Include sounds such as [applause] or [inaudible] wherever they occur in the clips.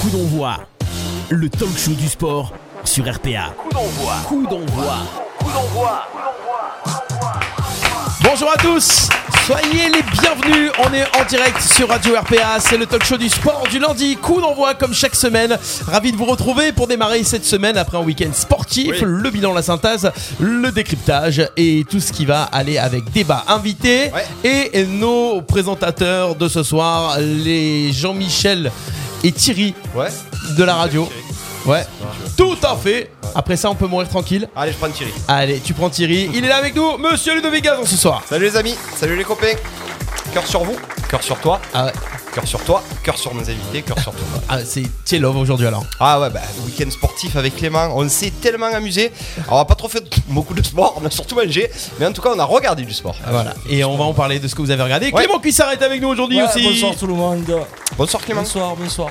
Coup d'envoi, le talk show du sport sur RPA. Coup d'envoi. Coup d'envoi. Coup d'envoi. Bonjour à tous Soyez les bienvenus, on est en direct sur Radio RPA, c'est le talk show du sport du lundi, coup d'envoi comme chaque semaine. Ravi de vous retrouver pour démarrer cette semaine après un week-end sportif, Oui. le bilan, la synthèse, le décryptage et tout ce qui va aller avec débat invité et nos présentateurs de ce soir, les Jean-Michel et Thierry de la radio. Ouais, tout à fait. Après ça, on peut mourir tranquille. Allez, je prends Thierry. Allez, tu prends Thierry. Il est là avec nous, Monsieur Ludovic Gazon ce soir. Salut les amis, salut les copains. Cœur sur vous, cœur sur toi. Ah ouais. Cœur sur toi, cœur sur nos invités, cœur sur toi. Ah, c'est Tier Love aujourd'hui alors. Ah ouais, bah, week-end sportif avec Clément, on s'est tellement amusé. Alors, on a pas trop fait [laughs] beaucoup de sport, on a surtout mangé, mais en tout cas, on a regardé du sport. Ah, Voilà. Et on va en parler de ce que vous avez regardé. Ouais. Clément Cuissard est avec nous aujourd'hui Ouais, aussi. Bonsoir tout le monde. Bonsoir Clément. Bonsoir, bonsoir.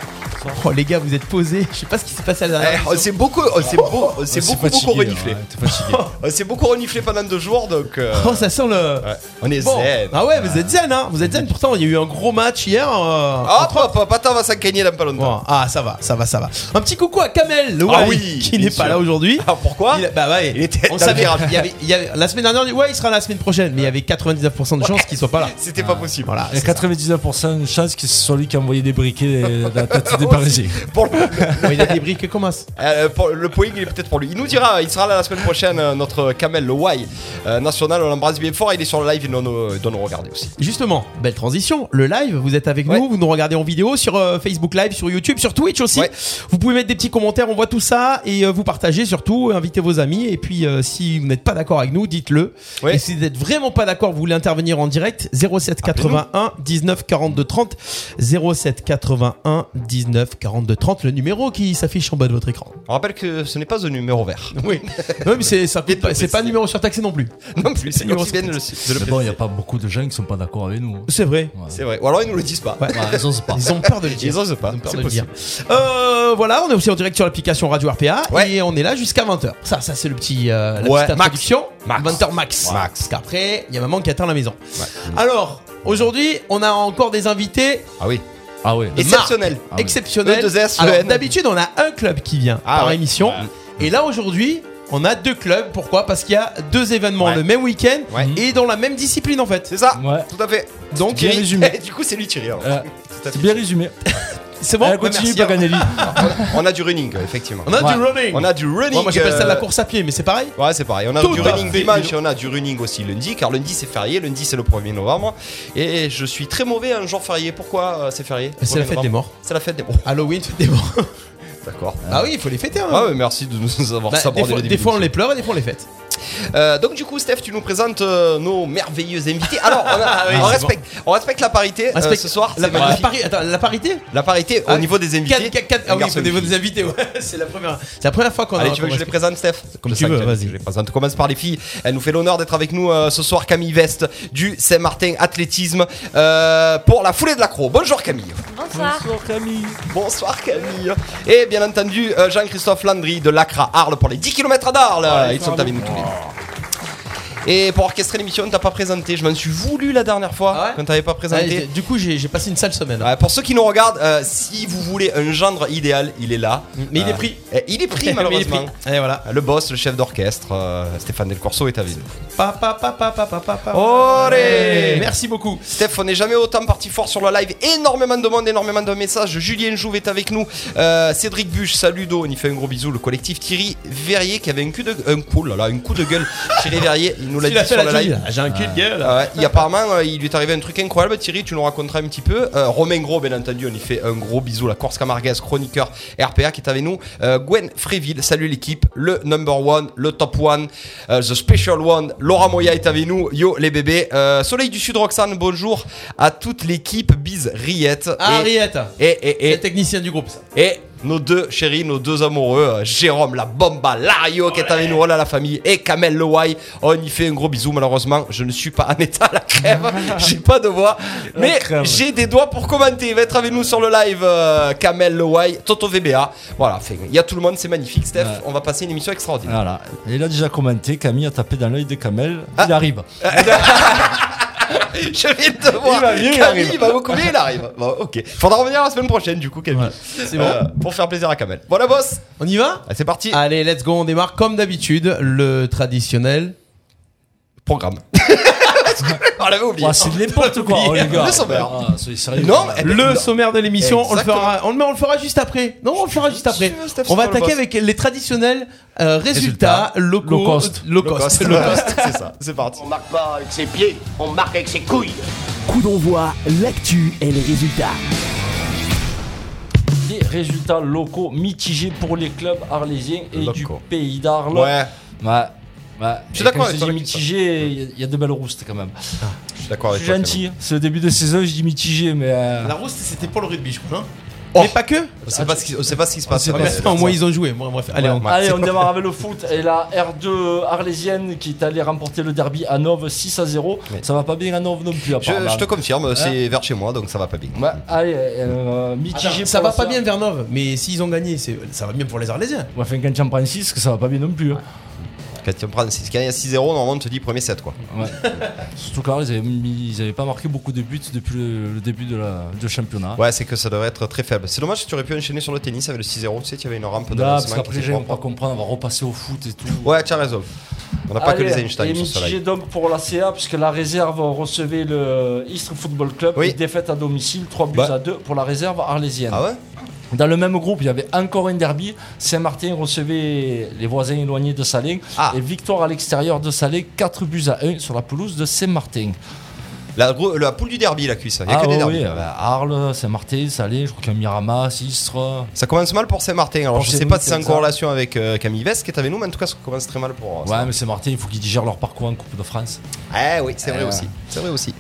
Oh les gars, vous êtes posés. Je sais pas ce qui s'est passé à la Eh, dernière. on s'est beaucoup, on s'est beau- on s'est C'est beaucoup, beaucoup reniflé. T'es fatigué. [laughs] On s'est beaucoup reniflé pendant deux jours, donc euh, Oh, ça sent le. ouais, on est Bon. zen. Ah ouais, vous êtes zen, hein. Vous êtes zen. Pourtant, il y a eu un gros match hier. euh, Ah, entre- hop, hop, attends, on va s'en gagner dans pas longtemps. Bon, ah, ça va, ça va, ça va. Un petit coucou à Kamel, le Ah Wally, oui, qui bien n'est pas sûr. là aujourd'hui. Ah, pourquoi Il, bah ouais, Il était on dans le savait. virage. il y avait- il y avait- la semaine dernière, on dit, ouais, il sera là la semaine prochaine, mais il y avait 99% de chances qu'il soit pas là. C'était pas possible. Voilà. Ah, Il y a 99% de chances que ce soit lui qui a envoyé des briquets euh, de [laughs] la tête des Parisiens. Pour le- Bon, il a des briques, comment ça Euh, pour- le point, il est peut-être pour lui. Il nous dira, il sera là la semaine prochaine, euh, notre Kamel, le Y euh, national. On l'embrasse bien fort. Il est sur le live, il doit nous, il doit nous regarder aussi. Justement, belle transition. Le live, vous êtes avec Ouais. nous, vous nous regardez en vidéo sur euh, Facebook Live, sur YouTube, sur Twitch aussi. Ouais. Vous pouvez mettre des petits commentaires, on voit tout ça et euh, vous partagez surtout, invitez vos amis. Et puis, euh, si vous n'êtes pas d'accord avec nous, dites-le. Ouais. Et si vous n'êtes vraiment pas d'accord, vous voulez intervenir en direct, 07 81 19 42 30. 07 81 19 42 30, le numéro qui s'affiche en bas de votre écran. On rappelle que ce n'est pas un numéro vert. Oui, non, mais c'est ça coûte pas- c'est pas un numéro surtaxé non plus. Non plus, c'est numéro aussi bien de le- de Mais bon, il le n'y préciser. a pas beaucoup de gens qui sont pas d'accord avec nous. hein. C'est vrai. C'est vrai. Ou alors bah, ils nous le disent pas. Ouais. Ouais, [laughs] ils osent pas. Ils ont peur de le dire. Ils osent pas. Ils ont peur C'est de le possible. dire. Euh, voilà, on est aussi en direct sur l'application Radio RPA Ouais. et on est là jusqu'à 20h. Ça, ça c'est le petit euh, la Ouais, petite max. introduction. Max. 20h max. Ouais. Parce qu'après, il y a maman qui atteint la maison. Alors, aujourd'hui, on a encore des invités Ah oui. Ah ouais. Et- Exceptionnel. Ah oui. exceptionnels. Le 2S, le Alors, N. d'habitude, on a un club qui vient Ah par ouais. émission. Et là, aujourd'hui, on a deux clubs. Pourquoi Parce qu'il y a deux événements Ouais. le même week-end Ouais. et dans la même discipline en fait. C'est ça. Ouais. Tout à fait. Donc, Bien Thierry. résumé. [laughs] Du coup, c'est lui Thierry. alors. Euh, Tout à fait. C'est bien résumé. c'est bon Allez, continue merci, Paganelli. [laughs] On a du running, euh, effectivement. On a du Ouais. running. On a du running. Moi, moi, j'appelle ça de la euh, course à pied, mais c'est pareil. Ouais, c'est pareil. On a Tout du à running fait. dimanche et on a du running aussi lundi, car lundi c'est férié. Lundi c'est le 1er novembre. Et je suis très mauvais un jour férié. Pourquoi euh, c'est férié C'est la 1er fête des novembre morts. C'est la fête des morts. Halloween, fête des morts. D'accord. [laughs] Ah oui, il faut les fêter. hein. Ah ouais, merci de nous avoir Bah, sabordé des, fois, le des début fois, on de les pleure et des fois on les fête. l'émission. Euh, donc du coup, Steph, tu nous présentes euh, nos merveilleux invités. [laughs] Alors, on, a- oui, on c'est respecte, on respecte la parité euh, Respecte- ce soir. la, c'est la magnifique. pari- attends, la parité La parité Ah, au niveau des invités. Quatre- quatre- quatre- Ah Un oui, garçon, au niveau une des invités, ouais, [laughs] c'est la première. C'est la première fois qu'on a. Allez, tu veux que je les présente, Steph Comme Je tu sais veux, que vas-y. Je les présente. On commence par les filles. Elle nous fait l'honneur d'être avec nous euh, ce soir, Camille Veste du Saint-Martin Athlétisme euh, pour la foulée de l'accro. Bonjour Camille. Bonsoir. Bonsoir Camille. Bonsoir Camille. Et bien entendu, euh, Jean-Christophe Landry de l'Acra Arles pour les 10 km d'Arles. Ouais, Ils sont Arles. avec nous tous les deux. Oh. Et pour orchestrer l'émission, on t'a pas présenté. Je m'en suis voulu la dernière fois Ah ouais quand t'avais pas présenté. Ouais, du coup, j'ai j'ai passé une sale semaine. Ouais, pour ceux qui nous regardent, euh, si vous voulez un gendre idéal, il est là. Mais il Euh, est pris. eh, il est [laughs] Mais pris il est malheureusement. pris. Et voilà. Euh, Le boss, le chef d'orchestre, euh, Stéphane Del Corso est avec nous. Pa, pa, pa, pa, pa, pa, pa, pa. Olé Merci beaucoup. Steph, on n'est jamais autant parti fort sur le live. Énormément de monde, énormément de messages. Julien Jouve est avec nous. Euh, Cédric Buche, Saludo, on y fait un gros bisou. Le collectif Thierry Verrier qui avait un coup de, un coup, là, là, un coup de gueule. Thierry Verrier, il nous l'a Tu l'as dit fait la sur le jolie, live. là. J'ai un cul de gueule. Ah ouais, il- apparemment, euh, il lui est arrivé un truc incroyable. Thierry, tu nous raconteras un petit peu. Euh, Romain Gros, bien entendu, on y fait un gros bisou. La Corse Camarguaise, chroniqueur RPA qui est avec nous. Euh, Gwen Fréville, salut l'équipe. Le number one, le top one, euh, the special one. Laura Moya est avec nous. Yo, les bébés. Euh, Soleil du Sud, Roxane, bonjour à toute l'équipe. Bise Riette. Ah, et, Ariette, et, et, la et, technicienne du groupe. ça. et nos deux chéris, nos deux amoureux, euh, Jérôme la Bomba, Lario qui est avec nous, voilà la famille, et Kamel Lowai. On y fait un gros bisou, malheureusement, je ne suis pas en état la crève, [laughs] j'ai pas de voix, mais crève. j'ai des doigts pour commenter. Il va être avec nous sur le live, euh, Kamel Lowai, Toto VBA. Voilà, fait, il y a tout le monde, c'est magnifique, Steph. On va passer une émission extraordinaire. Ah. Voilà. Et il a déjà commenté, Camille a tapé dans l'œil de Kamel. Il arrive. [laughs] Je vais te voir. va mieux, il Camille, arrive. il va beaucoup mieux, il arrive. Bon, ok. Faudra revenir la semaine prochaine, du coup, Camille. C'est bon. Euh, pour faire plaisir à Kamel. Voilà, boss. On y va Ah, C'est parti. Allez, let's go, on démarre comme d'habitude, le traditionnel. Programme. [laughs] On l'avait oublié. Ouah, c'est n'importe quoi, oh, les gars. Le sommaire. Ah, soyez sérieux. Non, mais- eh, Le sommaire de l'émission, on le Exactement. fera, on, mais on le fera juste après. Non, on le fera juste après. Monsieur Steph, On va c'est pas le attaquer boss. avec les traditionnels euh, résultats, locaux, Low cost. low Le cost. poste. [laughs] Low cost. C'est ça. C'est parti. On marque pas avec ses pieds, on marque avec ses couilles. Coup d'envoi, l'actu et les résultats. Des résultats locaux mitigés pour les clubs arlésiens et Locaux. du pays d'Arles. Ouais. Ouais. Ouais. Je suis Et d'accord quand avec Je toi, dis Luc, mitigé, il y a- il y, a de belles roustes quand même. Je suis d'accord Je avec suis toi. gentil. hein. C'est le début de saison, je dis mitigé, mais. euh, [laughs] La rousse, c'était pour le rugby, je crois. hein. Oh. Mais pas que. Camille. On sait pas ce qui- on sait pas ce qui se passe. Ah, mais attends, au moins, ils ont joué. Bon, bref, allez, Ouais. on- Allez, on démarre avec le foot et la R2 arlésienne qui est allée remporter le derby à Nov 6 à 0. Oui. Ça va pas bien à Nov non plus, Je, apparemment. je te confirme, c'est vers chez moi, donc ça va pas bien. Ouais, allez, euh, mitigé. Ça va pour la pas Sarre. bien Vernov, mais s'ils ont gagné, c'est- ça va bien pour les Arlésiens. Ouais, enfin, quand tu en prends 6, que ça va pas bien non plus. hein. Quand tu prends- c'est- quand il y a 6-0, normalement, on te dit premier 7, quoi. Ouais. Surtout qu'Arles, ils avaient mis- ils avaient pas marqué beaucoup de buts depuis le, le début de la, du championnat. Ouais, c'est que ça devrait être très faible. C'est dommage que tu aurais pu enchaîner sur le tennis avec le 6-0. Tu sais, tu avais une rampe Non, de parce lancement qu'après, qui les se gens vont comprend. pas comprendre, on va repasser au foot et tout. Ouais, tu as raison. On n'a pas que Allez, les Einstein Et sur ce mitigé live. donc pour la CA, puisque la réserve recevait le Istres Football Club. Oui. et Défaite à domicile, 3 buts Bah. à 2 pour la réserve arlésienne. Ah ouais Dans le même groupe, il y avait encore un derby. Saint-Martin recevait les voisins éloignés de Salé. Ah. Et victoire à l'extérieur de Salé, 4 buts à 1 sur la pelouse de Saint-Martin. la, gro- la poule du derby, la cuisse. Il n'y a ah, que des ouais, derbys. oui, euh, Arles, Saint-Martin, Salé, je crois qu'il y a Miramas, Istres. Ça commence mal pour Saint-Martin. Alors, Pour je chez sais nous, pas si c'est c'est encore en ça. relation avec euh, Camille Vest qui est avec nous, mais en tout cas, ça commence très mal pour. euh, Ouais, mais c'est Martin, il faut qu'ils digèrent leur parcours en Coupe de France. Saint-Martin. Eh oui, c'est vrai aussi. C'est vrai aussi.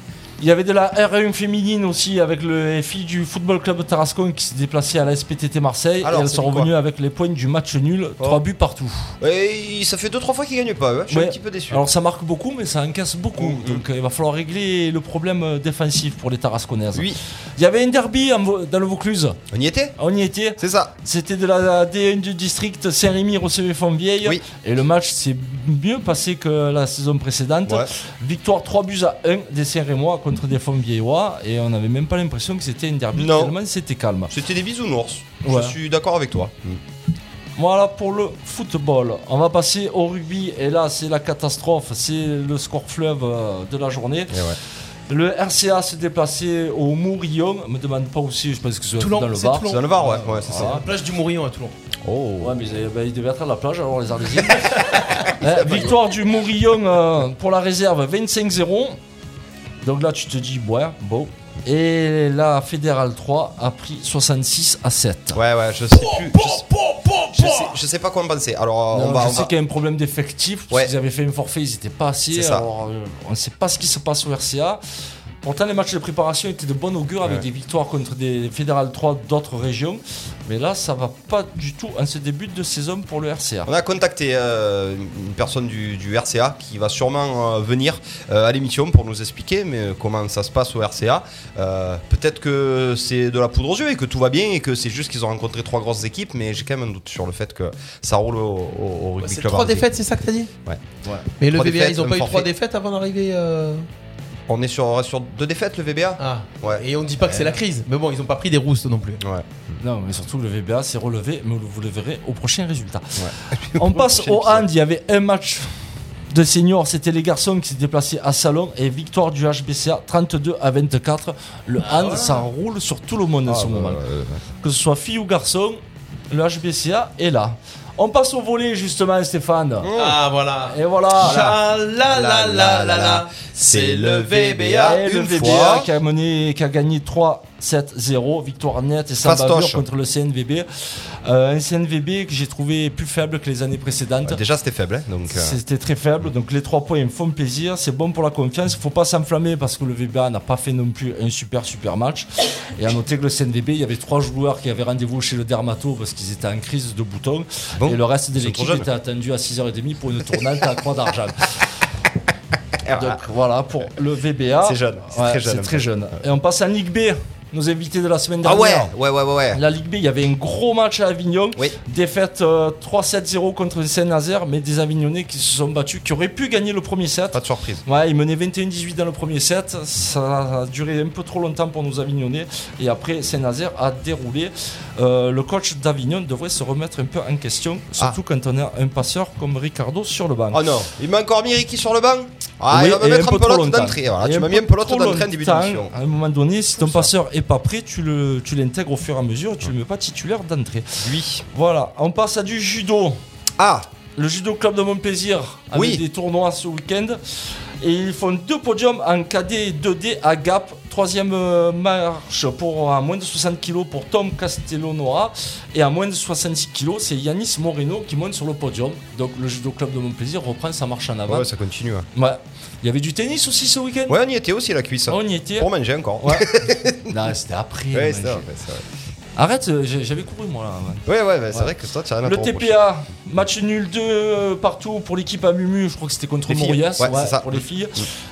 Il y avait de la R1 féminine aussi avec le FI du Football Club Tarascon qui s'est déplacé à la SPTT Marseille. Alors, et elles c'est sont dit quoi Oh. revenues avec les points du match nul, 3 buts partout. Et ça fait 2-3 fois qu'ils gagnent pas. ouais. Je suis Ouais. un petit peu déçu. Alors ça marque beaucoup, mais ça encaisse beaucoup. Mm, Donc euh, il va falloir régler le problème euh, défensif pour les Tarasconnaises. Oui, Il y avait un derby en Vau- dans le Vaucluse. on y était On y était. C'est ça. C'était de la D1 du district. Saint-Rémy recevait Fontvieille. Oui. Et le match s'est mieux passé que la saison précédente. Ouais. Victoire 3 buts à 1 des Saint-Rémois contre des Fontvieillois. Et on n'avait même pas l'impression que c'était un derby. Non. Tellement c'était calme. C'était des bisounours. Ouais. Je suis d'accord avec toi. Voilà pour le football. On va passer au rugby. Et là, c'est la catastrophe. C'est le score fleuve euh, de la journée. Et ouais. Le RCA se déplaçait au Mourillon. Me demande pas aussi, je pense que c'est Toulon, dans le c'est bar. Toulon. C'est dans le Var, ouais. ouais c'est Voilà. La plage du Morillon à Toulon. Oh. Ouais, mais ils, avaient- bah, ils devaient être à la plage alors les Arlésiens. [laughs] Eh, victoire du Mourillon euh, pour la réserve 25-0. Donc là, tu te dis, ouais, bon. Et la Fédérale 3 a pris 66 à 7. Ouais, ouais, je sais plus. Je sais, je sais- je sais pas quoi en penser. Alors, euh, Non, on va. je on sais va- qu'il y a un problème d'effectif. parce Ouais. qu'ils avaient fait un forfait, ils n'étaient pas assez. C'est ça. Alors, euh, on ne sait pas ce qui se passe au RCA. Pourtant, les matchs de préparation étaient de bon augure avec Ouais. des victoires contre des Fédérales 3 d'autres régions. Mais là, ça va pas du tout en ce début de saison pour le RCA. On a contacté euh, une personne du, du RCA qui va sûrement euh, venir euh, à l'émission pour nous expliquer mais, euh, comment ça se passe au RCA. Euh, Peut-être que c'est de la poudre aux yeux et que tout va bien et que c'est juste qu'ils ont rencontré trois grosses équipes, mais j'ai quand même un doute sur le fait que ça roule au, au- au rugby C'est club. trois Ardennes. défaites, c'est ça que t'as dit Ouais. Mais le Trois VBA, défaites, ils ont pas un eu trois forfait. défaites avant d'arriver. euh, On est sur, on reste sur deux défaites le VBA Ah. Ouais. Et on dit pas que c'est la crise. Mais bon, ils ont pas pris des roustes non plus. Ouais. Non, mais surtout le VBA s'est relevé, mais vous le verrez au prochain résultat. [laughs] On passe au hand, il y avait un match de seniors, c'était les garçons qui se déplaçaient à Salon et victoire du HBCA 32 à 24. Le hand, Ah ça roule sur tout le monde en ce moment. Que ce soit fille ou garçon, le HBCA est là. On passe au volet justement, Stéphane. Ah, voilà. Et voilà. Ah, la, la, la, la, la. C'est le VBA. Et le une VBA fois. qui a mené, qui a gagné 3-7-0, victoire nette et sans Fastoche. bavure contre le CNVB. Euh, un CNVB que j'ai trouvé plus faible que les années précédentes. Ouais, déjà c'était faible, hein, donc. euh, C'était très faible, donc les trois points font plaisir, c'est bon pour la confiance, faut pas s'enflammer parce que le VBA n'a pas fait non plus un super super match. Et à noter que le CNVB, il y avait trois joueurs qui avaient rendez-vous chez le dermato parce qu'ils étaient en crise de boutons, Bon, et le reste de ils sont trop l'équipe jeunes. était attendu à 6h30 pour une tournante à croix [laughs] d'argent. Donc voilà pour le VBA. C'est jeune, c'est Ouais, très jeune, c'est en très jeune. Et on passe à Ligue B nos invités de la semaine Ah dernière. ouais, ouais, ouais, ouais. ouais. La Ligue B, il y avait un gros match à Avignon. Oui. Défaite euh, 3-7-0 contre Saint-Nazaire, mais des Avignonnais qui se sont battus, qui auraient pu gagner le premier set. Pas de surprise. Ouais, ils menaient 21-18 dans le premier set. Ça a duré un peu trop longtemps pour nos Avignonnais. Et après, Saint-Nazaire a déroulé. Euh, le coach d'Avignon devrait se remettre un peu en question, surtout Ah. quand on a un passeur comme Ricardo sur le banc. Oh non, il m'a encore mis Ricky sur le banc Ah, Oui, il va me et mettre un un peu trop pelote longtemps. d'entrée. Voilà, Et tu un m'as peu mis un pelote trop d'entrée en début longtemps, d'émission. À un moment donné, si ton ça. passeur est pas prêt, tu le- tu l'intègres au fur et à mesure, tu le mets pas titulaire d'entrée. Lui. Voilà, on passe à du judo. Ah, Le judo club de Montplaisir a Oui. mis des tournois ce week-end. Et ils font deux podiums en KD et 2D à Gap. Troisième euh, marche pour à moins de 60 kg pour Tom Castellonora. Et à moins de 66 kg, c'est Yanis Moreno qui monte sur le podium. Donc le judo club de Montplaisir reprend sa marche en avant. ouais, ça continue. hein. Ouais. Il y avait du tennis aussi ce week-end. Ouais, on y était aussi la cuisse. On y était. Pour manger encore. Ouais. Non, c'était après. Ouais, mais c'est j'ai- vrai, c'est vrai. Arrête, euh, j'ai- j'avais couru moi là. ouais. Ouais, ouais, ouais, c'est vrai que toi, tu as rien à Le te reprocher. TPA, match nul 2 euh, partout pour l'équipe à Mumu, je crois que c'était contre Les filles, Morias ouais, c'est ça. pour les filles.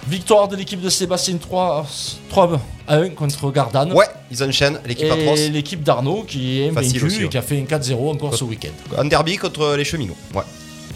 Victoire de l'équipe de Sébastien 3, 3 à 1 contre Gardanne. Ouais, ils enchaînent, l'équipe atroce. Et l'équipe d'Arnaud qui est Facile invaincue aussi, ouais. et qui a fait un 4-0 encore ce week-end. Un derby contre les cheminots. Ouais.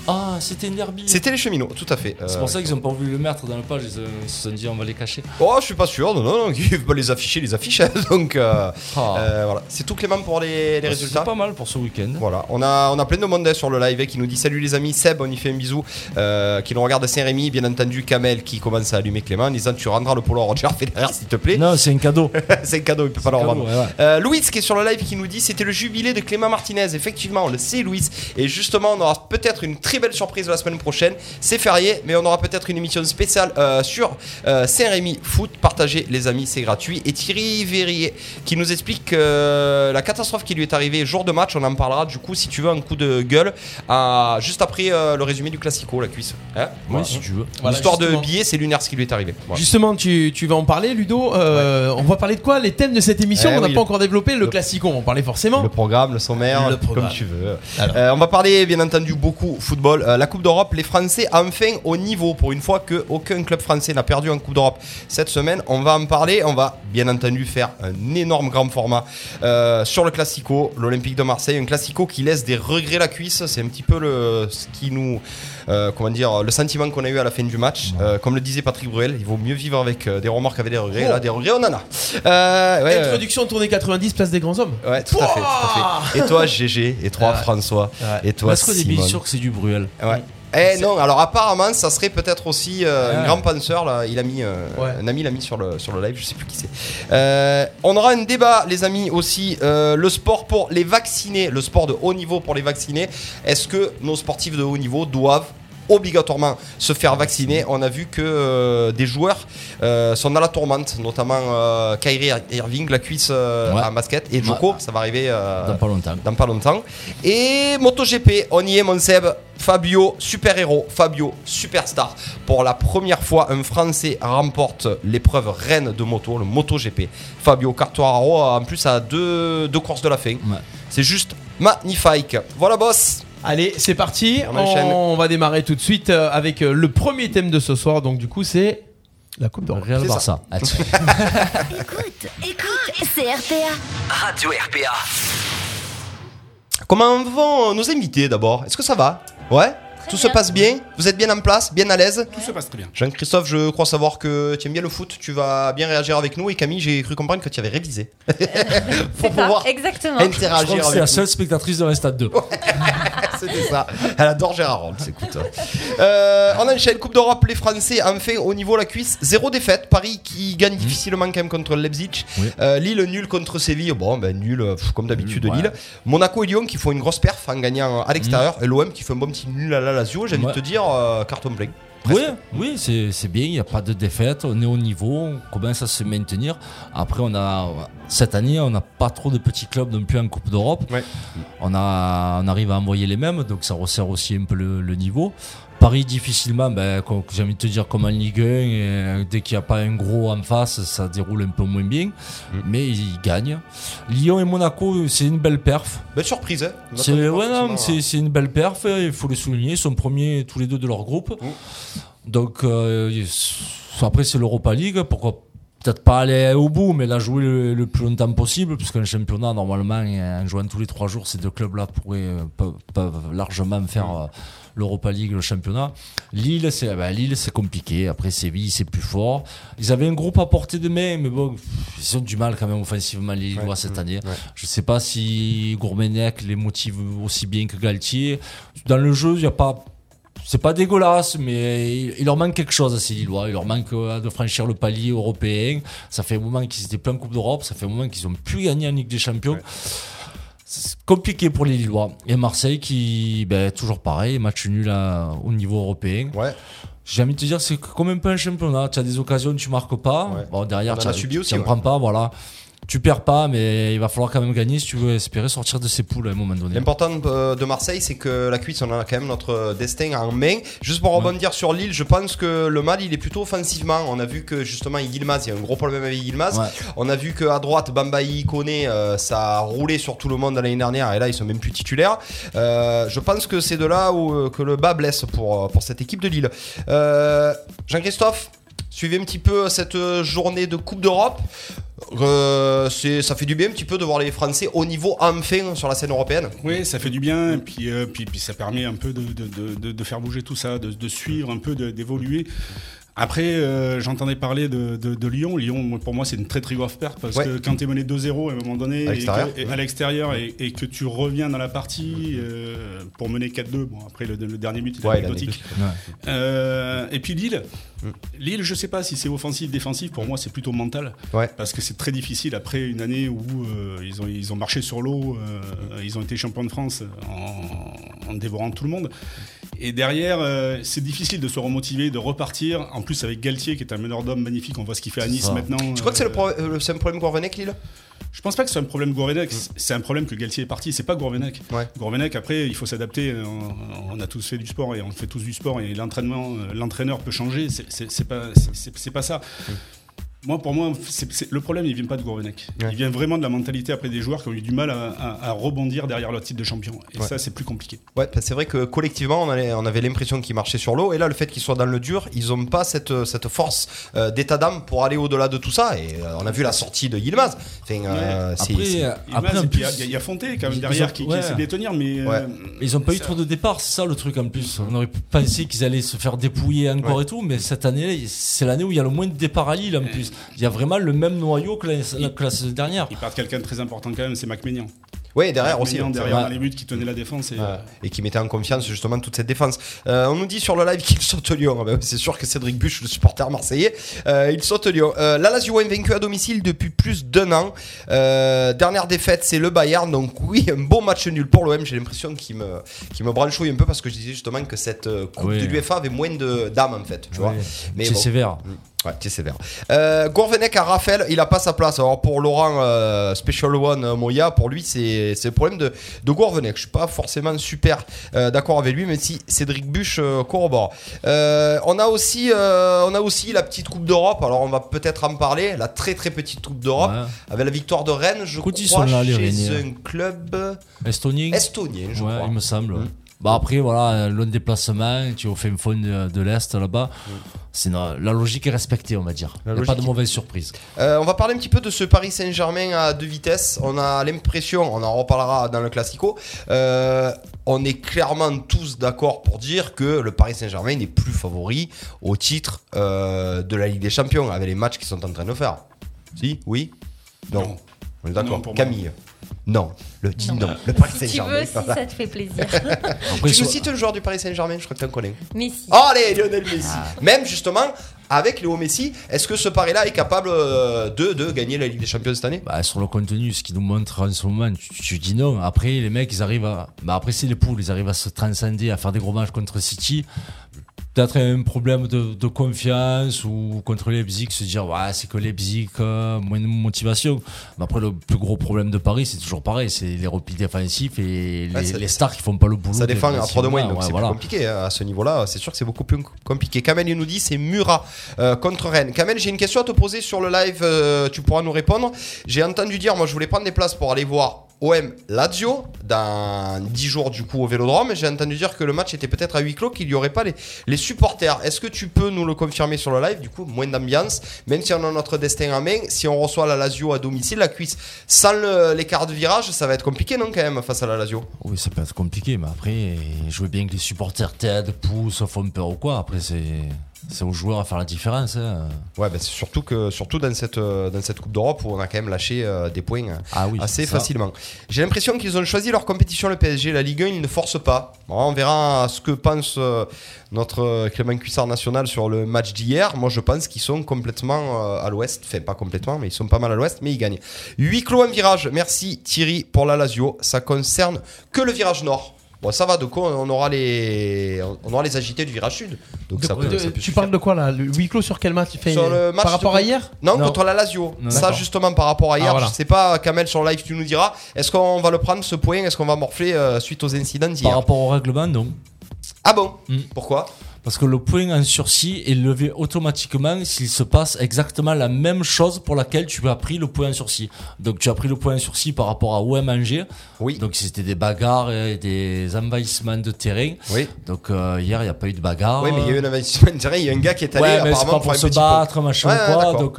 Ah, c'était une derby. C'était les cheminots, tout à fait. C'est Euh, pour ça qu'ils ont pas voulu le mettre dans le page, ils, euh, ils se sont dit on va les cacher. Oh, je suis pas sûr, non, non, [laughs] non, ils veulent pas les afficher, les affiches. [laughs] Donc, euh, Ah. Bah, euh, voilà. C'est tout Clément pour les, les résultats. C'est pas mal pour ce week-end. Voilà, on a, on a plein de monde sur le live eh, qui nous dit salut les amis, Seb, on y fait un bisou, euh, qui nous regarde à Saint-Rémy, bien entendu Kamel qui commence à allumer Clément en disant tu rendras le polo à Roger Federer s'il te plaît, Non, c'est un cadeau. [laughs] c'est un cadeau, il peut pas le cadeau, revendre. ouais, ouais. Euh, Louis qui est sur le live qui nous dit c'était le jubilé de Clément Martinez, effectivement on le sait Louis, et justement on aura peut-être une très belle surprise la semaine prochaine, c'est férié, mais on aura peut-être une émission spéciale euh, sur euh, Saint-Rémy Foot, partagez les amis, c'est gratuit, et Thierry Verrier qui nous explique que la catastrophe qui lui est arrivée jour de match, on en parlera du coup si tu veux un coup de gueule, à- juste après euh, le résumé du Classico, la cuisse. Hein Voilà. si tu veux. Voilà, L'histoire de justement. billets, c'est lunaire ce qui lui est arrivé. Voilà. Justement, tu, tu vas en parler, Ludo. Euh, On va parler de quoi Les thèmes de cette émission Eh On n'a oui. pas encore développé. Le, classico, on va en parler forcément. Le programme, le sommaire, Le comme programme. tu veux. Alors. Euh, on va parler bien entendu beaucoup football. Euh, la Coupe d'Europe, les Français enfin au niveau pour une fois que aucun club français n'a perdu en Coupe d'Europe cette semaine. On va en parler. On va bien entendu faire un énorme grand format euh, sur le Classico, l'Olympique de Marseille, un Classico qui laisse des regrets la cuisse. C'est un petit peu le ce qui nous euh, comment dire le sentiment qu'on a eu à la fin du match. Euh, comme le disait Patrick Bruel, il vaut mieux vivre avec euh, des remords qu'avec des regrets. Là, des regrets, on en a. Euh, ouais, euh, Introduction tournée 90, place des grands hommes. Ouais, tout à fait, tout à fait. Et toi, GG, et toi, François, et toi, Parce qu'on est bien Simon. sûr que c'est du Bruel. Ouais. Eh non, alors apparemment, ça serait peut-être aussi euh, un grand penseur. Là, il a mis euh, Ouais. un ami l'a mis sur le sur le live. Je sais plus qui c'est. Euh, on aura un débat, les amis, aussi euh, le sport pour les vaccinés, le sport de haut niveau pour les vaccinés. Est-ce que nos sportifs de haut niveau doivent obligatoirement se faire vacciner. On a vu que euh, des joueurs euh, sont dans la tourmente, notamment euh, Kyrie Irving, la cuisse euh, Ouais. à basket, et Joko, ça va arriver euh, Dans pas longtemps. dans pas longtemps. Et MotoGP, on y est, mon Seb. Fabio, super héros. Fabio, superstar. Pour la première fois, un Français remporte l'épreuve reine de moto, le MotoGP. Fabio Cartuaro, en plus, à deux, deux courses de la fin. C'est juste magnifique. Voilà, boss. Allez, c'est parti. On On, enchaîne. on va démarrer tout de suite euh, avec euh, le premier thème de ce soir. Donc, du coup, c'est la Coupe d'Europe. Real C'est Barça. [laughs] Écoute, écoute, c'est RPA. Radio RPA. Comment vont euh, nos invités d'abord Est-ce que ça va Ouais tout se bien. passe bien Vous êtes bien en place Bien à l'aise Tout se passe très bien. Jean-Christophe, je crois savoir que tu aimes bien le foot, tu vas bien réagir avec nous. Et Camille, j'ai cru comprendre que tu [laughs] avais révisé. Pour C'est ça, pouvoir exactement. Je crois interagir que c'est avec la nous. seule spectatrice de l'Estade 2. C'était ça. Elle adore Gérard Rolls, écoute. Euh, on enchaîne. Coupe d'Europe, les Français, enfin, au niveau la cuisse, zéro défaite. Paris qui gagne difficilement quand même contre le Leipzig. Mmh. Oui. Euh, Lille nul contre Séville. Bon, ben nul, euh, pff, comme d'habitude, Nul, Mmh, ouais. Lille. Monaco et Lyon qui font une grosse perf en gagnant à l'extérieur. Et l'OM qui fait un bon petit nul à la Lazio. J'ai envie Mmh. Ouais. de te dire, euh, carton plein. Oui, oui c'est c'est bien, il n'y a pas de défaite, on est au niveau, on commence à se maintenir. Après, on a, cette année, on n'a pas trop de petits clubs non plus en Coupe d'Europe. Ouais. On, a, on arrive à envoyer les mêmes, donc ça resserre aussi un peu le, le niveau. Paris, difficilement, ben, comme- j'ai envie de te dire, comme en Ligue 1, et dès qu'il n'y a pas un gros en face, ça déroule un peu moins bien, mais ils gagnent. Lyon et Monaco, c'est une belle perf. Belle surprise, hein. On C'est attendait pas ouais, non, forcément, c'est- hein. c'est une belle perf, euh, il faut le souligner. Ils sont premiers tous les deux de leur groupe. Mm. Donc, euh, ils- après, c'est l'Europa League. Pourquoi peut-être pas aller au bout, mais la jouer le, le plus longtemps possible, puisqu'un championnat, normalement, en jouant tous les trois jours, ces deux clubs-là pourraient, euh, peuvent, peuvent largement faire euh, l'Europa League, le championnat. Lille, c'est eh ben, Lille, c'est compliqué. Après, Séville, c'est plus fort. Ils avaient un groupe à portée de main, mais bon, pff, ils ont du mal quand même offensivement, les Lillois, cette année. Je sais pas si Gourmenek les motive aussi bien que Galtier. Dans le jeu, il n'y a pas c'est pas dégueulasse, mais il, il leur manque quelque chose à ces Lillois. Il leur manque euh, de franchir le palier européen. Ça fait un moment qu'ils étaient plein Coupe d'Europe. Ça fait un moment qu'ils ont pu gagner en Ligue des Champions. C'est compliqué pour les Lillois. Et Marseille qui, ben, toujours pareil, match nul à- au niveau européen. euh, Ouais. J'ai envie de te dire, c'est quand même pas un championnat. Tu as des occasions, tu marques pas. Ouais. Bon, derrière, On en tu a n'en subi aussi, ouais. prends pas, voilà. Tu perds pas, mais il va falloir quand même gagner si tu veux espérer sortir de ces poules à un moment donné. hein. L'important euh, de Marseille, c'est que la cuisse, on en a quand même notre euh, destin en main. Juste pour rebondir sur Lille, je pense que le mal, il est plutôt offensivement. On a vu que justement, Yilmaz, il y a un gros problème avec Yilmaz. Ouais. On a vu qu'à droite, Bambayi, Koné, euh, ça a roulé sur tout le monde l'année dernière et là, ils sont même plus titulaires. Euh, je pense que c'est de là où, euh, que le bas blesse pour, euh, pour cette équipe de Lille. Euh, Jean-Christophe, suivez un petit peu cette euh, journée de Coupe d'Europe. Euh, c'est- ça fait du bien un petit peu de voir les Français au niveau enfin sur la scène européenne. Oui, ça fait du bien, et puis, euh, puis, puis ça permet un peu de, de- de- de- de faire bouger tout ça, de, de suivre, un peu de- d'évoluer. Après, euh, j'entendais parler de, de- de Lyon. Lyon, moi, pour moi, c'est une très très grosse perte parce Ouais. que quand tu es mené 2-0 à un moment donné, À et l'extérieur, que- et à l'extérieur, et, et que tu reviens dans la partie euh, pour mener 4-2, bon, après le, le dernier but, il est Ouais, Mm. il a anecdotique. Euh, et puis Lille, Lille, je sais pas si c'est offensif, défensif. Pour moi, c'est plutôt mental. Ouais. Parce que c'est très difficile après une année où euh, ils, ont, ils ont marché sur l'eau, euh, ils ont été champions de France euh, en, en dévorant tout le monde. Et derrière, euh, c'est difficile de se remotiver, de repartir. En plus, avec Galtier, qui est un meneur d'hommes magnifique, on voit ce qu'il fait à Nice ça. maintenant. Tu crois que c'est le, pro- euh, le- c'est un problème Gourvenec, Lille Je pense pas que c'est un problème Gourvenac, c'est un problème que Galtier est parti, c'est pas Gourvenac. Mm. Ouais. Gourvenac, après, il faut s'adapter, on, on a tous fait du sport et on fait tous du sport et l'entraînement, euh, l'entraîneur peut changer, c'est- c'est c'est pas, c'est- c'est- c'est pas ça. Mm. Moi, pour moi, c'est- c'est- le problème, il vient pas de Gourvenac. Ouais. Il vient vraiment de la mentalité après des joueurs qui ont eu du mal à, à- à rebondir derrière leur titre de champion. Et Ouais. ça, c'est plus compliqué. Ouais, parce que c'est vrai que collectivement, on, allait- on avait l'impression qu'ils marchaient sur l'eau. Et là, le fait qu'ils soient dans le dur, ils n'ont pas cette, cette force euh, d'état d'âme pour aller au-delà de tout ça. Et euh, on a vu la sortie de Yilmaz. Enfin, euh, c'est- Après, c'est- euh, Et après Maz, en et puis, il y a- plus- il y, a Fonté ils- quand même ils derrière ont- qui, qui ouais. essaie de les tenir, mais euh, Ouais. Ils n'ont pas eu ça- trop de départ, c'est ça le truc en plus. On aurait pensé qu'ils allaient se faire dépouiller encore et tout, mais cette année, c'est l'année où il y a le moins de départ à Lille en plus. Il y a vraiment le même noyau que l'année- la classe dernière. ils partent quelqu'un de très important quand même, c'est MacMénian. Ouais, derrière aussi. MacMénian hein, derrière Ouais. dans les buts qui tenait la défense. Et, Euh, et qui mettait en confiance justement toute cette défense. Euh, on nous dit sur le live qu'il saute Lyon. Ah ben, c'est sûr que Cédric Buche, le supporter marseillais, euh, il saute Lyon. Euh, la Lazio est vaincu à domicile depuis plus d'un an. Euh, dernière défaite, c'est le Bayern. Donc oui, un beau match nul pour l'OM. J'ai l'impression qu'il me, qu'il me branchouille un peu parce que je disais justement que cette euh, coupe Oui. de l'UEFA avait moins de d'âme en fait. Tu vois. Mais c'est bon. sévère. Ouais, t'es sévère. Euh, Gourvenec à Raphaël, il a pas sa place. Alors pour Laurent euh, Special One euh, Moya, pour lui, c'est c'est le problème de, de Gourvenec. Je suis pas forcément super euh, d'accord avec lui, même si Cédric Buche euh, corrobore. Euh, on, a aussi, euh, on a aussi la petite Coupe d'Europe. Alors on va peut-être en parler. La très très petite Coupe d'Europe. Ouais. Avec la victoire de Rennes, je Écoute, ils crois, sont là, les chez Rennais. un club Estonie estonien, je Ouais, crois. il me semble. ouais. Mm. Bah après, voilà, long déplacement, tu es au fin fond de, de l'Est là-bas. C'est na- la logique est respectée, on va dire. Il n'y a pas de logique- mauvaise surprise. Euh, on va parler un petit peu de ce Paris Saint-Germain à deux vitesses. On a l'impression, on en reparlera dans le Classico, euh, on est clairement tous d'accord pour dire que le Paris Saint-Germain n'est plus favori au titre euh, de la Ligue des Champions avec les matchs qu'ils sont en train de faire. Si Oui Non. Non. On est Non, d'accord. pour moi. Camille Non. Le dit non. Le Paris Si tu Saint-Germain. veux, si voilà. ça te fait [laughs] plaisir. Après, Tu nous sur- cites le joueur du Paris Saint-Germain, je crois que t'en connais. Mais si. Oh, allez, Lionel Messi. Même justement, avec Léo Messi, est-ce que ce pari-là est capable euh, de, de gagner la Ligue des Champions cette année Bah, sur le contenu, ce qu'ils nous montrent en ce moment, tu, tu dis non. Après, les mecs, ils arrivent à. Bah, après, c'est les poules, ils arrivent à se transcender, à faire des gros matchs contre City. Peut-être un problème de, de confiance ou contre Leipzig, se dire ouais, c'est que Leipzig, euh, moins de motivation. Mais après, le plus gros problème de Paris, c'est toujours pareil c'est les replis défensifs et les, Ouais, ça- les stars qui font pas le boulot. Ça défend à 3 de moins, défensivement, donc ouais, c'est voilà. plus compliqué hein, à ce niveau-là. C'est sûr que c'est beaucoup plus compliqué. Kamel, il nous dit c'est Murat euh, contre Rennes. Kamel, j'ai une question à te poser sur le live. euh, tu pourras nous répondre. J'ai entendu dire, moi, je voulais prendre des places pour aller voir OM Lazio dans 10 jours du coup au Vélodrome. J'ai entendu dire que le match était peut-être à huis clos, qu'il n'y aurait pas les, les supporters. Est-ce que tu peux nous le confirmer sur le live Du coup, moins d'ambiance, même si on a notre destin en main. Si on reçoit la Lazio à domicile, la cuisse sans le- l'écart de virage, ça va être compliqué non quand même face à la Lazio Oui, ça peut être compliqué, mais après, jouer bien que les supporters t'aident, poussent, font peur ou quoi. Après, c'est c'est aux joueurs à faire la différence. hein. Ouais, bah, c'est surtout que surtout dans cette euh, dans cette Coupe d'Europe où on a quand même lâché euh, des points euh, Ah oui, assez ça. facilement. J'ai l'impression qu'ils ont choisi leur compétition le PSG, la Ligue 1, ils ne forcent pas. Bon, on verra ce que pense euh, notre euh, Clément Cuissard national sur le match d'hier. Moi, je pense qu'ils sont complètement euh, à l'ouest, enfin pas complètement, mais ils sont pas mal à l'ouest, mais ils gagnent. Huit clos en virage. Merci Thierry pour la Lazio. Ça concerne que le virage nord. Bon, ça va, de quoi on aura les on aura les agités du virage sud. Donc ça peut- De- ça peut Euh, tu suffire. parles de quoi là Le huis clos sur quel match, tu fais Sur le match Par rapport de- à hier Non, Non. contre la Lazio. Non, ça, d'accord. justement, par rapport à hier, Ah, voilà. je sais pas, Kamel, sur live, tu nous diras, est-ce qu'on va le prendre ce point Est-ce qu'on va morfler euh, suite aux incidents d'hier Par rapport au règlement, non. Ah bon Mm. Pourquoi Parce que le point en sursis est levé automatiquement s'il se passe exactement la même chose pour laquelle tu as pris le point en sursis. Donc tu as pris le point en sursis par rapport à OM Angers. Oui. Donc c'était des bagarres et des envahissements de terrain. Oui. Donc euh, hier, il n'y a pas eu de bagarre. oui, mais il y a eu un investissement direct, il y a un gars qui est allé Ouais, mais c'est apparemment pas pour pour un se petit pot. battre, machin Ouais, ou ouais, quoi. d'accord. donc,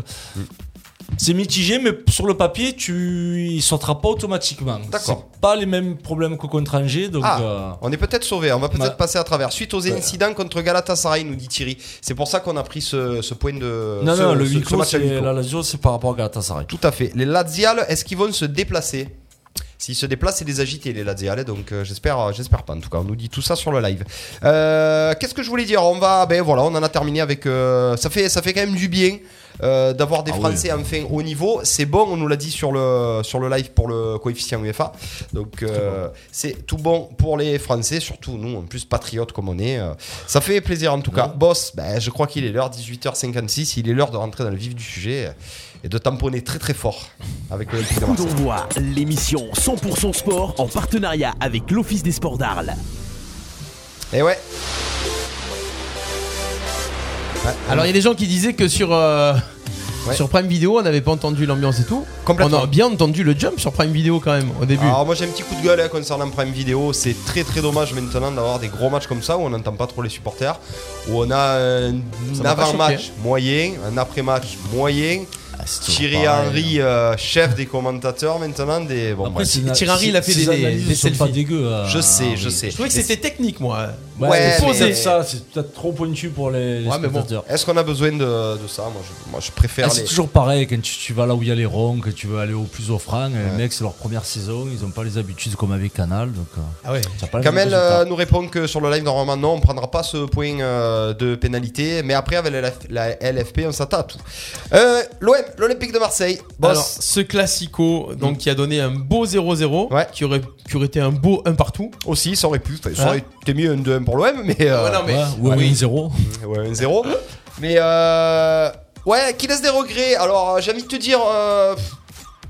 c'est mitigé, mais sur le papier, tu il sautera pas automatiquement. D'accord. C'est pas les mêmes problèmes que contre Angers, donc. Ah, euh, on est peut-être sauvé, on va peut-être Ma- passer à travers. Suite aux incidents contre Galatasaray, nous dit Thierry. C'est pour ça qu'on a pris ce, ce point de. Non, Euh, ce- non, le ce- huis ce clos, match à huis c'est- clos. la Lazio, c'est par rapport à Galatasaray. Tout à fait. Les Laziales, est-ce qu'ils vont se déplacer S'ils se déplacent, c'est des agités, les Laziales. Donc euh, j'espère euh, j'espère pas. En tout cas, on nous dit tout ça sur le live. Euh, Qu'est-ce que je voulais dire On va. Ben voilà, on en a terminé avec. euh, ça, fait, ça fait quand même du bien. euh, d'avoir des Ah Français enfin au niveau c'est bon on nous l'a dit sur le, sur le live pour le coefficient UEFA donc euh, c'est tout bon pour les Français surtout nous en plus patriotes comme on est euh, ça fait plaisir en tout cas boss ben, je crois qu'il est l'heure 18h56 il est l'heure de rentrer dans le vif du sujet euh, et de tamponner très très fort avec l'Olympique de Coup Marseille. d'envoi, l'émission 100% sport en partenariat avec l'Office des sports d'Arles. Et ouais, Alors il y a des gens qui disaient que sur euh, Ouais. sur Prime Video, on n'avait pas entendu l'ambiance et tout. On complètement. Ah, a bien entendu le jump sur Prime Video quand même au début. Alors moi j'ai un petit coup de gueule hein, concernant Prime Video, c'est très très dommage maintenant d'avoir des gros matchs comme ça où on n'entend pas trop les supporters, où on a un Ça m'a pas avant-match moyen, un après-match moyen, Ah, Thierry Henry hein. euh, chef des commentateurs maintenant, des... Bon, bref. c'est- Thierry Henry, il a fait ces des- analyses des sont pas selfies. dégueu. euh, je sais, je oui. sais. Ah, Je trouvais que Mais c'était technique moi. Ouais, Ouais, mais mais- c'est ça, c'est peut-être trop pointu pour les, les Ouais, mais bon. spectateurs. Est-ce qu'on a besoin de, de ça moi je, moi, je préfère Ah, c'est les... toujours pareil quand tu, tu vas là où il y a les ronds, que tu veux aller au plus offrant. Les mecs, c'est leur première saison, ils n'ont pas les habitudes comme avec Canal. Donc, euh, Ah ouais. t'as pas les mêmes Kamel résultats. euh, nous répond que sur le live, normalement, non, on prendra pas ce point euh, de pénalité. Mais après, avec la, LF la LFP, on s'attend à tout. Euh, L'OM, l'Olympique de Marseille. Boss. Mm. Alors ce classico donc qui a donné un beau 0-0 Ouais. qui aurait qui aurait été un beau un partout. aussi, ça aurait pu. Enfin, ça Hein aurait été mieux un 2-1 pour l'OM, mais. euh, Ouais, non, mais- Ouais, ou un 0 [laughs] ouais, un 0. mais. euh, ouais, qui laisse des regrets. Alors, euh, j'ai envie de te dire. euh,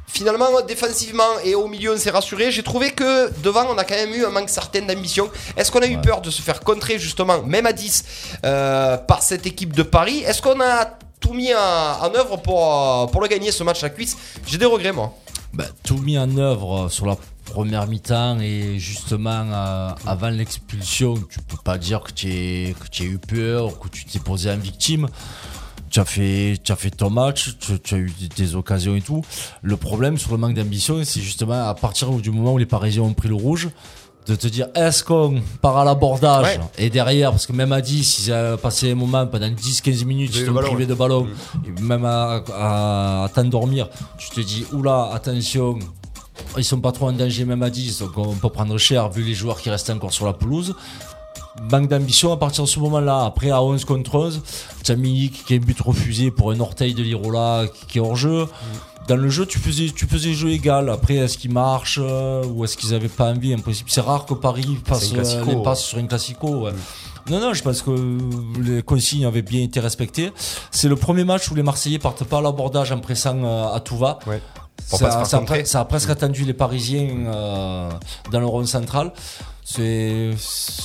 Finalement, défensivement et au milieu, on s'est rassuré. J'ai trouvé que devant, on a quand même eu un manque certain d'ambition. Est-ce qu'on a eu peur de se faire contrer, justement, même à 10, euh, par cette équipe de Paris Est-ce qu'on a tout mis en, en œuvre pour, euh, pour le gagner, ce match à cuisse J'ai des regrets, moi. Bah, tout mis en œuvre euh, sur la première mi-temps et justement euh, avant l'expulsion, tu peux pas dire que tu es- que tu as eu peur ou que tu t'es posé en victime. Tu as, fait, tu as fait ton match, tu, tu as eu des- des occasions et tout. Le problème sur le manque d'ambition, c'est justement à partir du moment où les Parisiens ont pris le rouge, de te dire est-ce qu'on part à l'abordage Ouais. et derrière, parce que même à 10, ils ont passé un moment pendant 10-15 minutes, Ils ils ont eu le sont ballon, Mm. privés de ballon, et même à, à- à t'endormir, tu te dis oula, attention, ils sont pas trop en danger même à 10, donc on peut prendre cher vu les joueurs qui restent encore sur la pelouse. Manque d'ambition à partir de ce moment-là. Après, à 11 contre 11, Tchamilik qui est but refusé pour un orteil de Lirola qui- qui est hors Mm. jeu. Dans le jeu, tu faisais, tu faisais jeu égal. Après, est-ce qu'il marche euh, ou est-ce qu'ils n'avaient pas envie En principe, c'est rare que Paris passe un classico, Mm. euh, les passes sur un classico. ouais. Non, non, je pense que les consignes avaient bien été respectées. C'est le premier match où les Marseillais partent pas à l'abordage en pressant euh, à tout va. Ouais. Pour pas se Ça, faire ça a contrer. pre- ça a presque attendu les Parisiens euh, dans le rond central. C'est,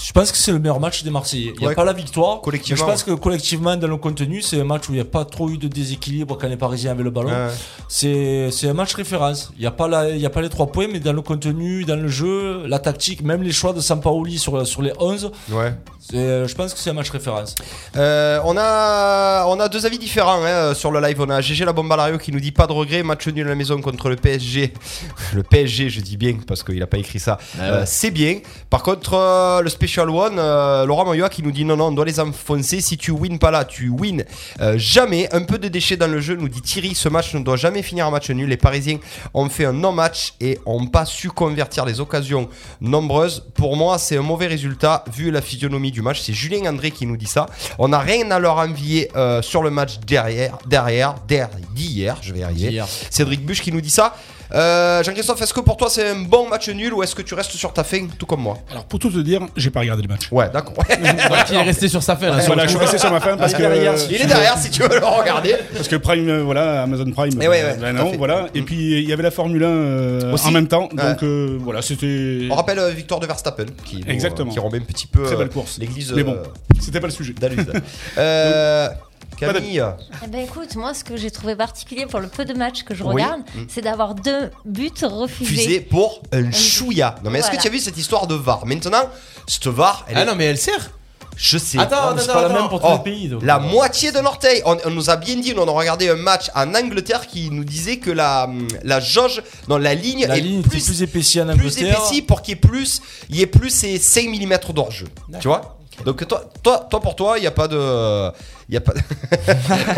je pense que c'est le meilleur match des Marseillais. Il n'y a Ouais, pas la victoire. collectivement, mais je pense que collectivement, dans le contenu, c'est un match où il n'y a pas trop eu de déséquilibre quand les Parisiens avaient le ballon. Ouais. C'est, c'est un match référence. Il n'y a, pas la- il y a pas les trois points, mais dans le contenu, dans le jeu, la tactique, même les choix de Sampaoli sur, sur les 11, Ouais. c'est- je pense que c'est un match référence. Euh, on, a, on a deux avis différents hein, sur le live. On a GG la Bombalario qui nous dit pas de regret, match nul à la maison contre le PSG. [laughs] Le PSG, je dis bien parce qu'il a pas écrit ça. Euh, c'est bien. Par contre, euh, le Special One, euh, Laurent Mayoa qui nous dit non, non, on doit les enfoncer. Si tu win pas là, tu win euh, jamais. Un peu de déchets dans le jeu, nous dit Thierry. Ce match ne doit jamais finir en match nul. Les Parisiens ont fait un non-match et ont pas su convertir les occasions nombreuses. Pour moi, c'est un mauvais résultat vu la physionomie du match. C'est Julien André qui nous dit ça. On n'a rien à leur envier euh, sur le match derrière, derrière, derrière, d'hier. Je vais y arriver. D'hier. Cédric Buche qui nous dit ça. Euh, Jean-Christophe, est-ce que pour toi c'est un bon match nul ou est-ce que tu restes sur ta fin tout comme moi Alors pour tout te dire, j'ai pas regardé le match. [laughs] Ouais, d'accord. Il est resté sur sa fin. là, sur Voilà, le je suis coup. resté sur ma femme parce que [laughs] Ah, Il est derrière si tu veux le regarder. parce que Prime, euh, voilà, Amazon Prime. Eh ouais, ouais, ben tout à non, fait. Mm. voilà. Et puis il y avait la Formule 1 euh, Aussi. en même temps, Ouais. donc euh, voilà, c'était On rappelle euh, victoire de Verstappen qui, nous, Exactement. euh, qui remet un petit peu très euh, belle course. l'église Mais bon, euh, c'était pas le sujet. [laughs] d'Allude. Euh, Camille, Eh ben écoute, moi ce que j'ai trouvé particulier pour le peu de matchs que je Oui. regarde, Mm. c'est d'avoir deux buts refusés. fusée pour un chouïa. Non mais est-ce que Voilà. tu as vu cette histoire de VAR Maintenant, cette VAR, elle Ah est- non, mais elle sert. Ah, je sais. Attends, c'est attends, pas la attends. même pour tous Oh, les pays. donc. La moitié de l'orteil. On, on nous a bien dit, on a regardé un match en Angleterre qui nous disait que la, hum, la jauge, non, la ligne La est ligne était plus, plus épaissie en plus Angleterre. épaissie pour qu'il y ait plus, il y ait plus ces 5 mm d'orge. Tu vois donc toi, toi, toi pour toi, il n'y a pas de, il y a pas.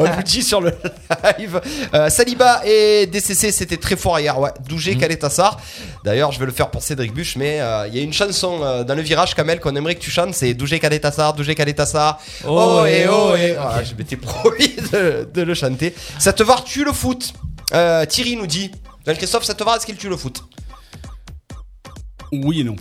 [laughs] On nous dit sur le live. Euh, Saliba et DCC, c'était très fort hier. Ouais. Dougé, Kaletassar. D'ailleurs, je vais le faire pour Cédric Buche, mais euh, il y a une chanson euh, dans le virage Kamel qu'on aimerait que tu chantes, c'est Dougé, Kaletassar, Dougé, Kaletassar. Oh, et oh et. Voilà, je m'étais promis [laughs] de, de le chanter. Ça te va, tu le foot. Euh, Thierry nous dit. Jean-Christophe, ça te va, est-ce qu'il tue le foot Oui et non.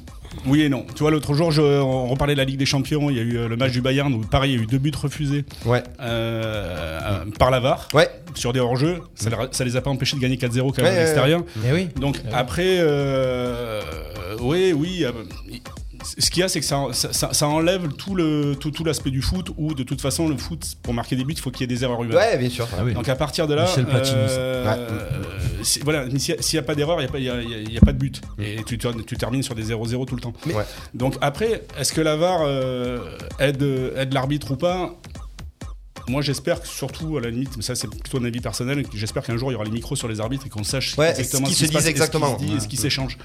Oui et non. Tu vois, l'autre jour, je, on reparlait de la Ligue des Champions. Il y a eu euh, le match du Bayern où, pareil, il y a eu deux buts refusés Ouais. euh, euh, par la VAR Ouais. sur des hors-jeux. Ça, leur- ça les a pas empêchés de gagner 4-0 Ouais, quand même ouais, à l'extérieur. Eh oui. Donc après, euh, oui, oui. euh, ce qu'il y a, c'est que ça, ça- ça- ça enlève tout le tout, tout l'aspect du foot où, de toute façon, le foot, pour marquer des buts, il faut qu'il y ait des erreurs humaines. Ouais, bien sûr. Ah oui. Donc à partir de là, Michel Platini, euh, ça. Ouais. euh, si- voilà, mais s'il n'y a, s'il y a pas d'erreur, il n'y a, pas- il y a- il y a- il y a pas de but. Et tu, ter- tu termines sur des 0-0 tout le temps. Mais- Ouais. Donc après, est-ce que la VAR euh, aide, aide l'arbitre ou pas moi, j'espère que surtout, à la limite, mais ça c'est plutôt un avis personnel, que j'espère qu'un jour il y aura les micros sur les arbitres et qu'on sache Ouais, exactement ce ce qu'ils qui se se passe, disent et ce qui se exactement. dit et ce qui s'échange.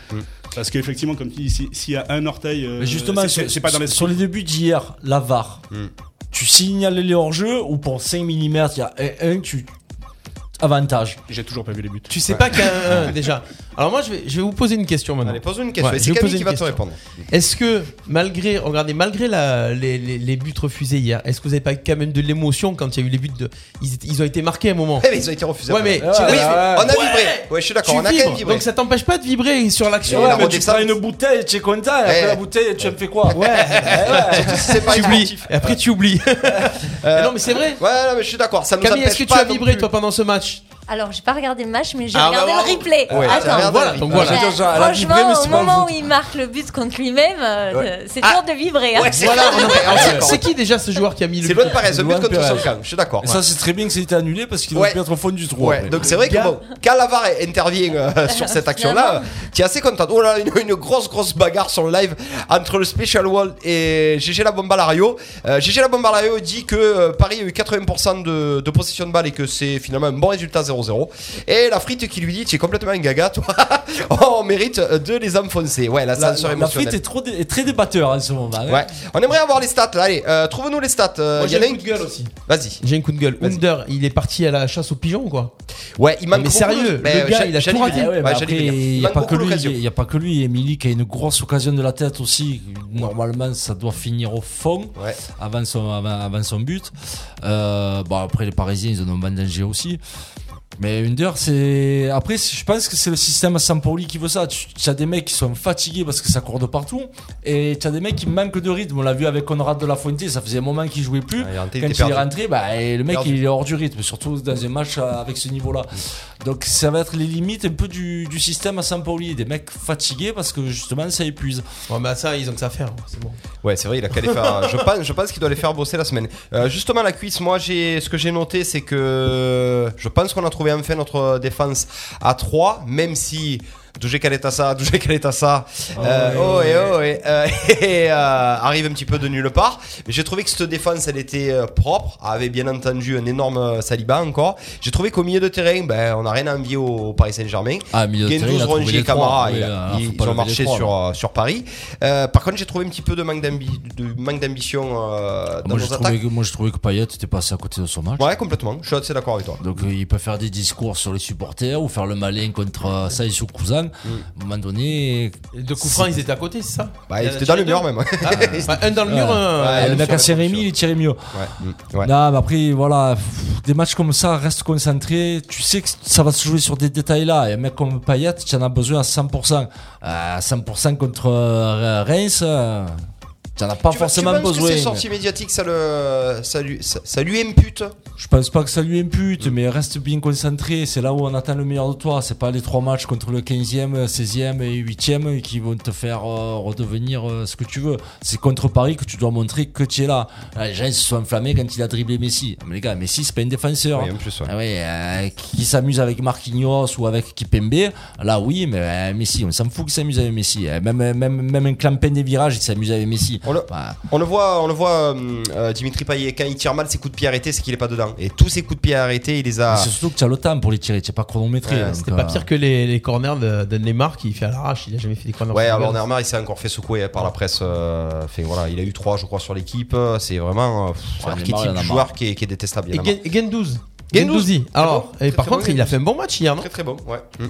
Parce qu'effectivement, comme tu dis, si- s'il y a un orteil, euh, Mais justement, c'est- sur, c'est c'est pas dans les. sur les débuts d'hier, la VAR, Mm. tu signales les hors-jeux ou pour 5 mm, il y a un, un, tu. Avantage. J'ai toujours pas vu les buts. Tu sais pas qu'un. un, déjà. Alors moi, je vais, je vais vous poser une question maintenant. Allez, pose une question. Ouais, Et je c'est vais Camille poser qui une va te question. répondre. [laughs] Est-ce que, malgré, regardez, malgré la- les, les- les buts refusés hier, est-ce que vous n'avez pas quand même de l'émotion quand il y a eu les buts de. Ils, étaient- ils ont été marqués à un moment. Eh, mais ils ont été refusés. Ouais, mais- Oui, oui, Ouais, on a vibré. Ouais, je suis Tu d'accord. On a quand même vibres, vibré. donc ça t'empêche pas de vibrer sur l'action. Ouais, Ouais, la mais tu Rodexam- prends une bouteille, tu es content, et après Eh. la bouteille, tu en fais quoi Ouais, [laughs] Surtout si c'est [laughs] pas tu oublies. sportif. Et après, tu oublies. [laughs] Euh, Mais non, mais c'est vrai. Ouais, non, mais je suis d'accord. Ça nous Camille, est-ce que empêche tu pas as non vibré, plus. toi, pendant ce match Alors j'ai pas regardé le match, mais j'ai Ah, regardé bah, le replay. Ouais, t'as Attends. regardé voilà, le donc replay. voilà. Ouais, Genre, elle a vibré, mais franchement, c'est au pas le moment où foot. il marque le but contre lui-même, euh, c'est dur de vibrer. Ah. hein. Ouais, c'est voilà. C'est qui déjà ce joueur qui a mis le C'est but Loan Perez, le but Loan contre Perez. son camp. Je suis d'accord. Et Ça, c'est très bien que ça a été annulé parce qu'ils ont Ouais. pu être au fond du trou. Ouais, après. donc c'est vrai que Gars. bon, quand la VAR intervient euh, sur cette action-là, tu es assez content. Oh là, là, une, une grosse, grosse bagarre sur le live entre le Special World et GG La Bombalario. Euh, GG La Bombalario dit que euh, Paris a eu 80% de, de possession de balle et que c'est finalement un bon résultat 0-0. Et la frite qui lui dit Tu es complètement un gaga, toi. [laughs] Oh, on mérite de les enfoncer. Ouais, la La, censure la frite émotionnelle. est, trop dé- est très débatteur en ce moment. hein. Ouais. On aimerait avoir les stats là. Allez, euh, trouve-nous les stats. Euh, y en a une- aussi. Vas-y. J'ai un coup de gueule. Vas-y. Under, il est parti à la chasse aux pigeons ou quoi Ouais, il manque Mais beaucoup sérieux, de- le Mais, euh, gars, j'a- il a tout j'allais y raté. Ah venir. Ouais, mais bah Ouais, après, j'allais y venir. il n'y Il a manque pas que beaucoup lui. d'occasions. Il n'y a pas que lui. Emily qui a une grosse occasion de la tête aussi. Normalement, ça doit finir au fond Ouais. avant son, avant, avant son but. Euh, bon, après, les Parisiens, ils en ont vendangé aussi. Mais Under, c'est. Après, c'est- je pense que c'est le système Sampoli qui veut ça. Tu tu as des mecs qui sont fatigués parce que ça court de partout. Et tu as des mecs qui manquent de rythme. On l'a vu avec Conrad de la Fontaine, ça faisait un moment qu'il jouait plus. Ouais, il est rentré, il Quand était il est perdu. rentré, bah, et le mec, Perdu. il est hors du rythme, surtout dans un match euh, avec ce niveau-là. Donc ça va être les limites un peu du, du système à Sampaoli, des mecs fatigués parce que justement ça épuise. Ouais, bah ça, ils ont que ça à faire, c'est bon. Ouais, c'est vrai, il a qu'à les faire. je pense, je pense qu'il doit les faire bosser la semaine. Euh, justement, la cuisse, moi, j'ai, ce que j'ai noté, c'est que je pense qu'on a trouvé enfin notre défense à 3, même si. Dougé Kaletassa, Dougé Kaletassa, euh, oh et oh et, euh, [laughs] et, euh, arrive un petit peu de nulle part. Mais j'ai trouvé que cette défense, elle était euh, propre, avait bien entendu un énorme euh, Saliba encore. J'ai trouvé qu'au milieu de terrain, ben, on n'a rien à envier au, au Paris Saint-Germain. Ah, milieu de terrain, il a trouvé Rongier, les trois. Camara, Oui, il a- alors, ils, faut pas ils ont lever les marché trois, sur, euh, sur Paris. Euh, par contre, j'ai trouvé un petit peu de manque d'ambi- de manque d'ambition euh, dans Ah, Moi, nos je trouvais attaques. que, moi, je trouvais que Payet était passé à côté de son match. Ouais, complètement. Je suis assez d'accord avec toi. Donc euh, il peut faire des discours sur les supporters ou faire le malin contre euh, Saïs ou Mm. Cousin. À un moment donné, euh, Et De coup franc, ils étaient à côté, c'est ça Bah, Il y en il a était dans le tiré mur deux même. [laughs] ouais. Ah, bah, un dans le mur, un. Ouais, Euh, le bien mec sûr, à Sérémy, bien sûr. il tirait mieux. Mm. Ouais. Non, mais après, voilà, pff, des matchs comme ça, reste concentré. Tu sais que ça va se jouer sur des détails là. Et un mec comme Payet, tu en as besoin à 100%. Euh, À 100% contre euh, Reims, euh, tu n'en as pas Tu penses- tu forcément penses que besoin. ces sorties médiatiques, ça, le, ça, lui, ça, ça lui impute Je pense pas que ça lui impute, mais reste bien concentré. C'est là où on attend le meilleur de toi. C'est pas les trois matchs contre le 15e, 16e et 8e qui vont te faire euh, redevenir euh, ce que tu veux. C'est contre Paris que tu dois montrer que tu es là. Là, Les gens ils se sont enflammés quand il a dribblé Messi. Mais les gars, Messi, c'est pas un défenseur. Oui, en plus, ouais. Ah ouais, euh, qui s'amuse avec Marquinhos ou avec Kipembe, là oui, mais euh, Messi, on s'en fout qu'il s'amuse avec Messi. Euh, Même, même, même un clampin des virages, il s'amuse avec Messi. On le- Bah, On le voit, on le voit euh, euh, Dimitri Payet, quand il tire mal ses coups de pied arrêtés, c'est qu'il est pas dedans. Et tous ses coups de pied arrêtés, il les a. C'est surtout que tu as le temps pour les tirer, tu n'es pas chronométré. Ouais, donc, c'était C'est pas euh, pire que les, les corners de, de Neymar qui fait à l'arrache, il a jamais fait des corners. Ouais, sur le alors gars. Neymar, il s'est encore fait secouer par la presse. euh, enfin, voilà, il a eu 3 je crois, sur l'équipe. C'est vraiment euh, pff, Ouais, l'archétype Neymar, il en a du marre. joueur qui est, qui est détestable. il Et en a Gen- Gendouzi. Gendouzi. Gendouzi. Alors, Très bon, et par très bon contre, il a fait un bon match hier, marre. non Très très bon, ouais. Mm. Le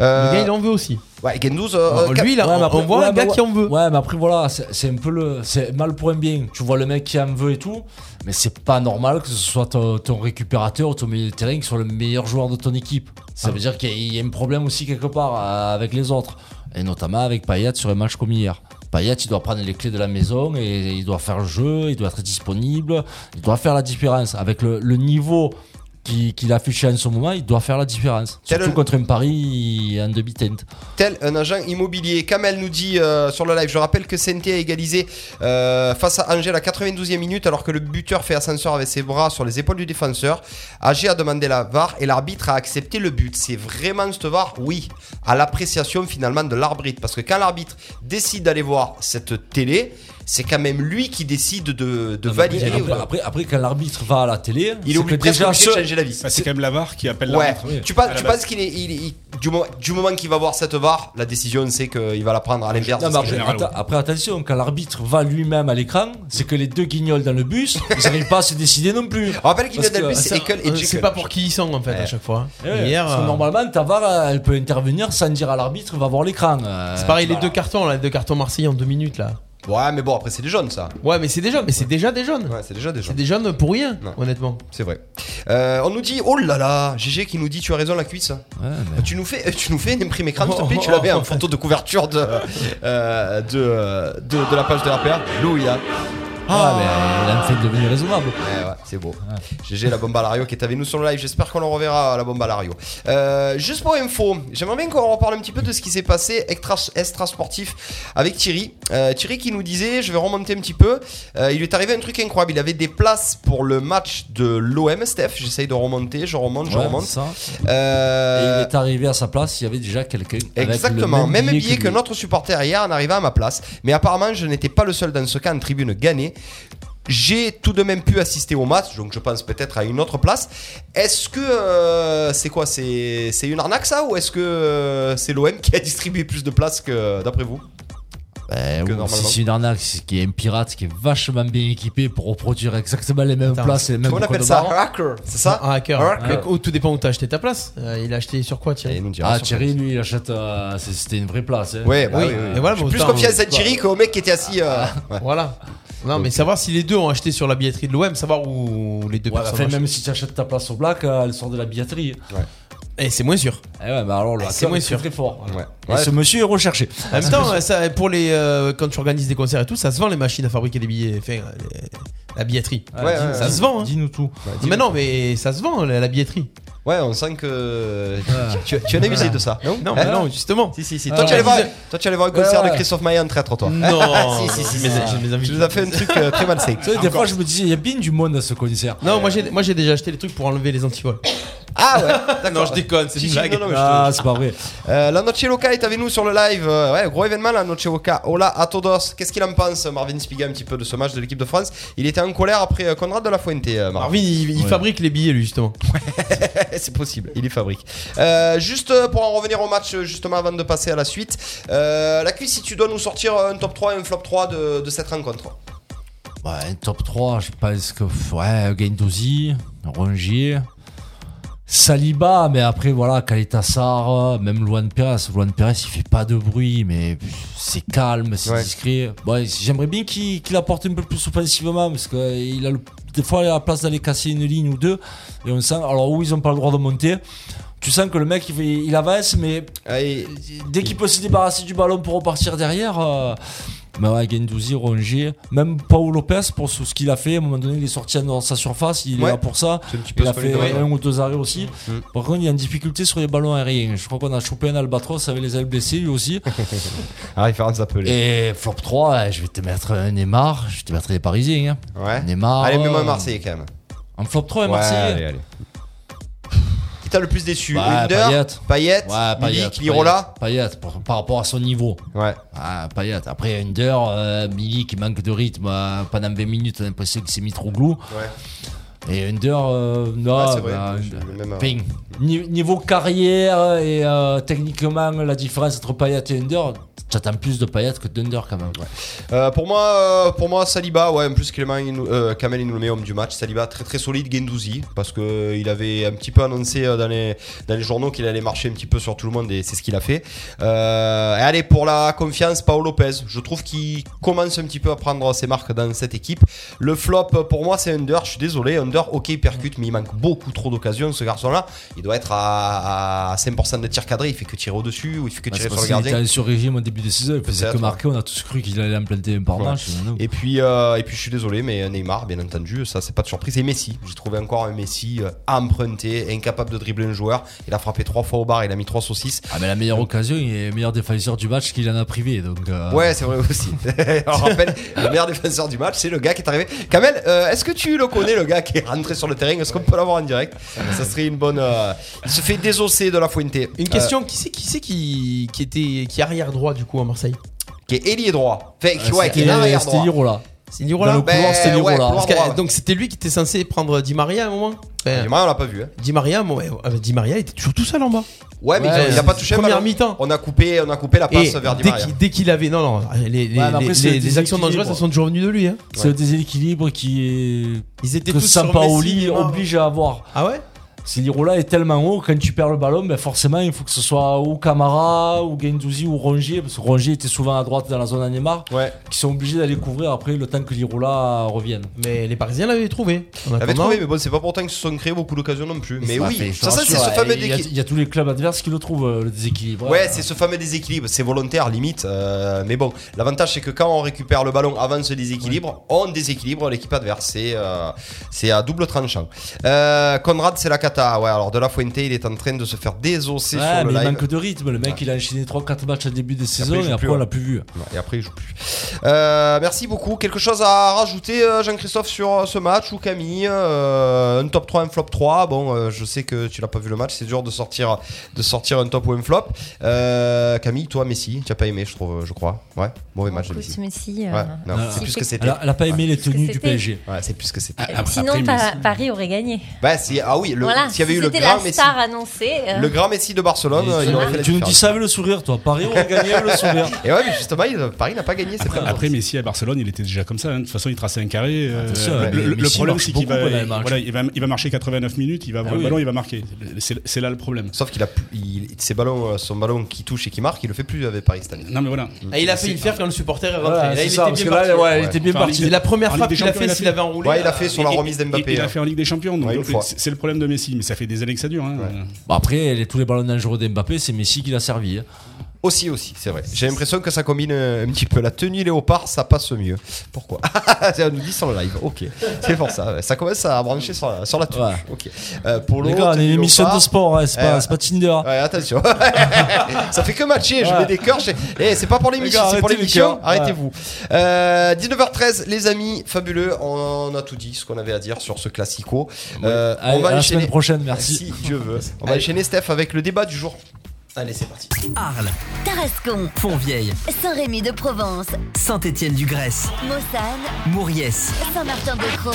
Euh, gars, il en veut aussi. ouais, Guendouzi, euh, Alors, euh, lui, là, Ouais, mais on- après- on voit ouais, un mais gars ouais- qui en veut. Ouais, mais après, voilà, c'est c'est un peu le. C'est mal pour un bien. Tu vois le mec qui en veut et tout, mais c'est pas normal que ce soit ton, ton récupérateur ou ton milieu de terrain qui soit le meilleur joueur de ton équipe. Ah. Ça veut dire qu'il y a un problème aussi quelque part euh, avec les autres. Et notamment avec Payet sur un match comme hier. Payet, il doit prendre les clés de la maison et il doit faire le jeu, il doit être disponible, il doit faire la différence. Avec le, le niveau qui- qu'il affiche en ce moment, il doit faire la différence. Tel Surtout un- contre un Paris en demi-teinte. tel un agent immobilier. Kamel nous dit euh, sur le live, je rappelle que Sente a égalisé euh, face à Angers à la 92e minute alors que le buteur fait ascenseur avec ses bras sur les épaules du défenseur. Agé a demandé la VAR et l'arbitre a accepté le but. C'est vraiment ce VAR Oui, à l'appréciation finalement de l'arbitre. Parce que quand l'arbitre décide d'aller voir cette télé, c'est quand même lui qui décide de, de valider. Après, ou pas. après- après, quand l'arbitre va à la télé, Il est c'est obligé, que presque déjà obligé de ce- changer d'avis. Bah, c'est quand même l'avare qui appelle Ouais. l'arbitre. Tu penses, À la tu base. penses qu'il est, il- il- du, moment, du moment qu'il va voir cette VAR, la décision c'est qu'il va la prendre à l'inverse. Non, mais de ce après, qu'il a général, atta- ouais. après, attention, quand l'arbitre va lui-même à l'écran, c'est que les deux guignols dans le bus, ils n'arrivent pas à se décider non plus. On rappelle qu'il y a Parce que- Delbus, Ça, Ekel euh, et C'est Jekyll. pas pour qui ils sont en fait à chaque fois. Eh ouais, Hier, parce que euh, normalement, ta VAR, euh, elle peut intervenir sans dire à l'arbitre, va voir l'écran. euh, c'est pareil, les voilà. deux cartons, là, les deux cartons Marseille en deux minutes là. Ouais, mais bon, après, c'est des jaunes, ça. Ouais, mais c'est déjà, mais c'est déjà des jeunes. Ouais, c'est déjà des C'est jaunes. des jeunes pour rien, Non. honnêtement. C'est vrai. Euh, on nous dit, oh là là, GG qui nous dit, tu as raison, la cuisse. Ouais, mais- Tu nous fais, euh, tu nous fais une imprime écran, s'il te plaît. Oh, Tu l'avais oh, en photo de couverture de, euh, de, euh, de, de la page de RPA. Louia. Ah, mais elle me fait devenir raisonnable. Ouais, ouais, c'est beau. GG, la bombe à Lario qui est avec nous sur le live. J'espère qu'on le reverra, la bombe à Lario. Euh, juste pour info, j'aimerais bien qu'on reparle un petit peu de ce qui s'est passé extra, extra sportif avec Thierry. Euh, Thierry qui nous disait, je vais remonter un petit peu. Euh, il lui est arrivé un truc incroyable. Il avait des places pour le match de l'OM, Steph. J'essaye de remonter, je remonte, je Ouais, remonte. ça. Et Euh, il est arrivé à sa place, il y avait déjà quelqu'un. avec le Exactement, même billet que lui. notre supporter hier en arrivant à ma place. Mais apparemment, je n'étais pas le seul dans ce cas en tribune gagnée. J'ai tout de même pu assister au match, donc je pense peut-être à une autre place. Est-ce que euh, c'est quoi C'est c'est une arnaque ça Ou est-ce que euh, c'est l'OM qui a distribué plus de places que d'après vous Eh Ben, que oui, normalement. si c'est une arnaque, c'est qu'il y a un pirate qui est vachement bien équipé pour reproduire exactement les mêmes places et les mêmes Comment on appelle codes ça barres. Un hacker, c'est ça Un hacker. Un hacker. Mais au- tout dépend où t'as acheté ta place. Euh, il a acheté sur quoi, Et il Thierry nous dira Ah, sur- Thierry, lui, il achète. euh, c'est- C'était une vraie place. hein. Ouais, bah Ah Oui, oui, oui, oui. et voilà, J'ai bon, plus autant, Ah. confiance à euh, Thierry qu'au mec qui était assis. euh, ouais. Voilà. Non, euh, mais savoir si les deux ont acheté sur la billetterie de l'OM, savoir où les deux Ouais, personnes. bah, enfin, ont acheté. même si tu achètes ta place au black, euh, elle sort de la billetterie. Et c'est moins sûr. Eh ouais, mais alors le Ah, c'est hacker moins est très, sûr. très fort. Ah, Ouais. Et Ouais, ce monsieur est recherché. En même temps, ça, pour les, euh, quand tu organises des concerts et tout, ça se vend les machines à fabriquer des billets. Enfin, les- la billetterie. ouais, ouais. ça se vend. hein. Bah, Dis-nous tout. mais non, mais ça se vend la, la billetterie. Ouais, on sent que. Tu, tu en as usé de ça, non Non, Hein mais non, justement. Si, si, si. Ah, Toi, tu allais ouais. voir, toi, tu allais voir un concert ouais. de Christophe Maé en traître, toi. Non, [laughs] si, si, si. Mes- j'ai mes amis Tu qui- nous as fait un truc euh, très malsain. Tu sais, des fois, je me disais, il y a bien du monde à ce concert. Non, moi j'ai moi j'ai déjà acheté les trucs pour enlever les antivols. [laughs] Ah ouais, d'accord. Non, je déconne, c'est Si, une si, blague. non, non, mais je te- Ah, c'est pas vrai. Euh, la Noche Loca est avec nous sur le live. Euh, ouais, gros événement, la Noche Loca. Hola à todos. Qu'est-ce qu'il en pense, Marvin Spiga, un petit peu de ce match de l'équipe de France Il était en colère après euh, Conrad de la Fuente, euh, Marvin. Marvin, il, il fabrique les billets lui justement. [laughs] C'est possible, il les fabrique. Euh, juste euh, pour en revenir au match, euh, justement, avant de passer à la suite, euh, la cuisse, si tu dois nous sortir euh, un top 3 et un flop 3 de, de cette rencontre. Ouais, un top 3, je pense que. pff, Ouais, Guendouzi, Rongier, Saliba, mais après, voilà, Kaletassar, même Luan Perez. Luan Perez, il fait pas de bruit, mais pff, c'est calme, c'est Ouais. discret. Ouais, j'aimerais bien qu'il qu'il apporte un peu plus offensivement, parce que euh, il a le- des fois, il a la place d'aller casser une ligne ou deux, et on sent. Alors, où ils ont pas le droit de monter. Tu sens que le mec il, fait- il avance, mais Ah, et- dès qu'il peut se débarrasser du ballon pour repartir derrière. euh, mais ouais, Guendouzi, Rongier, même Paul Lopez pour ce ce qu'il a fait. À un moment donné, il est sorti dans sa surface, il Ouais. est là pour ça. C'est un petit peu Il a ce qu'on Mm. lui fait demande. un ou deux arrêts aussi. Par contre, il est en difficulté sur les ballons aériens. Je crois qu'on a chopé un albatros avec les ailes blessées [laughs] lui aussi. Ah, référence appelée. Et flop 3, je vais te mettre un Neymar, je vais te mettre les Parisiens. hein. Ouais. Neymar. allez, euh, mets-moi un Marseillais quand même. Un flop 3 un Ouais, Marseillais. allez, allez. Qui t'a le plus déçu Ouais, Under, Payet. Payet, Ouais, Payet, Milik, Lirola Payet, Payet, par- par rapport à son niveau. Ouais. Ah, Payet. Après, Under, euh, Milik, qui manque de rythme. euh, pendant 20 minutes, on a l'impression qu'il s'est mis trop glou. Et Under, euh, non, Ah, c'est vrai, bah, je- Under- même, euh, Ping. Ni- Niveau carrière et euh, techniquement, la différence entre Payet et Under, j'attends plus de Payet que d'Under quand même. Euh, pour moi, euh, pour moi, Saliba, ouais, en plus Clément, il nous- euh, Kamel, il nous le met homme du match. Saliba très très solide, Gendouzi, parce que euh, il avait un petit peu annoncé euh, dans les dans les journaux qu'il allait marcher un petit peu sur tout le monde et c'est ce qu'il a fait. Euh, et allez pour la confiance, Paolo Lopez, je trouve qu'il commence un petit peu à prendre ses marques dans cette équipe. Le flop pour moi, c'est Under. Je suis désolé, Under, ok, il percute, mais il manque beaucoup trop d'occasions. Ce garçon-là, il doit être à, à 5% de tirs cadrés. Il fait que tirer au dessus ou il fait que Bah, tirer c'est sur parce le qu'il gardien. était allé sur régime au début de saison, il faisait Peut-être, que marquer, on a tous cru qu'il allait implanter un par Ouais. match. mais non. Et puis, euh, et puis je suis désolé, mais Neymar, bien entendu, ça c'est pas de surprise. Et Messi, j'ai trouvé encore un Messi euh, emprunté, incapable de dribbler un joueur. Il a frappé trois fois au bar, il a mis trois saucisses. Ah, mais la meilleure occasion, il est le meilleur défenseur du match qu'il en a privé. Donc, euh, Ouais, c'est vrai aussi. [laughs] On rappelle, le meilleur défenseur du match, c'est le gars qui est arrivé. Kamel, euh, est-ce que tu le connais, le gars qui est rentré sur le terrain Est-ce qu'on peut l'avoir en direct Ça serait une bonne. euh, Il se fait désosser de la Fuente. Une question, qui c'est qui c'est qui, qui était qui est arrière droit du coup à Marseille Euh, qui est ailier droit. Enfin, qui, ouais, qui est Euh, c'était- arrière c'était droit. Ah, ben, Lirola. C'est Lirola Dans le couloir, c'était ouais, Lirola. couloir Parce que, droit. donc euh, c'était lui qui était censé prendre Di Maria à un moment. Enfin, Et Mario, on l'a pas vu. hein. Di Maria, moi, euh, Di Maria était toujours tout seul en bas. Ouais, mais Ouais, il a pas touché. un première ballon. mi-temps. On a coupé, on a coupé la Et passe vers Di dès Maria. qu'il- dès qu'il avait, non non, les, les- mais après, les- c'est les- le les actions déséquilibre. dangereuses, elles sont toujours venues de lui. Hein. C'est le déséquilibre qui est. Ils étaient que tous sur Messi, Sampaoli hein. Neymar. oblige à avoir. Ah ouais C'est Lirola est tellement haut, quand tu perds le ballon, ben forcément, il faut que ce soit ou Camara, ou Guendouzi, ou Rongier, parce que Rongier était souvent à droite dans la zone à Neymar, Ouais. qui sont obligés d'aller couvrir après le temps que Lirola revienne. Mais les Parisiens l'avaient trouvé. En L'avait attendant. trouvé, mais bon, c'est pas pourtant qu'ils se sont créés beaucoup d'occasions non plus. Mais Ah, oui, mais je te ça, ça, c'est rassure, ce fameux il y a- déséquilibre. Il y, a tous les clubs adverses qui le trouvent, euh, le déséquilibre. Ouais, c'est ce fameux déséquilibre, c'est volontaire limite, euh, mais bon, l'avantage c'est que quand on récupère le ballon avant ce déséquilibre, on déséquilibre l'équipe adverse, c'est euh, c'est à double tranchant. Euh, Conrad, c'est la cata, ouais, alors De La Fuente, il est en train de se faire désosser Ouais, sur mais le il live, manque de rythme. Le mec, il a enchaîné 3-4 matchs au début de saison il joue et après, plus, hein. on ouais. l'a plus vu. Ouais, et après il joue plus. Euh, merci beaucoup, quelque chose à rajouter euh, Jean-Christophe sur euh, ce match ou Camille, euh, un top 3, un flop 3, bon, euh, je sais que tu n'as pas vu le match, c'est dur de sortir, de sortir un top ou un flop. Euh, Camille, toi, Messi, tu n'as pas aimé, je trouve, je crois, ouais, mauvais match de Écoute, Messi. Messi, euh, Ouais, non, Non, c'est plus ce que c'était. Elle a, elle a pas aimé les Parce que tenues du c'était- PSG. Ouais, c'est plus ce que c'était. euh, Sinon, Pa- Paris aurait gagné. Bah, si, ah oui, le- euh, voilà. s'il y avait eu le c'était grand la Messi, star annoncée. euh, le grand Messi de Barcelone, Mais il aurait fait la tu nous dis différence. ça avec le sourire, toi. Paris aurait gagné avec le [laughs] sourire. Et ouais, mais justement, il- Paris n'a pas gagné, c'est pas Après, Messi à Barcelone, il était déjà comme ça. hein. De toute façon, il traçait un carré. euh, Attention, le- mais le, le Messi problème, marche c'est qu'il beaucoup va, pendant les matchs. voilà, il va, il va marcher 89 minutes, il va avoir Ah le oui. ballon, il va marquer. C'est c'est là le problème. Sauf qu'il a plus- il- ses ballons, euh, son ballon qui touche et qui marque, il le fait plus avec Paris cette année. Non, mais voilà. Ah, il a failli le faire quand le supporter est rentré. Voilà, Là, c'est il ça, parce était que bien là, parti. ouais, il était bien Enfin, en parti. Ligue- C'est la première en frappe Ligue qu'il des a Champions, fait il a s'il fait. avait enroulé. Ouais, il a euh, fait sur la Et- remise et- d'Mbappé. Il a hein. fait en Ligue des Champions, donc Ouais, une donc, fois. c'est c'est le problème de Messi, mais ça fait des années que ça dure. hein. Bah, après, les- tous les ballons dangereux d'Mbappé, c'est Messi qui l'a servi. hein. Aussi, aussi, c'est vrai. J'ai l'impression que ça combine euh, un petit peu. La tenue léopard, ça passe mieux. Pourquoi [laughs] On nous dit sur le live. Ok, c'est pour ça. ouais. Ça commence à brancher sur la, sur la tenue. Ouais. Ok. Euh, pour Les gars, on est une émission de sport, hein, hein c'est pas, c'est pas Tinder. Ouais, attention. [laughs] ça fait que matcher. Je Ouais. mets des cœurs. j'ai- Eh, c'est pas pour l'émission, Les gars, c'est pour arrêtez les l'émission. cœurs. Arrêtez-vous. Euh, 19h13, les amis, fabuleux. On a tout dit, ce qu'on avait à dire sur ce classico. Euh, Allez, on va à la enchaîner. semaine prochaine, merci. Si Dieu veut. On va enchaîner, Steph, avec le débat du jour. Allez, c'est parti. Arles, Tarascon, Fontvieille, Saint-Rémy de Provence, Saint-Étienne-du-Grèce, Mossane, Mauriès, Saint-Martin-de-Croix.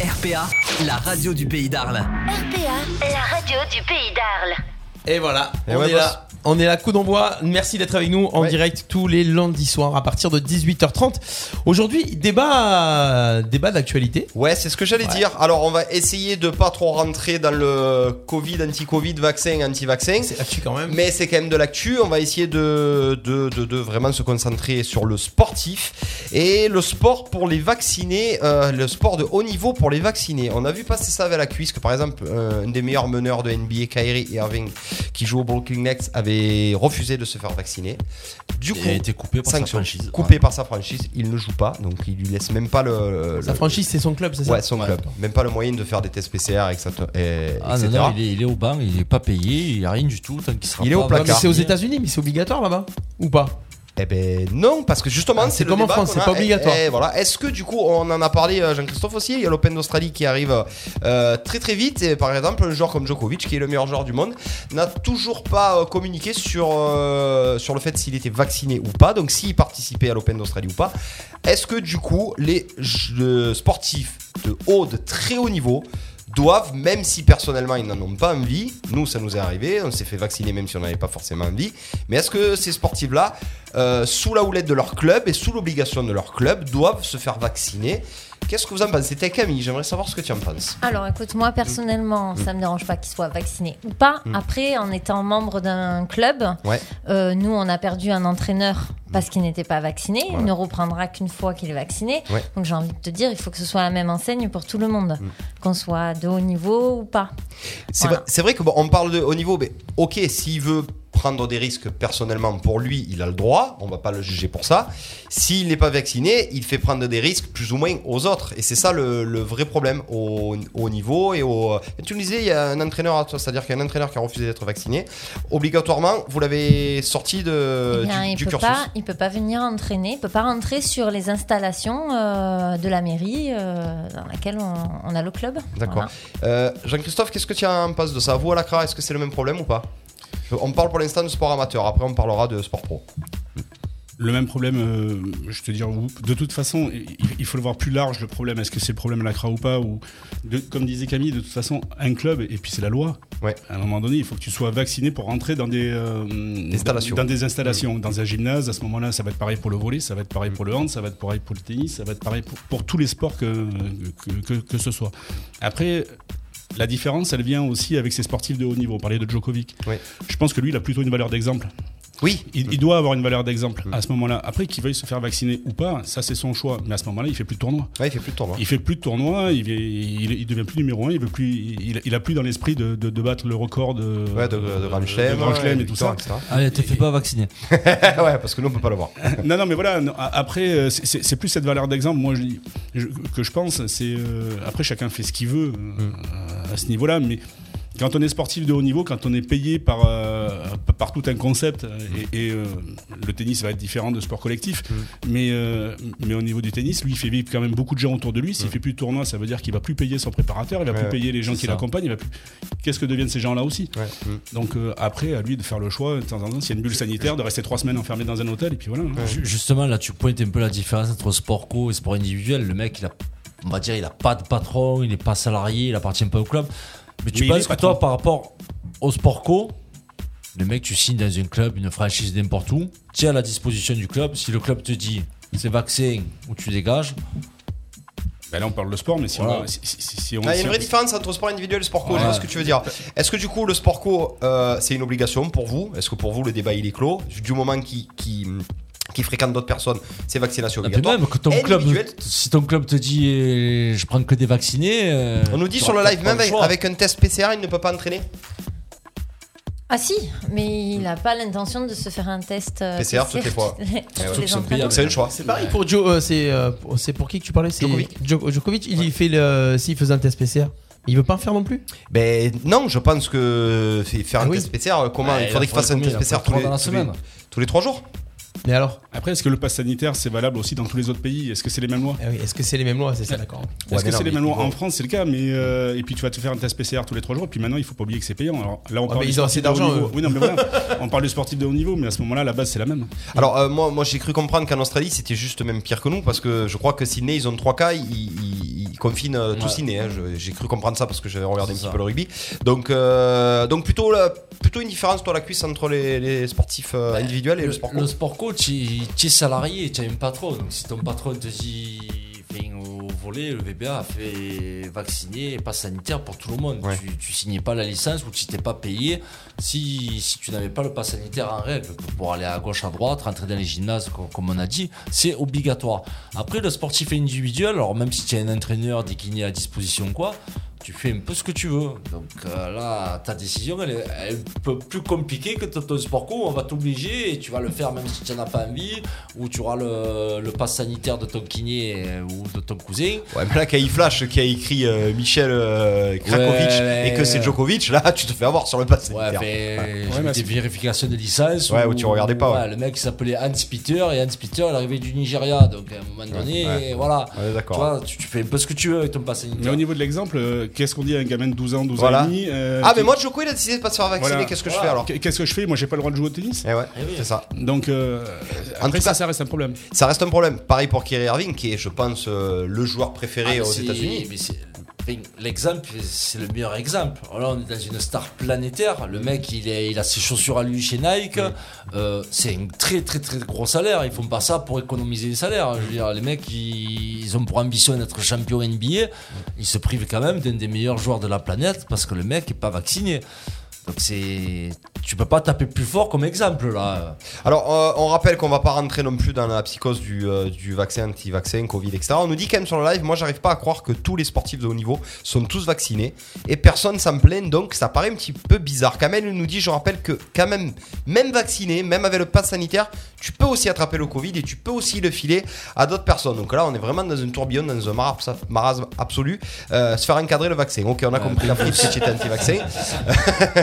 RPA, la radio du pays d'Arles. RPA, la radio du pays d'Arles. Et voilà, Et on, ouais, est boss. là, on est là, coup d'envoi. Merci d'être avec nous en Ouais. direct tous les lundis soirs à partir de 18h30. Aujourd'hui, débat, débat d'actualité. Ouais, c'est ce que j'allais dire. Alors, on va essayer de pas trop rentrer dans le Covid, anti-Covid, vaccin, anti-vaccin. C'est actu quand même. Mais c'est quand même de l'actu. On va essayer de, de, de- de vraiment se concentrer sur le sportif et le sport pour les vaccinés, euh, le sport de haut niveau pour les vaccinés. On a vu passer ça avec la cuisse que par exemple euh, un des meilleurs meneurs de NBA, Kyrie Irving, qui joue au Brooklyn Nets, avait refusé de se faire vacciner. Du coup, Il a été coupé par sa sanction. franchise. Coupé par sa franchise, il ne joue pas, donc il lui laisse même pas le. Sa le- franchise, c'est son club, c'est ça Ouais, son club. Même pas le moyen de faire des tests PCR, etc. et- Ah non, etc. non, il est, il est au banc, il est pas payé, il n'y a rien du tout. Tant qu'il sera Il est pas au placard. Mais c'est aux vacciné. États-Unis, mais c'est obligatoire là-bas ou pas Eh ben non, parce que justement, Ah, c'est c'est le comme en débat France, qu'on c'est a. pas Eh, obligatoire. eh, voilà. Est-ce que du coup, on en a parlé, euh, Jean-Christophe aussi, il y a l'Open d'Australie qui arrive euh, très très vite. Et par exemple, un joueur comme Djokovic, qui est le meilleur joueur du monde, n'a toujours pas euh, communiqué sur, euh, sur le fait s'il était vacciné ou pas, donc s'il participait à l'Open d'Australie ou pas. Est-ce que du coup, les j- euh, sportifs de haut, de très haut niveau, doivent, même si personnellement ils n'en ont pas envie, nous ça nous est arrivé, on s'est fait vacciner même si on n'avait pas forcément envie, mais est-ce que ces sportifs-là, euh, sous la houlette de leur club et sous l'obligation de leur club, doivent se faire vacciner Qu'est-ce que vous en pensez T'es Camille, j'aimerais savoir ce que tu en penses. Alors écoute, moi personnellement, Mm. ça me dérange pas qu'ils soient vaccinés ou pas. Après, en étant membre d'un club, Ouais. Mm. euh, nous on a perdu un entraîneur parce qu'il n'était pas vacciné. Voilà. Il ne reprendra qu'une fois qu'il est vacciné. Ouais. Mm. Donc j'ai envie de te dire, il faut que ce soit la même enseigne pour tout le monde, qu'on soit de haut niveau ou pas. C'est Voilà. vrai, c'est vrai que bon, on parle de haut niveau, mais ok, s'il veut prendre des risques personnellement pour lui, il a le droit, on va pas le juger pour ça. S'il n'est pas vacciné, il fait prendre des risques plus ou moins aux autres. Et c'est ça le, le vrai problème au, au niveau et au... et tu le disais, il y a un entraîneur, à toi, c'est-à-dire qu'il y a un entraîneur qui a refusé d'être vacciné. Obligatoirement, vous l'avez sorti de, Eh bien, Euh, du, il du peut cursus. pas, il peut pas venir entraîner, il peut pas rentrer sur les installations euh, de la mairie euh, dans laquelle on, on a le club. D'accord. Voilà. Euh, Jean-Christophe, qu'est-ce que tu en penses de ça Vous à la CRA, est-ce que c'est le même problème ou pas on parle pour l'instant de sport amateur, après on parlera de sport pro. Le même problème, euh, je te dire, vous- de toute façon, il, il faut le voir plus large, le problème. Est-ce que c'est le problème à la CRA ou pas ou de- Comme disait Camille, de toute façon, un club, et puis c'est la loi. Ouais. À un moment donné, il faut que tu sois vacciné pour rentrer dans des, euh, installations. Dans, des installations, dans un gymnase. À ce moment-là, ça va être pareil pour le volley, ça va être pareil pour le hand, ça va être pareil pour le tennis, ça va être pareil pour, pour tous les sports que, que, que, que ce soit. Après. La différence, elle vient aussi avec ces sportifs de haut niveau. On parlait de Djokovic. Ouais. Je pense que lui, il a plutôt une valeur d'exemple. Oui, Il, il doit avoir une valeur d'exemple à ce moment-là. Après, qu'il veuille se faire vacciner ou pas, ça c'est son choix. Mais à ce moment-là, il fait plus de tournoi. Ouais, il fait plus de hein. tournoi. Il fait plus de tournoi, il, vient- il, il devient plus numéro un, il veut plus, il, il a plus dans l'esprit de, de- de battre le record de, euh, Ouais, de, de, de Grand Chelem, de Grand Chelem ouais, et tout ça. etc. Allez, te fais pas vacciner. [laughs] ouais, parce que nous, on peut pas le voir. [laughs] non, non, mais voilà. non, a- après, euh, c'est- c'est c'est plus cette valeur d'exemple. Moi, je dis- je- que je pense, c'est euh, après chacun fait ce qu'il veut euh, Mm. à ce niveau-là, mais. Quand on est sportif de haut niveau, quand on est payé par, euh, par tout un concept, euh, et, et, euh, le tennis va être différent de sport collectif, Mm. mais, euh, mais au niveau du tennis, lui, il fait vivre quand même beaucoup de gens autour de lui. S'il fait plus de tournoi, ça veut dire qu'il va plus payer son préparateur, il va Ouais, plus payer les gens Mm. c'est qui ça. l'accompagnent, il va plus. Qu'est-ce que deviennent ces gens-là aussi Ouais. Donc euh, après, à lui de faire le choix, de temps en temps, s'il y a une bulle sanitaire, de rester trois semaines enfermé dans un hôtel, et puis voilà. hein. Ju- Justement, là, tu pointes un peu la différence entre sport co et sport individuel. Le mec, il a, on va dire, il a pas de patron, il n'est pas salarié, il appartient pas au club. Mais tu Mais il est penses que patron. toi, par rapport au sport co, le mec, tu signes dans un club, une franchise n'importe où, tu es à la disposition du club. Si le club te dit c'est vaccin ou tu dégages, Bah là, on parle de sport, mais si Voilà. on. Si, si- si- si on Ah, Il y a une si- vraie différence entre sport individuel et sport co. Ouais. Je vois ce que tu veux dire. Est-ce que du coup, le sport co, euh, c'est une obligation pour vous Est-ce que pour vous, le débat, il est clos Du moment qu'il qui, qui fréquente d'autres personnes, c'est vaccination Ah, puis obligatoire. même que ton club, Individuel. si ton club te dit eh, je prends que des vaccinés, euh, On nous dit tu sur le auras live, pas même avec, choix. avec un test PCR, il ne peut pas entraîner Ah si, mais il n'a pas l'intention de se faire un test euh, PCR toutes les fois. toutes les- Eh ouais. [laughs] tous les C'est entraînements. un choix. C'est pareil pour Joe, euh, c'est euh, pour- c'est pour qui que tu parlais C'est Djoko- Djokovic, il y fait le s'il faisait un test PCR, il veut pas en faire non plus Ben non, je pense que fait- faire un test PCR, euh, comment Ouais, Il faudrait il qu'il en fasse un faudrait combien test PCR tous Trois les, dans la tous les- semaine. tous les trois jours Mais alors Après, est-ce que le pass sanitaire, c'est valable aussi dans tous les autres pays Est-ce que c'est les mêmes lois eh Est-ce que c'est les mêmes lois C'est ça, d'accord. Est-ce Ouais, mais que non, c'est les mais mêmes ils lois vont- En France, c'est le cas, mais euh, et puis tu vas te faire un test PCR tous les trois jours, et puis maintenant, il faut pas oublier que c'est payant. Alors là, on Ouais, parle mais du ils ont sportif assez de haut d'argent, niveau. eux. Oui, non, mais voilà. [laughs] on parle du sportif de haut niveau, mais à ce moment-là, la base, c'est la même. Alors euh, moi, moi j'ai cru comprendre qu'en Australie c'était juste même pire que nous parce que je crois que Sydney ils ont 3 cas, ils, ils- ils confinent euh, tout Ouais. Sydney. hein. Je- J'ai cru comprendre ça parce que j'avais regardé un petit peu le rugby. Donc euh, donc plutôt la- plutôt une différence toi la cuisse entre les, les sportifs euh, individuels et le, sport co. Le sport coach, il- tu es salarié, tu as un patron. Donc si ton patron te dit viens au volet, le VBA a fait vacciner et pas sanitaire pour tout le monde. Tu, tu signais pas la licence ou tu t'es pas payé si, si tu n'avais pas le pass sanitaire en règle pour aller à gauche, à droite, rentrer dans les gymnases, co- comme on a dit, c'est obligatoire. Après, le sportif individuel, alors même si tu as un entraîneur décliné à disposition, quoi, tu fais un peu ce que tu veux. Donc euh, là, ta décision, elle est, elle est un peu plus compliquée que ton ton sport co. On va t'obliger et tu vas le faire même si tu n'en as pas envie, ou tu auras le, le pass sanitaire de ton kiné euh, ou de ton cousin. Ouais, mais là, quand il flash qui a écrit euh, Michel euh, Krakovic Ouais, et que c'est ouais. Djokovic, là [laughs] tu te fais avoir sur le passé. Ouais, mais j'ai eu des vérifications de licence. Ouais, où tu regardais pas, ouais. Le mec s'appelait Hans Peter et Hans Peter, il arrivait du Nigeria. Donc à un moment donné, ouais. voilà. On est d'accord. Tu vois, Tu, tu fais un peu ce que tu veux avec ton pass Mais sanitaire. au niveau de l'exemple, euh, qu'est-ce qu'on dit à un gamin de 12 ans, 12 Voilà. ans et demi euh, ah qui- mais moi Djoko il a décidé de pas se faire vacciner. Voilà. Qu'est-ce que je Voilà. fais alors Qu- Qu'est-ce que je fais Moi, j'ai pas le droit de jouer au tennis. Eh ouais, c'est ça. Donc, euh, après ça, ça reste un problème. Ça reste un problème. Pareil pour Kyrie Irving, qui est, je pense, euh, le joueur préféré Ah, mais aux c'est- États-Unis. mais c'est- enfin, L'exemple, c'est le meilleur exemple. Alors là, on est dans une star planétaire. Le mec, il, est, il a ses chaussures à lui chez Nike. Euh, c'est un très, très, très gros salaire. Ils font pas ça pour économiser les salaires. Je veux dire, les mecs, ils, ils ont pour ambition d'être champion NBA. Ils se privent quand même d'un des meilleurs joueurs de la planète parce que le mec est pas vacciné. Donc c'est, tu peux pas taper plus fort comme exemple là. Alors, euh, on rappelle qu'on va pas rentrer non plus dans la psychose du, euh, du vaccin, anti-vaccin, Covid, etc. On nous dit quand même sur le live, moi j'arrive pas à croire que tous les sportifs de haut niveau sont tous vaccinés et personne s'en plaint, donc ça paraît un petit peu bizarre. Kamel nous dit, je rappelle que quand même, même vacciné, même avec le pass sanitaire, tu peux aussi attraper le Covid et tu peux aussi le filer à d'autres personnes. Donc là, on est vraiment dans une tourbillonne, dans un mara- marasme absolu. Euh, se faire encadrer le vaccin. Ok, on a compris la frite si tu étais anti-vaccin.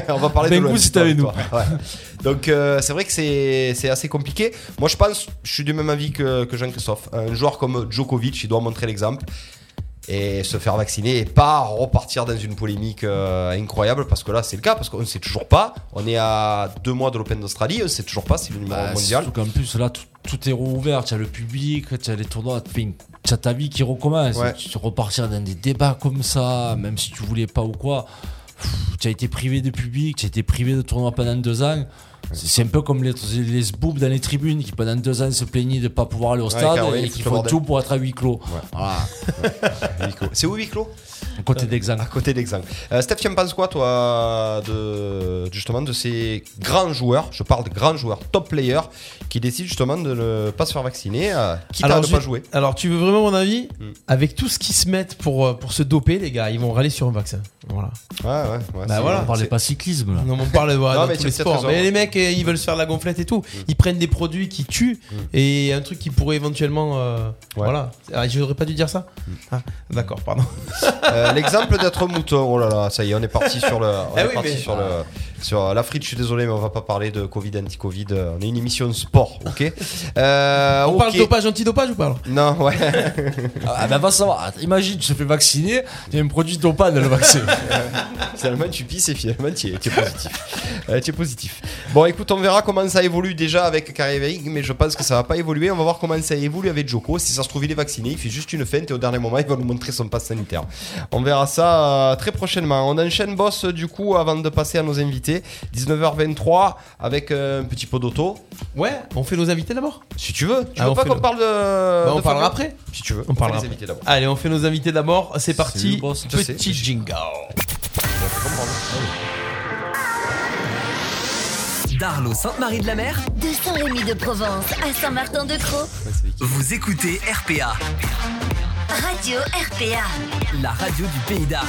on va parler Ben de coup, l'OM, si t'avais toi. Ouais. Donc euh, c'est vrai que c'est c'est assez compliqué. Moi je pense, je suis du même avis que, que Jean-Christophe. Un joueur comme Djokovic, il doit montrer l'exemple et se faire vacciner et pas repartir dans une polémique euh, incroyable parce que là c'est le cas parce qu'on ne sait toujours pas. On est à deux mois de l'Open d'Australie, on ne sait toujours pas si le numéro un Bah, euh, mondial. Surtout qu'en plus, là, tout, tout est rouvert. Tu as le public, tu as les tournois, tu as ta vie qui recommence. Ouais. Tu te repartir dans des débats comme ça, même si tu voulais pas ou quoi. Tu as été privé de public, tu as été privé de tournoi pendant deux ans. C'est c'est un peu comme les, les sboubs dans les tribunes qui pendant deux ans se plaignaient de pas pouvoir aller au Ouais, stade car oui, et ils qui foutent le font bordel. tout pour être à huis clos. Voilà. Huis clos. [laughs] C'est où huis clos À côté Bah, d'Exang. À côté d'Exang. Euh, Steph, tu en penses quoi, toi, de, justement, de ces grands joueurs Je parle de grands joueurs, top players, qui décident justement de ne pas se faire vacciner, euh, quitte à ne je- pas jouer. alors, tu veux vraiment mon avis Mm. Avec tout ce qu'ils se mettent pour, euh, pour se doper, les gars, ils vont râler sur un vaccin. Voilà. Ouais, ouais. ouais Bah c'est- voilà. On parlait [laughs] pas cyclisme là. Ah. Non, mais on parle voilà, Non, dans mais tous tu les as peut-être sports. raison. Mm. Mais les mecs, euh, ils veulent se faire de la gonflette et tout. Ils prennent des produits qui tuent et un truc qui pourrait éventuellement. euh, Voilà. Ah, J'aurais pas dû dire ça Mm. Ah, D'accord, pardon. Euh, L'exemple d'être mouton, oh là là, ça y est, on est parti sur le, on Eh est oui, parti mais- sur le, sur la frite. Je suis désolé, mais on va pas parler de Covid, anti-Covid. euh, On est une émission de sport, ok Euh, On ok. parle dopage, antidopage ou pas alors Non, ouais. Ah bah va savoir, imagine, tu te fais vacciner, il y a un produit dopage dans le vaccin. Finalement, tu pisses et finalement, tu es, tu es positif. Euh, tu es positif. Bon, écoute, on verra comment ça évolue déjà avec Kyrie Irving, mais je pense que ça va pas évoluer. On va voir comment ça évolue avec Joko. Si ça se trouve, il est vacciné, il fait juste une feinte et au dernier moment, il va nous montrer son passe sanitaire. On verra ça euh, très prochainement. On enchaîne, boss, du coup, avant de passer à nos invités. 19h23 avec euh, un petit pot d'auto. Ouais, on fait nos invités d'abord Si tu veux. Tu Ah, veux on pas fait qu'on le- parle de. Bah, on Euh, de parlera Fabio après. Si tu veux. On parlera après. fait les invités d'abord. Allez, on fait nos invités d'abord. C'est parti. le boss. Je sais, Petit jingle. Darlo, Sainte-Marie-de-la-Mer, De Saint-Rémy de Provence à Saint-Martin-de-Croix. vous écoutez RPA, Radio RPA. la radio du pays d'Arles.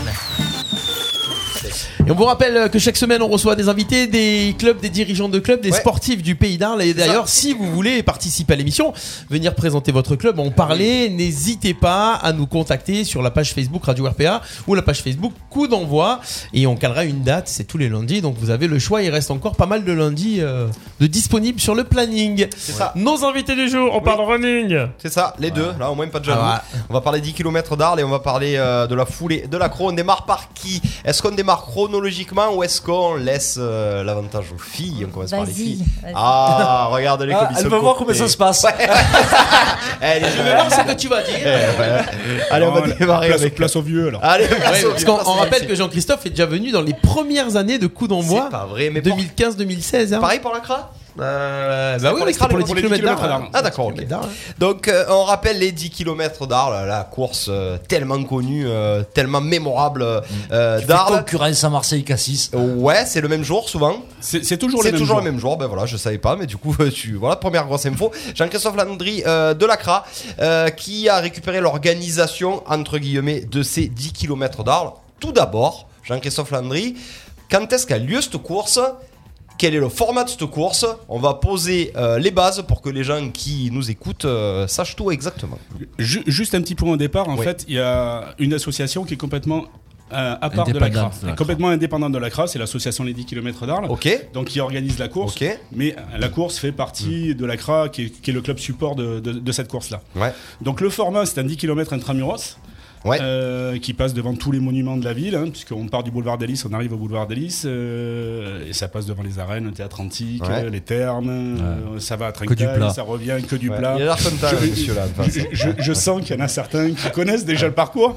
Et on vous rappelle que chaque semaine, on reçoit des invités, des clubs, des dirigeants de clubs, des sportifs du pays d'Arles. Et d'ailleurs, si vous voulez participer à l'émission, venir présenter votre club, en parler, n'hésitez pas à nous contacter sur la page Facebook Radio RPA ou la page Facebook Coup d'envoi. Et on calera une date, c'est tous les lundis. Donc vous avez le choix. Il reste encore pas mal de lundis euh, de disponibles sur le planning. C'est ça. Nos invités du jour, on parle running. C'est ça, les deux, là au moins pas de jaloux. Ah On va parler 10 km d'Arles et on va parler euh, de la foulée, de la croix. On démarre par qui Est-ce qu'on démarre chronologiquement ou est-ce qu'on laisse euh, l'avantage aux filles On commence par les Vas-y, filles. vas-y. Ah, regarde [laughs] les Ah, copies elle sont veut voir copées. comment ça se passe. Eh, les Je jeux- veux voir ce que tu vas dire. Eh, [laughs] ouais. [laughs] Allez, on va démarrer euh, place, avec. Ah, place au vieux alors. Allez, place Ouais, au parce vieux. qu'on on rappelle que Jean-Christophe est déjà venu dans les premières années de coup d'envoi. pas vrai, mais 2015-2016. hein. Pareil pour la CRA Euh, bah oui, oui, c'était pour les 10 km d'Arles. Ah d'accord, ok. Donc euh, on rappelle les 10 km d'Arles, la course euh, tellement connue, euh, tellement mémorable Mm. euh, d'Arles. Concurrence à Marseille Cassis. Ouais, c'est le même jour souvent. C'est toujours C'est le même toujours jour. le même jour. Ben voilà, je savais pas, mais du coup, [laughs] euh, tu voilà première grosse info. Jean-Christophe Landry euh, de l'Acra euh, qui a récupéré l'organisation entre guillemets de ces 10 km d'Arles. Tout d'abord, Jean-Christophe Landry, quand est-ce qu'a lieu cette course quel est le format de cette course On va poser euh, les bases pour que les gens qui nous écoutent euh, sachent tout exactement. Ju- Juste un petit point au départ, en Oui. fait, il y a une association qui est complètement euh, à part de la CRA. Indépendante de la Elle est Complètement indépendante de la CRA, c'est l'association Les 10 km d'Arles. Donc qui organise la course. Mais la course fait partie Mm. de la CRA, qui est, qui est le club support de, de- de cette course-là. Donc le format, c'est un 10 km intramuros. euh, qui passe devant tous les monuments de la ville, hein, puisqu'on part du boulevard d'Hélice, on arrive au boulevard d'Hélice, euh, et ça passe devant les arènes, le théâtre antique, Ouais. euh, les thermes, euh, ça va à du plat. Trinquetaille, ça revient que du Ouais. plat. Il a l'air content, Je- monsieur, là, de toute je- façon. je- je sens qu'il y en a certains qui connaissent déjà le parcours.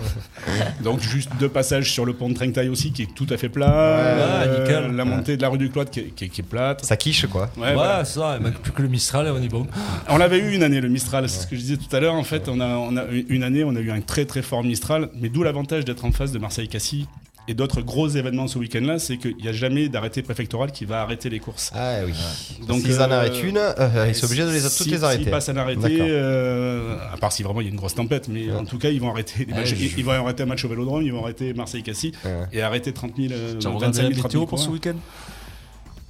Donc juste deux passages sur le pont de Trinquetaille aussi qui est tout à fait plat. Euh, nickel. La montée de la rue du Cloître qui est, qui est- qui est plate. Ah, Ça quiche quoi. Ouais, Ouais, voilà. c'est ça, il manque plus que le Mistral et on est bon. On l'avait eu une année le Mistral, c'est ce que je disais tout à l'heure. En fait, on a, on a eu une année, on a eu un très très fort Mistral, mais d'où l'avantage d'être en face de Marseille Cassis et d'autres gros événements ce week-end-là, c'est qu'il n'y a jamais d'arrêté préfectoral qui va arrêter les courses. Ah oui. S'ils en arrêtent une, euh, ils sont obligés de les- toutes les arrêter. S'ils passent un arrêté, D'accord. euh, à part si vraiment il y a une grosse tempête, mais en tout cas, ils vont arrêter des Ah, matchs- oui, ils, ils vont arrêter un match au Vélodrome, ils vont arrêter Marseille Cassis et arrêter 30 000, euh, Tu as 25 regardé 000, la 30 météo 000 pour ce coureurs. week-end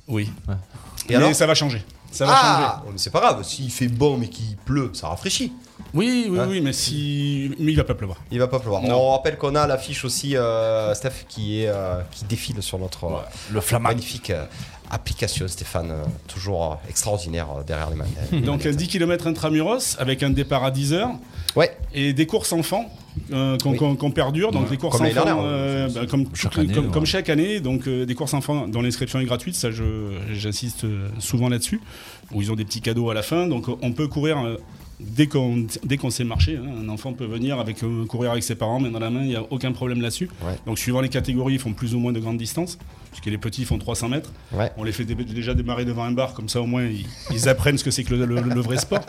Oui. Et mais alors ça va changer. Ça va ah, changer. mais c'est pas grave. S'il fait bon mais qu'il pleut, ça rafraîchit. Oui, oui, Hein oui, mais si, mais il va [laughs] pas pleuvoir. Il va pas pleuvoir. On rappelle qu'on a l'affiche aussi, euh, Steph, qui, est, euh, qui défile sur notre euh, magnifique euh, application, Stéphane. euh, toujours euh, extraordinaire euh, derrière les mains. [laughs] Donc un 10 km intramuros avec un départ à 10 heures. Ouais. Et des courses enfants euh, qu'on Oui. qu'on- qu'on perdure. Donc Ouais. les courses Comme l'année enfants, dernière, euh, bah, comme, toutes- année, comme- ouais. comme chaque année, donc euh, des courses enfants dont l'inscription est gratuite. Ça, je- j'insiste euh, souvent là-dessus. Où ils ont des petits cadeaux à la fin. Donc euh, on peut courir. euh, Dès qu'on dès qu'on sait marcher, hein. un enfant peut venir avec euh, courir avec ses parents, main dans la main, il n'y a aucun problème là-dessus. Donc suivant les catégories, ils font plus ou moins de grandes distances, puisque les petits font 300 mètres. Ouais. On les fait dé- déjà démarrer devant un bar, comme ça au moins ils, ils apprennent ce que c'est que le, le- le [laughs] vrai sport.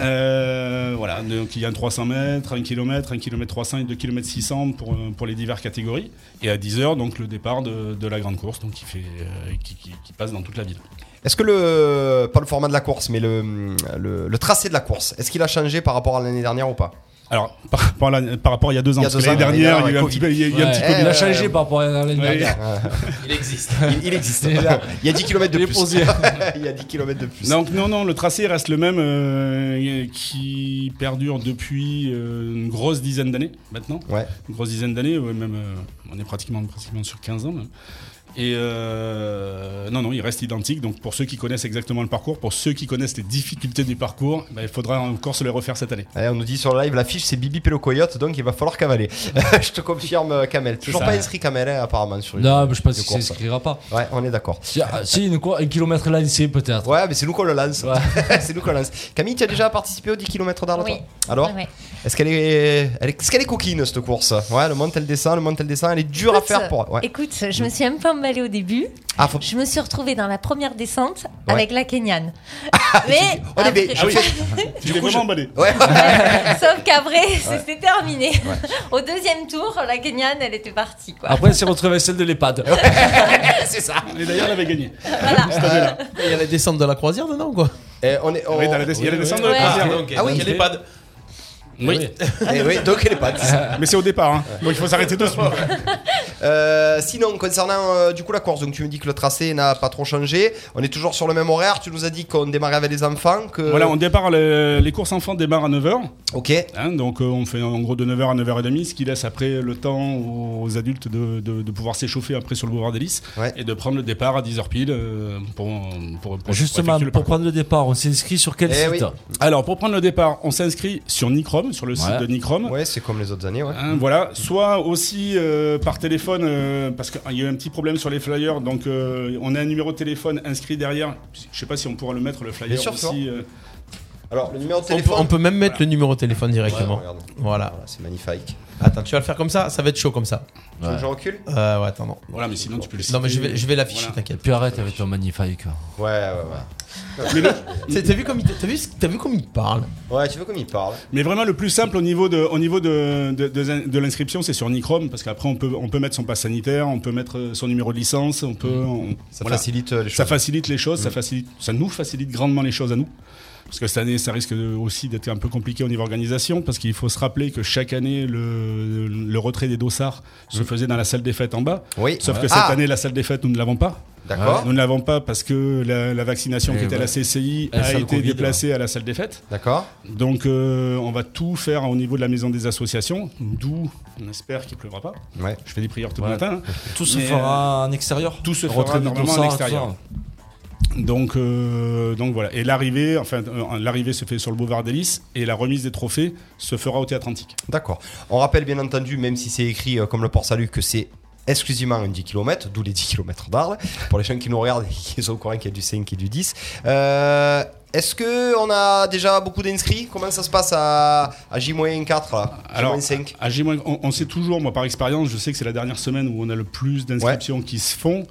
Euh, voilà, donc il y a un 300 mètres, 1 km, 1 km 300 et 2 km 600 pour, euh, pour les diverses catégories. Et à 10h, donc le départ de, de la grande course, donc qui, fait, euh, qui, qui- qui passe dans toute la ville. Est-ce que le. Pas le format de la course, mais le, le, le tracé de la course, est-ce qu'il a changé par rapport à l'année dernière [laughs] ou pas Alors, par, rapport à la- par rapport à il y a deux ans, Il y a parce que deux ans, l'année dernière, il y a eu un avec Covid. petit peu- il y a eu un Ouais. petit Eh, il Covid. a changé par rapport à l'année Ouais. dernière. Il existe. Il, il existe. Il est là. [laughs] Il y a 10 km de Il est plus. posé. [laughs] il y a 10 km de plus. Donc non, non, le tracé reste le même euh, qui perdure depuis euh, une grosse dizaine d'années maintenant. Ouais. Une grosse dizaine d'années, ouais, même euh, on est pratiquement, pratiquement sur 15 ans. même. Et euh, non, non, il reste identique. Donc pour ceux qui connaissent exactement le parcours, pour ceux qui connaissent les difficultés du parcours, bah, il faudra encore se les refaire cette année. Eh, on nous dit sur le live, l'affiche c'est Bibi Pélo Coyote, donc il va falloir cavaler. [laughs] je te confirme, euh, Kamel. Toujours ça. pas inscrit, Kamel, hein, apparemment, sur une- Non, mais je pense une qu'il course. s'inscrira pas. Ouais, on est d'accord. Si, ah, si, une quoi, un kilomètre lancé peut-être. Ouais, mais c'est nous qu'on le lance. [laughs] c'est nous qu'on le lance. Camille, tu as déjà participé aux 10 km d'Arles Oui. toi Alors Ouais, ouais. Est-ce qu'elle est... elle est- Est-ce qu'elle est coquine cette course Ouais, le monte elle descend, le monte elle descend, elle est dure à faire pour. Ouais. Écoute, je me suis un peu emballée au début. Ah, faut- Je me suis retrouvée dans la première descente Ouais. avec [laughs] la Kenyane. Mais Allez, mais après- je fais- Tu l'es vraiment emballé. Ouais, [laughs] sauf qu'après, c'était terminé. Au deuxième tour, la Kenyane, elle était partie. Ah. Quoi. Après, c'est retrouvé celle de l'EHPAD. [laughs] c'est ça. Et d'ailleurs, elle avait gagné. Il y a la descente de la croisière dedans, quoi. Eh, on est, on- Ah Oui, t'as la des- il y a la descente de la Ouais. croisière. Ok, Ah oui, donc il les est- pads. Oui. Eh oui, donc elle est pas. Mais c'est au départ, hein. donc il faut s'arrêter dessus. Euh, sinon, concernant euh, du coup la course, donc tu me dis que le tracé n'a pas trop changé. On est toujours sur le même horaire. Tu nous as dit qu'on démarrait avec les enfants. Que... Voilà, on départ, le- les courses enfants démarrent à 9h. Ok. donc euh, on fait en gros de 9h à 9h30, ce qui laisse après le temps aux adultes de, de- de pouvoir s'échauffer après sur le boulevard des Lys et de prendre le départ à 10h pile euh, pour, pour- pour- Justement, effectuer le pour prendre le départ, on s'est inscrit sur quel Eh site oui. Alors, pour prendre le départ, on s'inscrit sur Nicrom, sur le Ouais. site de Nicrom. Ouais, c'est comme les autres années, ouais. voilà, soit aussi euh, par téléphone, euh, parce qu'il y a eu un petit problème sur les flyers, donc euh, on a un numéro de téléphone inscrit derrière. Je sais pas si on pourra le mettre, le flyer Bien sûr, aussi. euh. Alors, le numéro de On peut, téléphone. on peut même mettre le numéro de téléphone directement. Ouais, regarde. voilà. c'est magnifique. Attends, tu vas le faire comme ça Ça va être chaud comme ça. Tu veux que je recule Euh, ouais, attends, non. Voilà, mais sinon tu peux le Non, mais je citer. vais, je vais l'afficher, t'inquiète. Puis arrête avec ton magnifique. Ouais, ouais, ouais. Mais le- T'as t'as vu, comme il- t'as vu, ce- t'as vu comme il parle Ouais, tu veux comme il parle. Mais vraiment, le plus simple au niveau de, au niveau de, de, de- de l'inscription, c'est sur Nicrom, parce qu'après, on peut, on peut mettre son pass sanitaire, on peut mettre euh, son numéro de licence, on peut. Mmh. on- Ça facilite, euh, les Ça choses. facilite les choses, ça, Mm. facilite, ça nous facilite grandement les choses à nous. Parce que cette année, ça risque de- aussi d'être un peu compliqué au niveau organisation, parce qu'il faut se rappeler que chaque année, le, le retrait des dossards se faisait dans la salle des fêtes en bas. Mmh. Oui. Sauf Ouais. que cette Ah. année, la salle des fêtes, nous ne l'avons pas. D'accord. Nous ne l'avons pas parce que la, la vaccination Eh qui était à ouais. la CCI Elle sera a le été Covid, hein. déplacée à la salle des fêtes. D'accord. Donc euh, on va tout faire au niveau de la maison des associations, d'où on espère qu'il pleuvra pas. Ouais. Je fais des prières tout Ouais. le matin. hein. Tout se Mais, euh, fera en extérieur Tout se Retrait fera des normalement dossards, en extérieur. Donc, euh, donc voilà. Et l'arrivée, enfin euh, l'arrivée se fait sur le boulevard des Lys et la remise des trophées se fera au théâtre antique. D'accord. On rappelle bien entendu, même si c'est écrit euh, comme le Port-Salut, que c'est exclusivement un 10 km, d'où les 10 km [laughs] d'Arles. Pour les gens qui nous regardent et qui sont au courant qu'il y a du 5 et du 10. Euh, Est-ce que on a déjà beaucoup d'inscrits Comment ça se passe à, à J-4 là Alors, J-5 à J- on, on sait toujours, moi par expérience, je sais que c'est la dernière semaine où on a le plus d'inscriptions qui se font.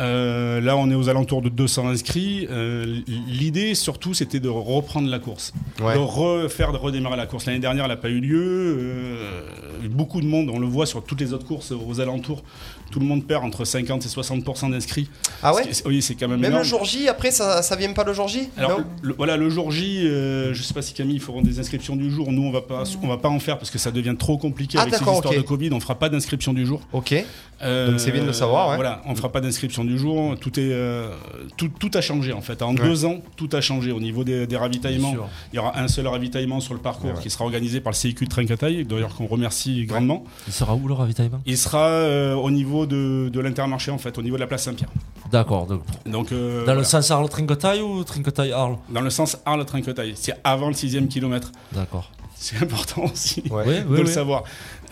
Euh, là, on est aux alentours de 200 inscrits. Euh, l- L'idée, surtout, c'était de reprendre la course. Ouais. De refaire de redémarrer la course. L'année dernière, elle n'a pas eu lieu. Euh, beaucoup de monde, on le voit sur toutes les autres courses aux alentours, tout le monde perd entre 50 et 60% d'inscrits. Ah ouais Ce qui- Oui, c'est quand même, Même énorme. le jour J, après, ça, ça vient pas le jour J euh, Alors Non le- voilà, le jour J, euh, je sais pas si Camille ils feront des inscriptions du jour. Nous, on va pas, on va pas en faire parce que ça devient trop compliqué Ah, avec ces d'accord, histoires ok. de Covid. On fera pas d'inscription du jour. Euh, Ok. Donc, c'est bien de le savoir, ouais. Voilà, on fera pas d'inscription du jour. Tout est, euh, tout, tout a changé en fait. En Ouais. deux ans, tout a changé au niveau des, des ravitaillements. Bien sûr. Il y aura un seul ravitaillement sur le parcours Ouais, ouais. qui sera organisé par le CIQ de Trincataille, d'ailleurs qu'on remercie grandement. Il sera où le ravitaillement Il sera euh, au niveau de, de l'intermarché en fait, au niveau de la place Saint-Pierre. D'accord. Donc, Donc dans euh, le voilà. sens Arles-Trinquetaille ou Trinquetaille-Arles Dans le sens Arles-Trinquetaille. C'est avant le sixième kilomètre. D'accord. C'est important aussi Oui, de oui, le oui. savoir.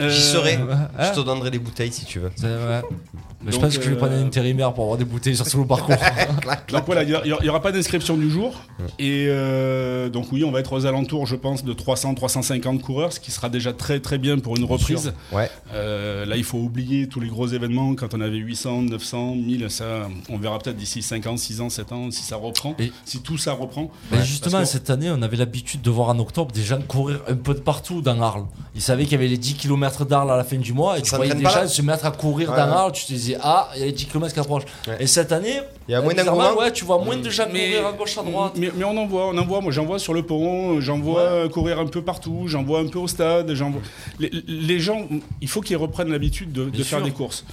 Euh, J'y serai. Hein ah. je te donnerai des bouteilles si tu veux. C'est vrai. Mais je Donc, pense que je vais euh, prendre un intérimaire pour avoir des bouteilles sur tout le [laughs] parcours. Donc voilà, il n'y aura pas d'inscription du jour. Et euh, donc oui, on va être aux alentours, je pense, de 300-350 coureurs, ce qui sera déjà très très bien pour une reprise. sûr. Ouais. Euh, là, il faut oublier tous les gros événements. Quand on avait 800, 900, 1000, ça, on verra peut-être d'ici 5 ans, 6 ans, 7 ans, si ça reprend, si tout ça reprend. Mais Parce Ben, justement, que- cette année, on avait l'habitude de voir en octobre des gens courir un peu de partout dans Arles. Ils savaient qu'il y avait les 10 km d'Arles à la fin du mois et tu Ça voyais ne des traîne pas gens se mettre à courir Ouais, dans ouais. Arles. Tu te disais, ah, il y a les 10 km qui approchent. Et cette année, Il y a moins Mm. d'un bizarrement, moment. ouais, tu vois moins de gens Mais- courir à gauche, à droite. Mais, mais on en voit, on en voit. Moi, j'en vois sur le pont, j'en vois courir un peu partout, j'en vois un peu au stade. J'en vois... les, les gens, il faut qu'ils reprennent l'habitude de, de Bien faire sûr. des courses.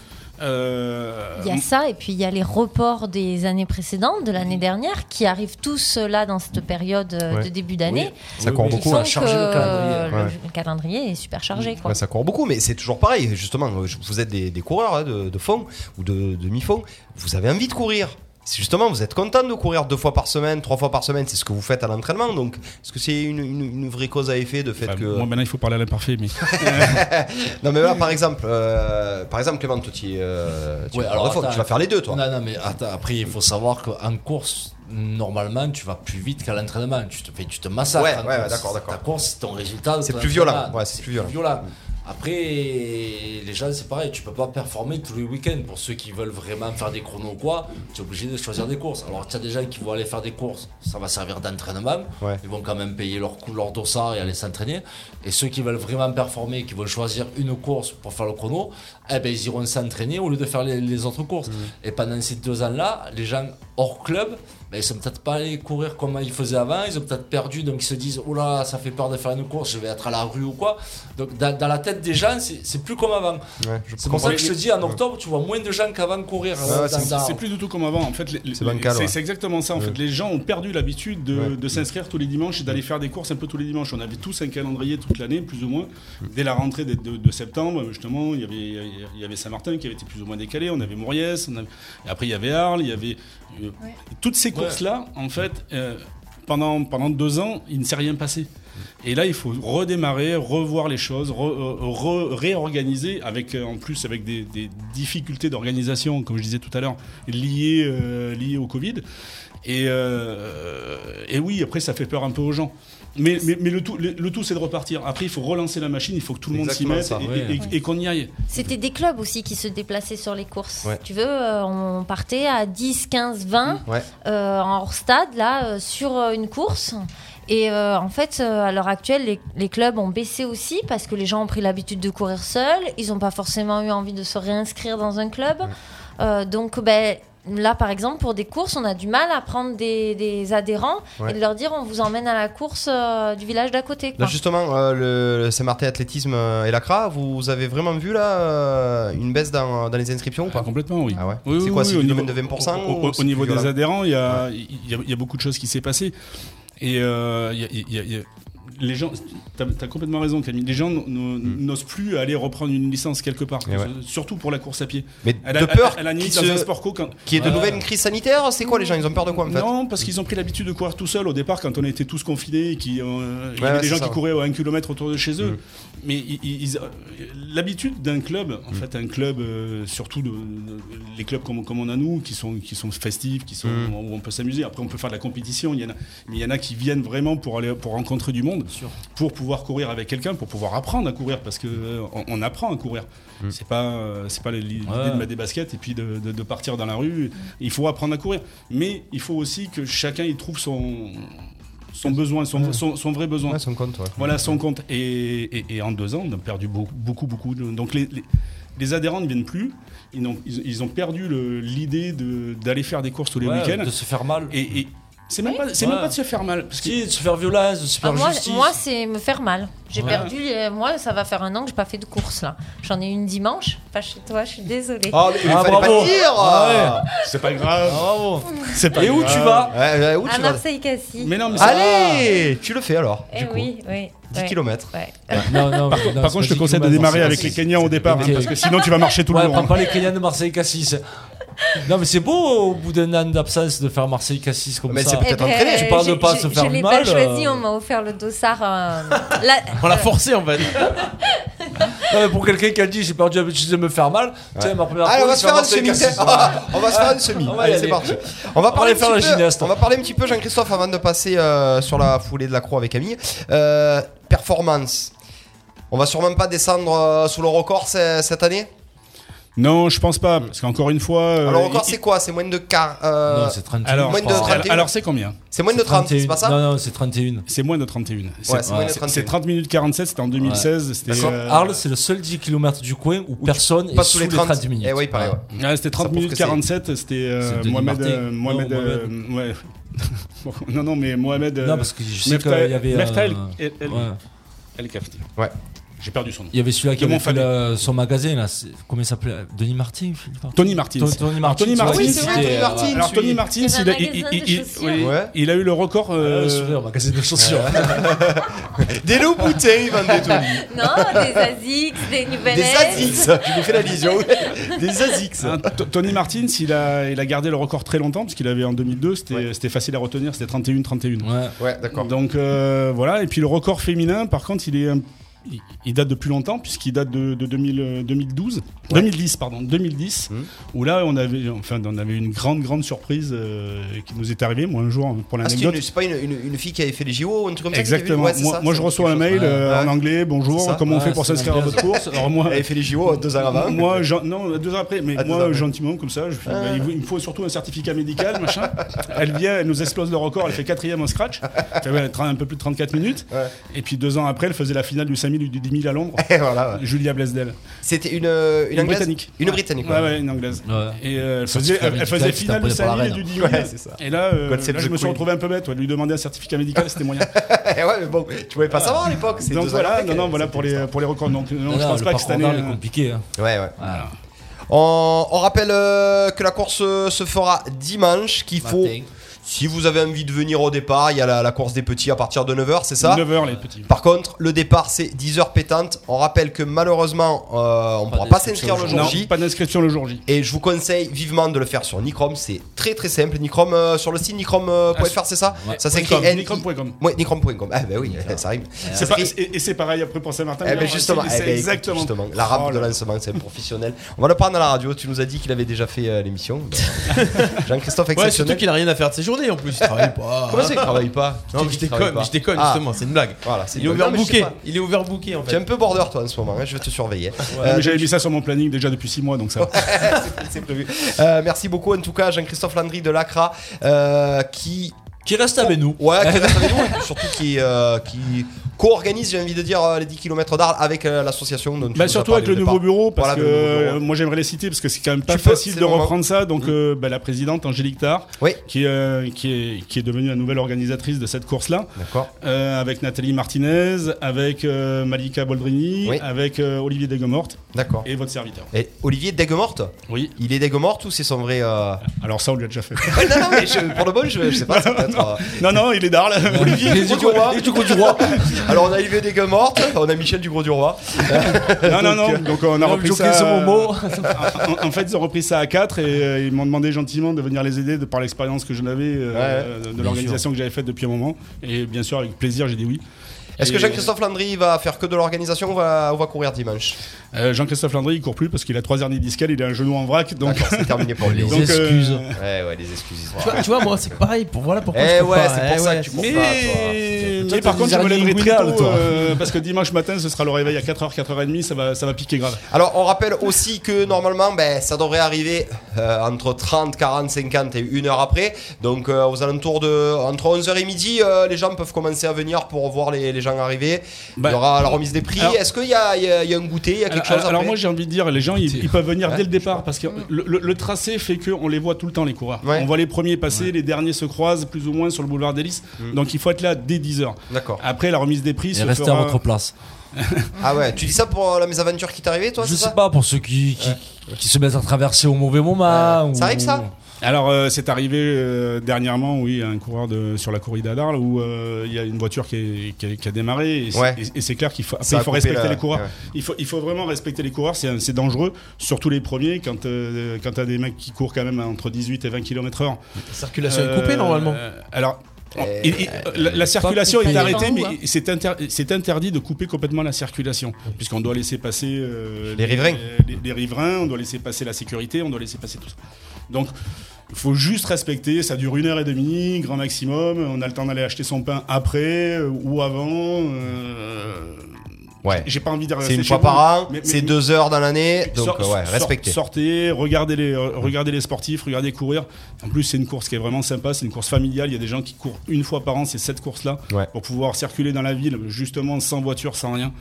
Euh, Il y a ça, et puis il y a les reports des années précédentes, de l'année dernière, qui arrivent tous euh, là dans cette période euh, Mhm. Ouais. de début d'année. Oui, ça court Qui beaucoup, font hein. Charger le que calendrier. le- Ouais. le calendrier est super chargé. Quoi. Ouais, ça court beaucoup, mais c'est toujours pareil. Justement, euh, je- vous êtes des, des coureurs hein, de, de fond ou de demi-fond. Vous avez envie de courir. C'est Justement, vous êtes content de courir deux fois par semaine, trois fois par semaine. C'est ce que vous faites à l'entraînement. Donc, est-ce que c'est une, une- une vraie cause à effet de fait enfin, que Moi, maintenant, il faut parler à l'imparfait, mais. non mais là, par exemple, euh, par exemple, Clément, toi, tu, es, euh, tu Ouais, vas alors, faire le fond, attends. tu vas faire les deux, toi. Non, non, mais attends, après, il faut savoir qu'en course, normalement, tu vas plus vite qu'à l'entraînement. Tu te, fais- tu te massacres. Ouais, en ouais, course. d'accord, d'accord. Ta course, c'est ton résultat. de C'est ton plus violent, entraînement. ouais, c'est plus violent. Après, les gens, c'est pareil, tu peux pas performer tous les week-ends. Pour ceux qui veulent vraiment faire des chronos ou quoi, tu es obligé de choisir des courses. Alors, tu as des gens qui vont aller faire des courses, ça va servir d'entraînement. Ouais. Ils vont quand même payer leur, coût- leur dossard et aller s'entraîner. Et ceux qui veulent vraiment performer, qui veulent choisir une course pour faire le chrono, eh ben, ils Mmh. iront s'entraîner au lieu de faire les, les autres courses. Et pendant ces deux ans-là, les gens hors club, ben, ils sont peut-être pas allés courir comme ils faisaient avant, ils ont peut-être perdu, donc ils se disent oh là, ça fait peur de faire une course, je vais être à la rue ou quoi. Donc dans, dans la tête des gens, c'est c'est plus comme avant. c'est pour ça que je te dis en octobre, tu vois moins de gens qu'avant courir. euh, dans- dans- c'est plus du tout comme avant. En fait, les- les- C'est bancal, ouais. c'est exactement ça. En Ouais. fait, les gens ont perdu l'habitude de, Ouais. de s'inscrire tous les dimanches et d'aller faire des courses un peu tous les dimanches. On avait tous un calendrier toute l'année, plus ou moins. Mm. Dès la rentrée de, de- de septembre, justement, il y avait, il y avait Saint-Martin qui avait été plus ou moins décalé. On avait Mouriès. on avait- et Après, il y avait Arles. Il y avait euh, toutes ces courses-là. En fait, euh, pendant pendant deux ans, il ne s'est rien passé. Mm. Et là, il faut redémarrer, revoir les choses, re- euh, re- réorganiser, avec, euh, en plus avec des, des difficultés d'organisation, comme je disais tout à l'heure, liées, euh, liées au Covid. Et, euh, et oui, après, ça fait peur un peu aux gens. Mais, mais, mais le tout, le, le tout c'est de repartir. Après, il faut relancer la machine, il faut que tout le monde s'y Exactement mette ça, et, ouais. et- et- et qu'on y aille. C'était des clubs aussi qui se déplaçaient sur les courses. Ouais. Tu veux, euh, on partait à 10, 15, 20 Mm. Ouais. euh, en hors stade, là, euh, sur euh, une course. Et euh, en fait, euh, à l'heure actuelle, les, les clubs ont baissé aussi parce que les gens ont pris l'habitude de courir seuls. Ils n'ont pas forcément eu envie de se réinscrire dans un club. Euh, donc, ben. Là, par exemple, pour des courses, on a du mal à prendre des, des adhérents Ouais. et de leur dire on vous emmène à la course euh, du village d'à côté. Là quoi. justement, euh, le, le Saint-Martin Athlétisme euh, et l'ACRA, vous avez vraiment vu là euh, une baisse dans, dans les inscriptions ou pas Complètement, oui. Ah ouais. Oui, c'est oui, quoi, oui, c'est au du niveau- domaine de 20% au- au- ou c'est Au niveau plus des violent adhérents, il y a, il y a- il y a beaucoup de choses qui s'est passé. Et euh, il y a- il y a- il y a- les gens, t'as as complètement raison, Camille. Les gens n- n- n'osent plus aller reprendre une licence quelque part, Et Mm. ouais. surtout pour la course à pied. Mais Elle de a- peur elle a qu'il nié se- dans un sport co quand- qu'il y ait de Voilà. nouvelles crises sanitaires C'est quoi les gens Ils ont peur de quoi en fait Non, parce qu'ils ont pris l'habitude de courir tout seul au départ quand on était tous confinés, et qui euh, il y Ouais, avait ouais, des c'est gens ça, qui ouais. couraient à un kilomètre autour de chez Mm. eux. Mais ils- ils- ils- euh, l'habitude d'un club, Mm. en fait, un club, euh, surtout de- de- les clubs comme, comme on a nous, qui sont, qui sont festifs, qui sont, Mm. où on peut s'amuser. Après, on peut faire de la compétition. Il y en a, mais il y en a qui viennent vraiment pour aller pour rencontrer du monde, pour pouvoir courir avec quelqu'un, pour pouvoir apprendre à courir, parce que euh, on, on apprend à courir. Mm. C'est pas, euh, c'est pas l'idée Ouais. de mettre des baskets et puis de, de- de partir dans la rue. Il faut apprendre à courir. Mais il faut aussi que chacun y trouve son, son besoin, son, son- son vrai besoin. Ouais, son compte, ouais. Voilà, son compte. Et, et- et en deux ans, on a perdu beaucoup, beaucoup. beaucoup de- donc les, les- les adhérents ne viennent plus. Ils ont, ils, ils ont perdu le- l'idée de- d'aller faire des courses tous les Ouais, week-ends. de se faire mal. Et, et c'est même, pas- c'est même Ouais. pas de se faire mal. Parce que- Si, de se faire violence, de se Ah, faire moi, justice. moi, c'est me faire mal. J'ai Ouais. perdu. euh, Moi, ça va faire un an que j'ai pas fait de course là. J'en ai une dimanche, pas chez toi. Je suis désolée. Oh, mais il fallait pas le dire Ah [laughs] C'est pas grave. C'est pas Et où grave. tu vas Ouais, ouais, où à tu vas Ah, Marseille Cassis. Allez Tu le fais alors Eh oui, oui. 10 ouais. km. Ouais. Ah, Non, non, mais Par, contre- non, par c'est contre, je pas te dix conseille de kilomètres, démarrer c'est avec six. les Kenyans au départ, hein, Ok. parce que sinon tu vas marcher tout Ouais, le long. hein. Prends pas les Kenyans de Marseille Cassis. Non, mais c'est beau au bout d'un an d'absence de faire Marseille Cassis comme Mais ça. c'est peut-être Eh ben, entraîné. Tu parles de J'ai- pas j'ai- se faire Je l'ai mal. pas choisi. euh. On m'a offert le dossard. euh, la- On l'a forcé en fait. pour quelqu'un qui a dit j'ai perdu l'habitude de me faire mal, tiens, ma première Allez, Ah, fois, on va je se faire vais une semi. Marseille-Cassis. Ah, [laughs] on va se faire une semi. On va y Allez, c'est aller. parti. On va parler aller faire un la petit peu- gymnaste. On va parler un petit peu, Jean-Christophe, avant de passer euh, sur la foulée de la croix avec Camille. Euh, performance. On va sûrement pas descendre euh, sous le record ce- cette année. Non, je pense pas, parce qu'encore une fois. euh, Alors, le record, il- c'est quoi C'est moins de 40. euh, Non, c'est 31, je crois. Alors- alors, c'est combien C'est moins de 30, c'est pas ça Non, non, c'est 31. C'est moins de 31. Ouais, c'est moins de 31. c'est 30 minutes 47, c'était en 2016. Ouais. C'était, Parce qu'en euh, Arles, c'est le seul 10 km du coin où, personne est passes sous les 30, minutes. Eh oui, pareil, ouais. Ouais, c'était 30 Ça prouve minutes que c'est- 47, c'était euh, C'est Denis Mohamed. Martin. euh, Mohamed, Non, euh, ouais. [laughs] Bon, non, non, mais Mohamed. euh, Non, parce que je sais Mefta- qu'il y avait, Mefta euh, El- El- El- ouais. El Kafti. Ouais. J'ai perdu son nom. Il y avait celui-là qui De avait fait Montfalais. le- son magasin, là. c'est- Comment il s'appelait Denis Martin je sais pas. Tony Martins. Ton- Tony Martin. Tony tu vois, Martins, qui c'est était, vrai, Tony euh, Martins, voilà. Alors, Tony Martins, Il y avait il a, un il- magasin il- de il- chaussures. oui, Ouais. il a eu le record. euh, sourire, Ah, magasin de chaussures. [laughs] Des loups bouteilles, ils vendent [laughs] des Tony. Non, des Asics, des New Des Balance. Azix. Je vous fais la lision. [laughs] Des Azix. Hein, T- Tony Martins, il a, il a gardé le record très longtemps, parce qu'il avait en 2002, c'était c'était facile à retenir, c'était 31-31. Ouais, d'accord. Donc euh, voilà, et puis le record féminin, par contre, il est. un- il- Il date de plus longtemps, puisqu'il date de, de 2000, euh, 2012, 2010, pardon, Mmh. 2010, où là on avait, enfin, on avait une grande, grande surprise euh, qui nous est arrivée. Moi, un jour, hein, pour Ah, c'est une- l'anecdote, c'est pas une, une- une fille qui avait fait les JO ou un truc comme ça qui Exactement. était venue Ouais, c'est moi, ça, moi, c'est je reçois un quelque mail chose. euh, Ouais. en anglais. Bonjour, C'est ça. comment on Ouais, fait pour c'est s'inscrire à votre l'ambiance. course Alors moi, Elle fait les JO deux ans avant. Moi, gen- non, deux ans après. Mais Ah, deux ans moi, après. gentiment, comme ça, je fais, Ah. bah, il, vous- il me faut surtout un certificat [laughs] médical, machin. Elle vient, elle nous explose le record. Elle fait quatrième au scratch. Elle fait ouais, elle tra- un peu plus de 34 minutes. Et puis deux ans après, elle faisait la finale du 5 5000 ou du 10 000 [laughs] à Londres. Julia Blaisdell. C'était une, euh, une, anglaise britannique. Une britannique. Ouais, ouais, une anglaise. Et euh, elle Certificat faisait, elle- elle médical faisait qui finale de t'apprenait pour la 5000 et reine. du 10 000. Ouais, c'est ça. Et là, euh, Concept là, je de me suis queen. retrouvé un peu bête. ouais, de lui demander un certificat médical, c'était moyen. Eh ouais, mais bon, tu pouvais pas savoir à l'époque. [laughs] c'est Ah. Donc deux ans voilà, après non, que- non, voilà pour les, pour les records. Donc, non, je pense pas que cette année. euh, hein. compliqué. Ouais, ouais. Ah. On, on rappelle euh, que la course euh, se fera dimanche, qu'il faut. Si vous avez envie de venir au départ, il y a la, la course des petits à partir de 9h, c'est ça 9h les petits. Par contre, le départ c'est 10h pétante. On rappelle que malheureusement, euh, on ne pourra pas s'inscrire le jour Non, J. Pas d'inscription le jour J. Et je vous conseille vivement de le faire sur Nicrom, c'est très très simple. Nicrom euh, sur le site nicrom.fr, c'est ça Ah, Ouais. Ça Point s'écrit com, N- nicrom.com. Ouais, nicrom.com. Ah ben oui, [laughs] ça arrive. C'est pas- et et c'est pareil après pour Saint-Martin. Eh mais ben on- justement, c'est- eh c'est ben écoute, exactement. justement, l'arabe Oh de là là. lancement, c'est un professionnel. On va le prendre à la radio. Tu nous as dit qu'il avait déjà fait euh, [laughs] l'émission. Jean-Christophe Ouais, exceptionnel. surtout qu'il a rien à faire de ses journées en plus. Il travaille pas. [laughs] Comment ça, il travaille pas Non, mais Qui je dit qu'il travaille déconne, pas je déconne Ah. justement, c'est une blague. Voilà, c'est Il est une blague. Non, mais je sais overbooké. pas. Il est overbooké en Tu es fait. un peu border toi en ce moment. hein, je vais te surveiller. Ouais, Euh, Ah, mais J'avais mis ça sur mon planning déjà depuis 6 mois, donc [laughs] ça va. c'est prévu. Euh, merci beaucoup en tout cas à Jean-Christophe Landry de l'ACRA euh, qui. Qui reste avec nous. Ouais, qui reste avec nous, et puis surtout qui, euh, qui co-organise, j'ai envie de dire, euh, les 10 km d'Arles avec euh, l'association. dont tu nous Bah as surtout parlé avec au le nouveau départ. bureau, parce Voilà, que le nouveau bureau. euh, moi j'aimerais les citer, parce que c'est quand même pas Tu peux, facile c'est de le moment. Mmh. reprendre ça. Donc euh, bah, la présidente Angélique Tard, qui, euh, qui, est, qui est devenue la nouvelle organisatrice de cette course-là, D'accord. Euh, avec Nathalie Martinez, avec euh, Malika Boldrini, avec euh, Olivier Degomorte, D'accord. et votre serviteur. Et Olivier Degomorte Oui. Il est Degomorte ou c'est son vrai. euh, [laughs] Alors ça on lui a déjà fait. non, non, mais je- pour le bon, je, je sais pas, c'est peut-être. euh, non, non, il [laughs] est d'Arles. Olivier Dugros du Roi. Alors on a Olivier Desgueux morte, on a Michel Dugros du Roi. Non, non, euh, non. Donc euh, on a repris ça. ce en, en fait, ils ont repris ça à 4 et euh, ils m'ont demandé gentiment de venir les aider de par l'expérience que j'en avais, euh, Ouais, ouais. de- de Bien l'organisation que j'avais faite depuis un moment. Et bien sûr, avec plaisir, j'ai dit oui. Est-ce Et- que Jean-Christophe Landry va faire que de l'organisation ou va, ou va courir dimanche Euh, Jean-Christophe Landry, il court plus parce qu'il a trois hernies discales, il a un genou en vrac. Donc [laughs] c'est terminé pour lui. Donc, euh, Ouais, ouais, les excuses. ils sont Tu vois, tu vois, moi c'est pareil. Pour, voilà pourquoi Eh je peux ouais, pas. c'est Eh pour ça ouais. que tu cours Mais, pas, toi. hein, mais Toi, par t'as contre, des je me lèverai hernies très inguinales, tôt toi. euh, parce que dimanche matin, ce sera le réveil à 4h, 4h30, ça va, ça va piquer grave. Alors, on rappelle aussi que normalement, ben, ça devrait arriver euh, entre 30, 40, 50 et 1 heure après. Donc, euh, aux alentours de. Entre 11h et midi, euh, les gens peuvent commencer à venir pour voir les, les gens arriver. Il y aura la remise des prix. Ben, alors- Est-ce qu'il y a, il y a- il y a un goûter Il y a quelque alors, chose alors après moi j'ai envie de dire, les gens ils, ils peuvent venir Ouais, dès le départ parce que le, le- le tracé fait qu'on les voit tout le temps les coureurs. On voit les premiers passer, les derniers se croisent plus ou moins sur le boulevard des Lys. Donc il faut être là dès 10h. Mm. D'accord. Après la remise des prix, Et se restez à fera- votre place. Ah ouais, tu dis ça pour euh, la mésaventure qui t'est arrivée, toi Je c'est ça sais pas, pour ceux qui, qui, qui se mettent à traverser au mauvais Ah, moment. ou- Euh, Ça arrive, ça Alors euh, c'est arrivé euh, dernièrement, oui, à un coureur de, sur la corrida d'Arles où euh, il y a une voiture qui, est- qui, est- qui a démarré et c'est- Ouais. et- et c'est clair qu'il faut, après, Ça a il faut coupé respecter la- les coureurs. ouais. Il, faut, il faut vraiment respecter les coureurs, c'est c'est dangereux, surtout les premiers quand, euh, quand tu as des mecs qui courent quand même entre 18 et 20 km heure. La circulation est Euh, coupée, normalement. Euh, Alors... Euh, il- il- la, la circulation coupé. est arrêtée, Dans mais où, hein c'est inter- c'est interdit de couper complètement la circulation, puisqu'on doit laisser passer euh, Les riverains. les, les riverains, on doit laisser passer la sécurité, on doit laisser passer tout ça. Donc, il faut juste respecter, ça dure une heure et demie, grand maximum, on a le temps d'aller acheter son pain après euh, ou avant. euh, Ouais. J'ai pas envie de C'est rester une chez fois vous, par an, mais- mais- c'est deux heures dans l'année, donc Sor- euh, ouais, sor- respectez. Sortez, regardez les, euh, regardez les sportifs, regardez courir. En plus, c'est une course qui est vraiment sympa, c'est une course familiale. Il y a des gens qui courent une fois par an, c'est cette course-là, Ouais. pour pouvoir circuler dans la ville, justement sans voiture, sans rien.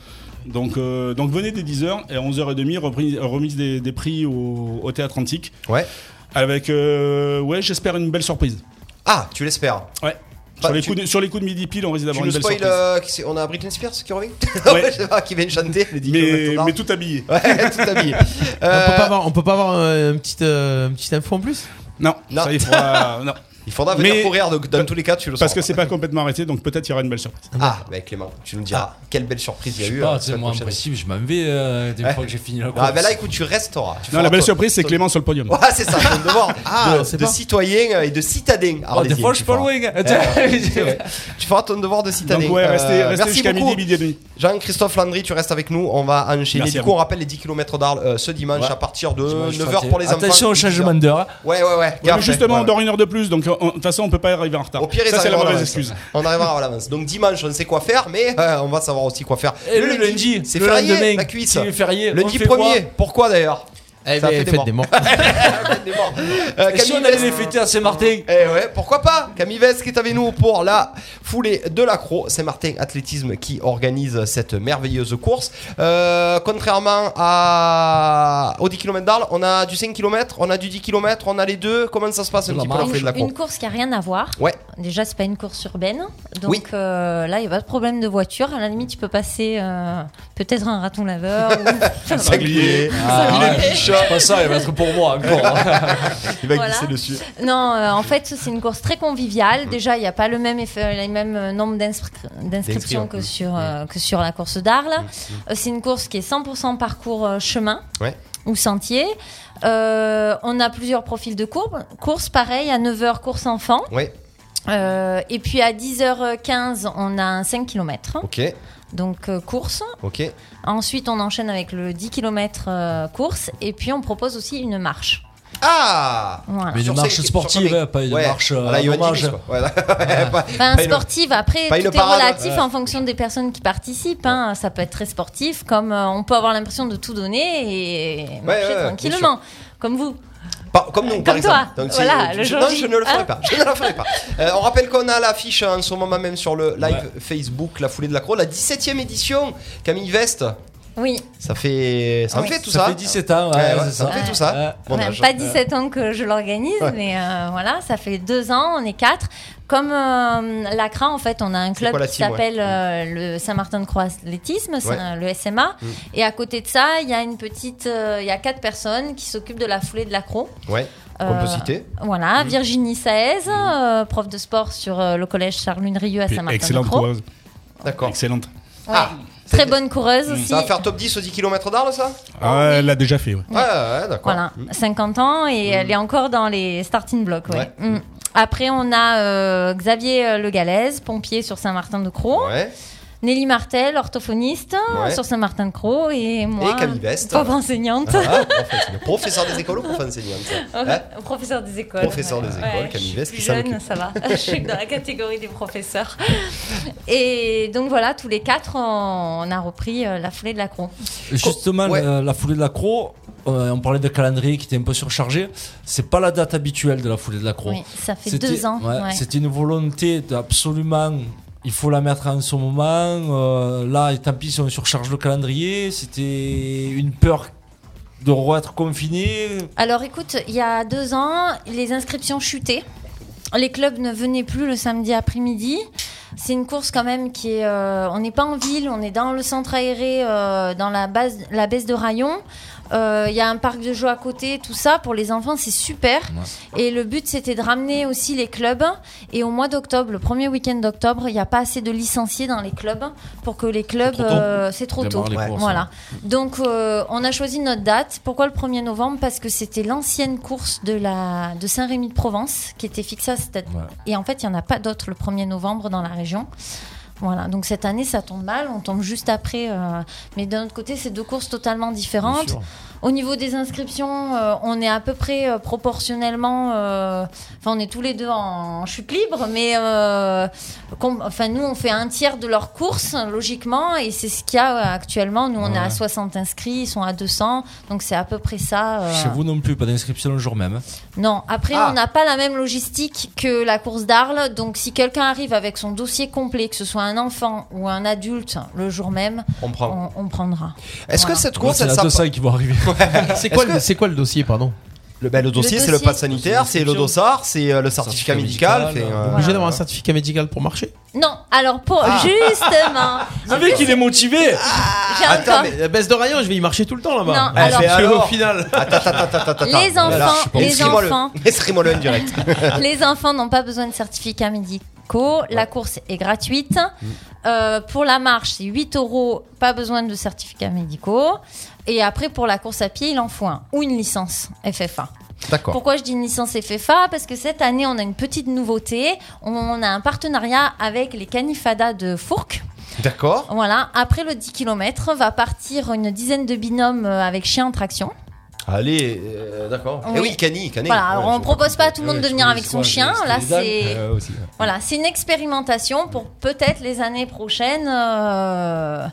Donc, euh, donc venez dès 10h et à 11h30, reprise- remise des, des prix au, au Théâtre Antique. Ouais. Avec, euh, ouais, j'espère une belle surprise. Ah, tu l'espères Ouais. Bah, sur, les tu- coups de, sur les coups de midi pile, on risque Tu d'avoir nous une belle spoil, surprise. euh, qui c'est- on a Britney Spears qui [laughs] revient Ouais. Je sais pas, qui vient chanter les 10 Mais, km/h. mais tout habillé. [laughs] Ouais, tout habillé. On peut Euh, pas avoir, on peut pas avoir euh, une petite, euh, une petite info en plus Non, Non. ça, [laughs] il faudra, non. Il faudra venir Mais- courir, donc dans tous les cas, tu le Parce sauras. que c'est pas complètement arrêté, donc peut-être il y aura une belle surprise. Ah, bah Clément, tu nous Ah. diras quelle belle surprise il y Je a sais eu. pas, euh, tu sais, semaine moi, prochaine. impossible, je m'en vais euh, des Ouais. fois que j'ai fini la course. Ah, bah là, écoute, tu resteauras. tu Non, feras la belle ton- surprise, c'est ton- Clément sur le podium. Ouais, c'est ça, ton [laughs] devoir Ah, de, c'est de pas- citoyen euh, et de citadin. Oh, des fois, je suis [laughs] pas loin. [laughs] loin. Tu feras ton devoir de citadin. Donc ouais, restez- restez euh, merci jusqu'à beaucoup. midi, midi et demi. Jean-Christophe Landry, tu restes avec nous. On va enchaîner. Merci du à coup, vous. on rappelle les 10 km d'Arles euh, ce dimanche Ouais. à partir de Dimanche 9h pour les enfants. Attention au changement d'heure. Ouais, ouais, ouais. Ouais, mais Gaffe, justement, ouais, on ouais. dort une heure de plus, donc on- de toute façon, on peut pas arriver en retard. Au pire, ils ça, c'est la arriveront à mauvaise l'avance. excuse. On arrivera à l'avance. Donc dimanche, on sait quoi faire, mais euh, on va savoir aussi quoi faire. Et le lundi, c'est le férié, lendemain, la cuisse. c'est férié, on Lundi fait quoi premier, pourquoi d'ailleurs Eh Eh Ça a ben, fait des faites morts. des morts. Faites des morts. [laughs] Euh, Et si on allait les fêter à Saint-Martin Eh ouais, pourquoi pas Camille Vest qui est avec nous pour la foulée de l'accro. Saint-Martin Athlétisme qui organise cette merveilleuse course. Euh, contrairement à... au 10 km d'Arles, on a du 5 km, on a du 10 km, on a les deux. Comment ça se passe un petit peu la foulée de une, l'accro une course qui a rien à voir. Ouais. Déjà, c'est pas une course urbaine. Donc Oui. euh, là, il n'y a pas de problème de voiture. À la limite, tu peux passer euh, peut-être un raton laveur. ou- Sanglier. Sanglier. pas ça, il va être pour moi encore. il va Voilà. glisser dessus. Non, euh, en fait, c'est une course très conviviale. Déjà, il n'y a pas le même effet, le même euh, nombre d'inscri- D'inscrits, d'inscriptions que, mm. sur euh, que sur la course d'Arles. Euh, c'est une course qui est 100% parcours euh, chemin Ouais. ou sentier. Euh, on a plusieurs profils de courbes. Course, pareil, à 9h, course enfant. Ouais, Euh, et puis à 10h15, on a un 5 km. ok, Donc euh, course. ok. Ensuite, on enchaîne avec le 10 km course. Et puis, on propose aussi une marche. Ah Voilà. Mais une Sur marche cinq- sportive, sur cinq- hein, pas une Ouais, marche euh, voilà, à Johan l'hommage. Diniz, quoi. Ouais, [laughs] pas- Enfin, pas une- sportive, après, pas une tout est parade, relatif ouais. en fonction des personnes qui participent. hein. Ça peut être très sportif, comme euh, on peut avoir l'impression de tout donner et marcher ouais, ouais, tranquillement, bien comme vous. Pas- comme nous, Comme par toi. exemple. Donc, Voilà, c'est- le je, jour non, J. je ne le ferai Hein pas. Je ne le [laughs] ferai pas. Euh, on rappelle qu'on a l'affiche hein, en ce moment même sur le live Facebook, la foulée de la croix, la 17ème édition. Camille Veste, Oui, ça fait, ça me Ouais. fait tout Ça ça. fait 17 ans, ouais, Ouais, ouais, c'est ça ça. me fait tout ça. Ouais. Bon ben, Bah, âge. pas 17 ans que je l'organise, Ouais. mais euh, voilà, ça fait deux ans, on est quatre. Comme euh, l'ACRA, en fait, on a un club quoi la qui team, ouais. Mm. s'appelle euh, le Saint-Martin de Croix Athlétisme, c'est Ouais. un- le SMA. Mm. Et à côté de ça, il y a une petite, euh, il y a quatre personnes qui s'occupent de la foulée de l'accro. Ouais, on Euh, peut citer. Voilà, Virginie Saez, euh, prof de sport sur euh, le collège Charlune-Rieux à Saint-Martin. Excellente coureuse. D'accord. Excellente. Ah, Très bonne coureuse aussi. Mhm. ça va faire top 10 au 10 km d'Arles, ça Ah, elle l'a déjà fait, ouais. Ouais, ouais, ouais, d'accord. Voilà, 50 ans et elle est encore dans les starting blocks. ouais. Mhm. Ouais. Mm. Après, on a euh, Xavier euh, Le Gallez, pompier sur Saint-Martin-de-Croix. Ouais. Nelly Martel, orthophoniste Ouais. sur Saint-Martin-de-Croix. Et moi, Camille Vest. pauvre enseignante, Ah, prof enseignant. professeur des écoles ou prof enseignant ça Hein professeur des écoles. Professeur des écoles, Camille je suis Vest, plus qui s'en jeune, occupe. [laughs] ça va. je suis dans la catégorie des professeurs. Et donc voilà, tous les quatre, on, on a repris euh, la foulée de la croix. Justement, Ouais. la, la foulée de l'accro, euh, on parlait de calendrier qui était un peu surchargé. C'est pas la date habituelle de la foulée de l'accro. Oui, ça fait C'était- deux ans. ouais, ouais. C'était une volonté d'absolument. Il faut la mettre en ce moment. euh, là, et tant pis si on surcharge le calendrier. C'était une peur de re-être confiné. Alors écoute, il y a deux ans, les inscriptions chutaient. Les clubs ne venaient plus le samedi après-midi. C'est une course quand même qui est... euh, on n'est pas en ville, on est dans le centre aéré, euh, dans la, base, la baisse de Rayon. Euh, Il y a un parc de jeux à côté, tout ça. Pour les enfants, c'est super. Et le but, c'était de ramener aussi les clubs. Et au mois d'octobre, le premier week-end d'octobre, il n'y a pas assez de licenciés dans les clubs pour que les C'est clubs... trop tôt. euh, C'est trop tôt. Démarrer les Ouais. courses, hein. Voilà. Donc, euh, on a choisi notre date. Pourquoi le 1er novembre Parce que c'était l'ancienne course de, la, de Saint-Rémy-de-Provence qui était fixée à cette date. Ouais. Et en fait, il n'y en a pas d'autres le 1er novembre dans la région. Voilà, donc cette année ça tombe mal, on tombe juste après. euh, mais d'un autre côté, c'est deux courses totalement différentes. Au niveau des inscriptions, euh, on est à peu près euh, proportionnellement. euh, Enfin, on est tous les deux en chute libre, mais euh, com- enfin, nous, on fait un tiers de leur course, logiquement, et c'est ce qu'il y a euh, actuellement. Nous, on est à Ouais. 60 inscrits, ils sont à 200, donc c'est à peu près ça. euh. Chez vous non plus, pas d'inscription le jour même. hein. Non, après, Ah. on n'a pas la même logistique que la course d'Arles. Donc, si quelqu'un arrive avec son dossier complet, que ce soit un enfant ou un adulte, le jour même, On prend. on, on prendra. Est-ce Voilà. que cette Moi, course, C'est elle la s'appelle 200 qui vont [laughs] arriver. C'est quoi, le- c'est quoi le dossier, pardon Le, ben, le dossier, c'est le dossier. pass sanitaire, c'est le dossard, c'est euh, le certificat Certificat médical. médical, fait, euh, euh, Obligé d'avoir un certificat médical pour marcher Non, alors, pour, Ah. [laughs] justement, Le mec, il est motivé. j'ai Attends, encore. mais- La baisse de Rayon, je vais y marcher tout le temps là-bas. Ah, Non, Ouais, alors- mais Parce que alors- au final. Attends, attends, attends, attends, attends. Les attends. enfants, je suis pas- les Inscris-moi le- [laughs] enfants. Inscris-moi le indirect. Les enfants n'ont pas besoin de certificats médicaux. La course est gratuite. Euh, pour la marche, c'est 8 euros. Pas besoin de certificats médicaux. Et après, pour la course à pied, il en faut un. Ou une licence FFA. D'accord. Pourquoi je dis une licence FFA Parce que cette année, on a une petite nouveauté. On a un partenariat avec les Canifadas de Fourques. D'accord. Voilà. Après le 10 km, va partir une dizaine de binômes euh, avec chiens en traction. Allez, euh, d'accord. Eh Oui. oui, Cani, Cani. Voilà, Ouais, alors on je- propose pas à tout le monde Ouais, de venir je avec son connais, chien. c'est Là, les dames. c'est Euh, aussi. voilà, c'est une expérimentation pour peut-être les années prochaines euh,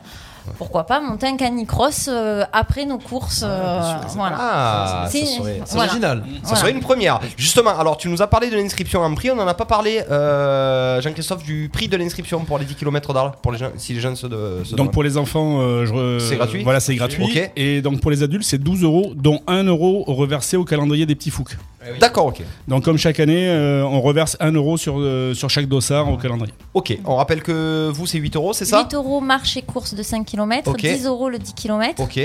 pourquoi pas monter un canicross euh, après nos courses. euh, voilà. Ah, ça C'est- serait- voilà. Ça Voilà. serait une première. Justement, alors tu nous as parlé de l'inscription en prix, on n'en a pas parlé, euh, Jean-Christophe, du prix de l'inscription pour les 10 km d'Arles, pour les gens, si les jeunes se, de, se Donc demandent. pour les enfants, euh, je re- C'est gratuit Voilà, c'est gratuit. Ok. Et donc pour les adultes, c'est 12 euros, dont 1 euro reversé au calendrier des petits foucs. D'accord, ok. Donc comme chaque année, euh, on reverse 1 euro sur, euh, sur chaque dossard au calendrier. Ok, on rappelle que vous c'est 8 euros, c'est ça 8 euros marche et course de 5 km, Ok. 10 euros le 10 km. Ok.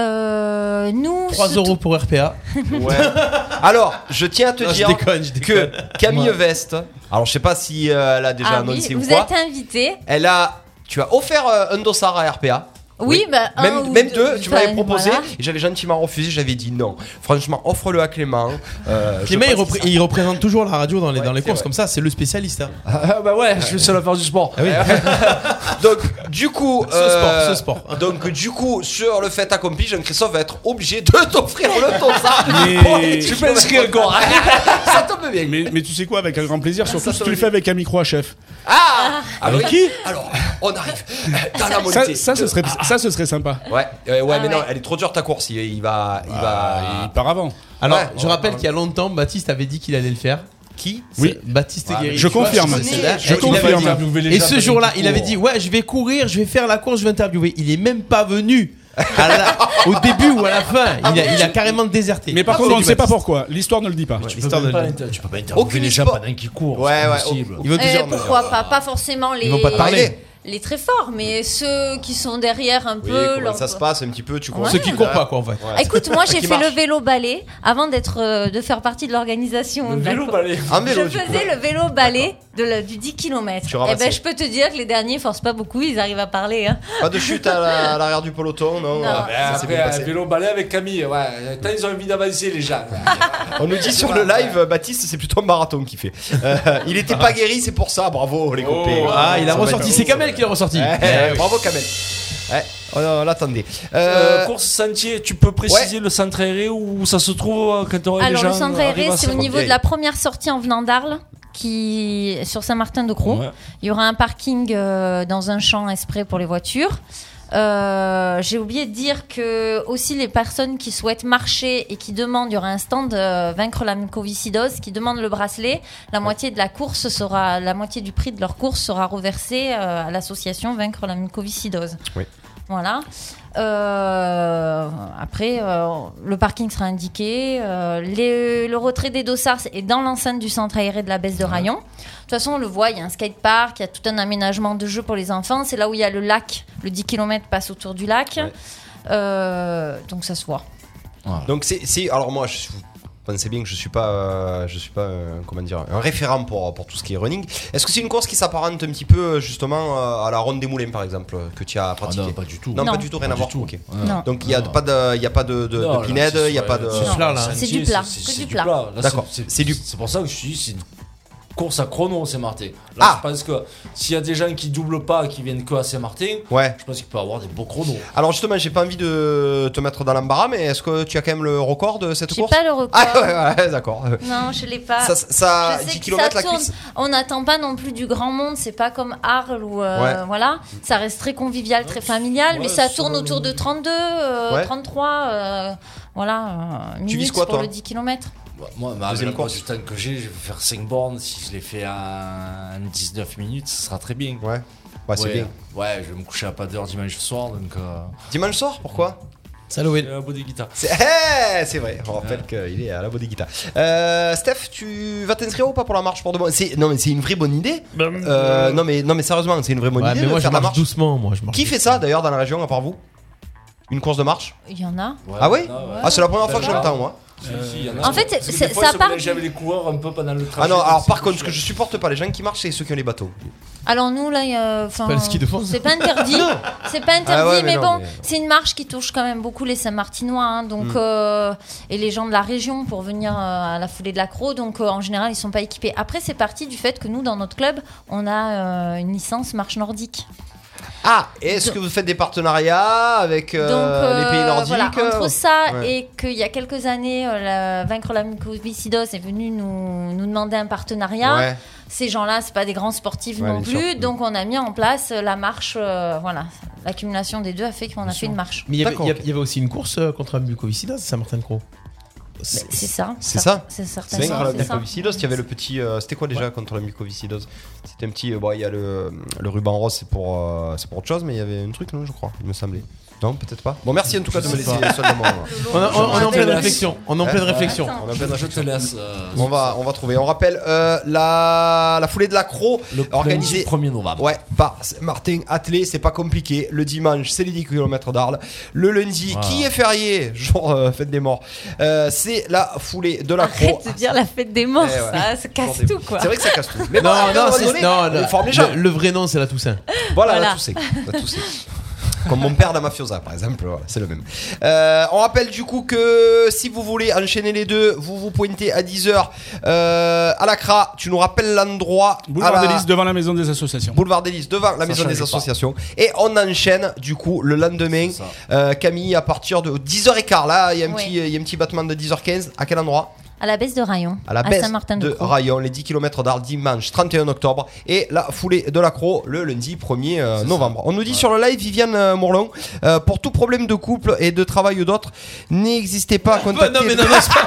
Euh, nous, 3 ce- euros pour RPA. Ouais. [laughs] Alors, je tiens à te Non, je dire déconne, je déconne. que Camille Ouais. Vest, alors je sais pas si euh, elle a déjà Ah oui, annoncé ou vous quoi, êtes invité. elle a, tu as offert euh, un dossard à RPA. Oui, bah, un même, ou même deux, deux, tu enfin, m'avais proposé voilà. et j'avais gentiment refusé. J'avais dit non. Franchement, offre-le à Clément. Euh, je Clément, sais il, pas repré- il représente toujours la radio dans les, dans les courses, comme ça, c'est le spécialiste. hein. Ah bah ouais, je suis le seul à faire du sport. Donc, du coup, Ce euh, sport, Donc, du coup, sur le fait accompli, Jean-Christophe va être obligé de [laughs] t'offrir le dossard. [laughs] pour les Tu 10 peux inscrire kilomètres. encore. Ça tombe bien. Mais, mais tu sais quoi, avec un grand plaisir, surtout Ah, ça si tombe tu le fais avec un micro à chef. [laughs] Ah, oui. Avec qui Alors, on arrive. [laughs] Dans la Ça, montée. ça, ce serait, ça, ce serait sympa. Ouais, euh, ouais, mais non, Ah ouais. elle est trop dure ta course. Il, il va, Ah, il va. Il part avant. Alors, Ouais. je rappelle qu'il y a longtemps, Baptiste avait dit qu'il allait le faire. Qui Oui. C'est Baptiste Ouais, Guéry. je Tu vois, confirme. c'est- c'est là. Je Et il avait confirme. dit- Interviewer les Et gens, ce pas jour-là, du il avait tout. dit Ouais, je vais courir, je vais faire la course, je vais interviewer. Il est même pas venu à la- au début ou à la fin. Il a, il a carrément déserté. Mais par Ah, contre, c'est on ne du sait pas Baptiste. pourquoi. L'histoire ne le dit pas. Tu peux, Histoire même de- pas inter- tu peux pas interviewer Aucune les gens histoire. pendant qu'ils courent. Ouais, oh, c'est ouais, impossible. aucune- Il veut Euh, toujours. pourquoi pas Pas forcément les. Ils vont pas te parler. Les très forts, mais ceux qui sont derrière un Oui, peu. comment leur- ça se passe un petit peu, tu comprends. Ceux qui courent pas, quoi, en fait. Ouais. Ah, Écoute, moi [laughs] j'ai Qui fait le marche. vélo ballet avant d'être euh, de faire partie de l'organisation. de la course. Un vélo, je du coup. faisais le vélo balai de la- du 10 km. Tu Et ramassais. ben, je peux te dire que les derniers forcent pas beaucoup, ils arrivent à parler. hein. Pas de chute à la- à l'arrière du peloton, non. Non. Ah, Ouais, ça s'est bien après, passé. euh, un vélo balai avec Camille, ouais. Tant ils ont envie d'avancer, les gens. On nous dit sur le live, euh, Baptiste, c'est plutôt un marathon qu'il fait. Euh, il était pas guéri, c'est pour ça. Bravo, les copains. Ah, il a Oh, Ça va ressorti. être- C'est Kamel qui l'a ressorti. Eh, eh, Bravo, Kamel. Ouais, on, on l'attendait. Euh, Euh, course sentier, tu peux préciser le centre aéré où ça se trouve euh, quand t'auras les Alors, gens le centre aéré, arrivent à c'est au se- niveau Ok. de la première sortie en venant d'Arles, qui sur Saint-Martin-de-Croix. Ouais. Il y aura un parking euh, dans un champ exprès pour les voitures. Euh, J'ai oublié de dire que aussi les personnes qui souhaitent marcher et qui demandent, il y aura un stand euh, vaincre la mucoviscidose, qui demandent le bracelet. La moitié de la course sera, la moitié du prix de leur course sera reversée euh, à l'association vaincre la mucoviscidose. Oui. Voilà. Euh, après, euh, le parking sera indiqué. euh, les- le retrait des dossards est dans l'enceinte du centre aéré de la baisse de Rayon. De toute façon, on le voit, il y a un skatepark, il y a tout un aménagement de jeu pour les enfants. C'est là où il y a le lac. Le 10 km passe autour du lac. Ouais. Euh, donc ça se voit. Donc c'est, c'est- alors moi je suis- vous pensez bien que je suis pas euh, je suis pas euh, comment dire un référent pour pour tout ce qui est running. Est-ce que c'est une course qui s'apparente un petit peu euh, justement euh, à la ronde des moulins par exemple que tu as Ah pratiqué non, pas du tout. Non, Non. pas du tout rien à Pas voir. du tout. Ok. Ouais. Non. Donc il y a Non. pas de il y a pas de de, de Non, là, pinède, c'est- il y a pas de c'est- Non. plat, là. C'est du plat, que du plat. Là, D'accord. c'est- c'est- C'est du- C'est pour ça que je suis c'est une course à chrono Saint-Martin. Là, Ah. je pense que s'il y a des gens qui doublent pas, qui viennent que à Saint-Martin, Ouais. je pense qu'il peut avoir des beaux chronos. Alors justement, j'ai pas envie de te mettre dans l'embarras, mais est-ce que tu as quand même le record de cette J'ai course pas le record. Ah ouais, ouais, d'accord. Non, je l'ai pas. Ça, ça Je sais 10 que km ça Ah, la tourne. cuisse. On n'attend pas non plus du grand monde, c'est pas comme Arles ou euh, voilà, ça reste très convivial, très familial, Ouais, mais ça sur tourne le- autour de 32, euh, Ouais. 33, euh, voilà, euh, Tu vises minutes quoi, pour toi le 10 km. Bah, Moi, ma Deuxième deuxième course. course du temps que j'ai, je vais faire 5 bornes. Si je les fais en 19 minutes, ce sera très bien. Ouais. Ouais, Ah, c'est ouais, bien. ouais, je vais me coucher à pas d'heure dimanche soir, donc. Euh, Dimanche soir, pourquoi j'ai Saloué. la bout des guitares. C'est Eh, c'est vrai, on rappelle qu'il est à la bodeguita. Euh, Steph, tu vas t'inscrire ou pas pour la marche pour demain C'est- Non mais c'est une vraie bonne idée. Euh, non mais non mais sérieusement, c'est une vraie bonne Ouais, idée mais de moi, je faire la marche marche. doucement. Moi, je marche. Qui fait ça d'ailleurs dans la région à part vous Une course de marche Il y en a. Ah oui non, Ah c'est la première Ben fois que non. j'entends moi. Si, si, il y En fait, Parce que c'est- des fois, ça ils se part mélangeaient du- avec les coureurs un peu pendant le trajet. Ah non, donc alors c'est par contre, ce chiant. que je supporte pas les gens qui marchent, c'est ceux qui ont les bateaux. Alors nous là, il y a- enfin, pas le ski de fond, ça. c'est [laughs] pas interdit, c'est pas interdit, Ah ouais, mais mais, non, bon, mais- c'est une marche qui touche quand même beaucoup les Saint-Martinois, hein, donc Mm. euh, et les gens de la région pour venir euh, à la foulée de la Croix, donc euh, en général ils sont pas équipés. Après c'est parti du fait que nous dans notre club, on a euh, une licence marche nordique. Ah, est-ce que vous faites des partenariats avec euh, Donc, euh, les pays nordiques euh voilà, entre ça Ouais. et qu'il y a quelques années, euh, la- vaincre la mucoviscidose est venu nous, nous demander un partenariat. Ouais. Ces gens-là, c'est pas des grands sportifs Ouais, non bien plus, sûr. donc on a mis en place euh, la marche. euh, voilà, l'accumulation des deux a fait qu'on a fait une marche. Mais il y avait- il y, avait- il y avait aussi une course euh, contre la mucoviscidose, Saint-Martin de Croix. C'est ça. C'est ça C'est certain. C'est ça, contre la c'est ça. mucoviscidose, il y avait le petit. euh, C'était quoi déjà contre la mucoviscidose C'était un petit. euh, bon, il y a le, le ruban rose, c'est pour, euh, c'est pour autre chose, mais il y avait un truc, non, je crois, il me semblait. Non, peut-être pas. Bon, merci en tout cas de me laisser hein. seul le moment. On a- on- on est Ah, en pleine réflexion, on est en pleine bah, réflexion. On est en pleine Je te réflexion. laisse, euh, On va, on va trouver. On rappelle euh, la, la foulée de l'accro organisée 1er Ah novembre. Ouais, par Martin Attelé. C'est pas compliqué. Le dimanche, c'est les 10 km d'Arles. Le lundi, Wow. qui est férié, jour euh, fête des morts, euh, c'est la foulée de l'accro. Arrête de dire la fête des morts, Eh ouais. ça, ça casse Attendez. tout quoi. C'est vrai que ça casse tout. Mais Non, bon, à un non, moment c'est- donné, non, on le- forme les gens. Le, le vrai nom, c'est la Toussaint. Voilà, Voilà. la Toussaint. La Toussaint. Comme mon père, la mafiosa, par exemple. Voilà, c'est le même. Euh, on rappelle du coup que si vous voulez enchaîner les deux, vous vous pointez à 10h à la CRA. Tu nous rappelles l'endroit. Boulevard à la- des Lys, devant la maison des associations. Boulevard des Lys, devant la Ça maison change des pas. associations. Et on enchaîne du coup le lendemain. Euh, Camille, à partir de 10h15, là, il y a un Oui. petit- il y a un petit battement de 10h15. À quel endroit À la baisse de Rayon, à la baisse Saint-Martin de Rayon, les 10 km d'Arles dimanche 31 octobre et la foulée de l'accro le lundi 1er euh, novembre. On nous dit sur le live Viviane euh, Mourlon euh, pour tout problème de couple et de travail ou d'autre, n'existez pas à [laughs] contacter. non, mais non, non, c'est pas-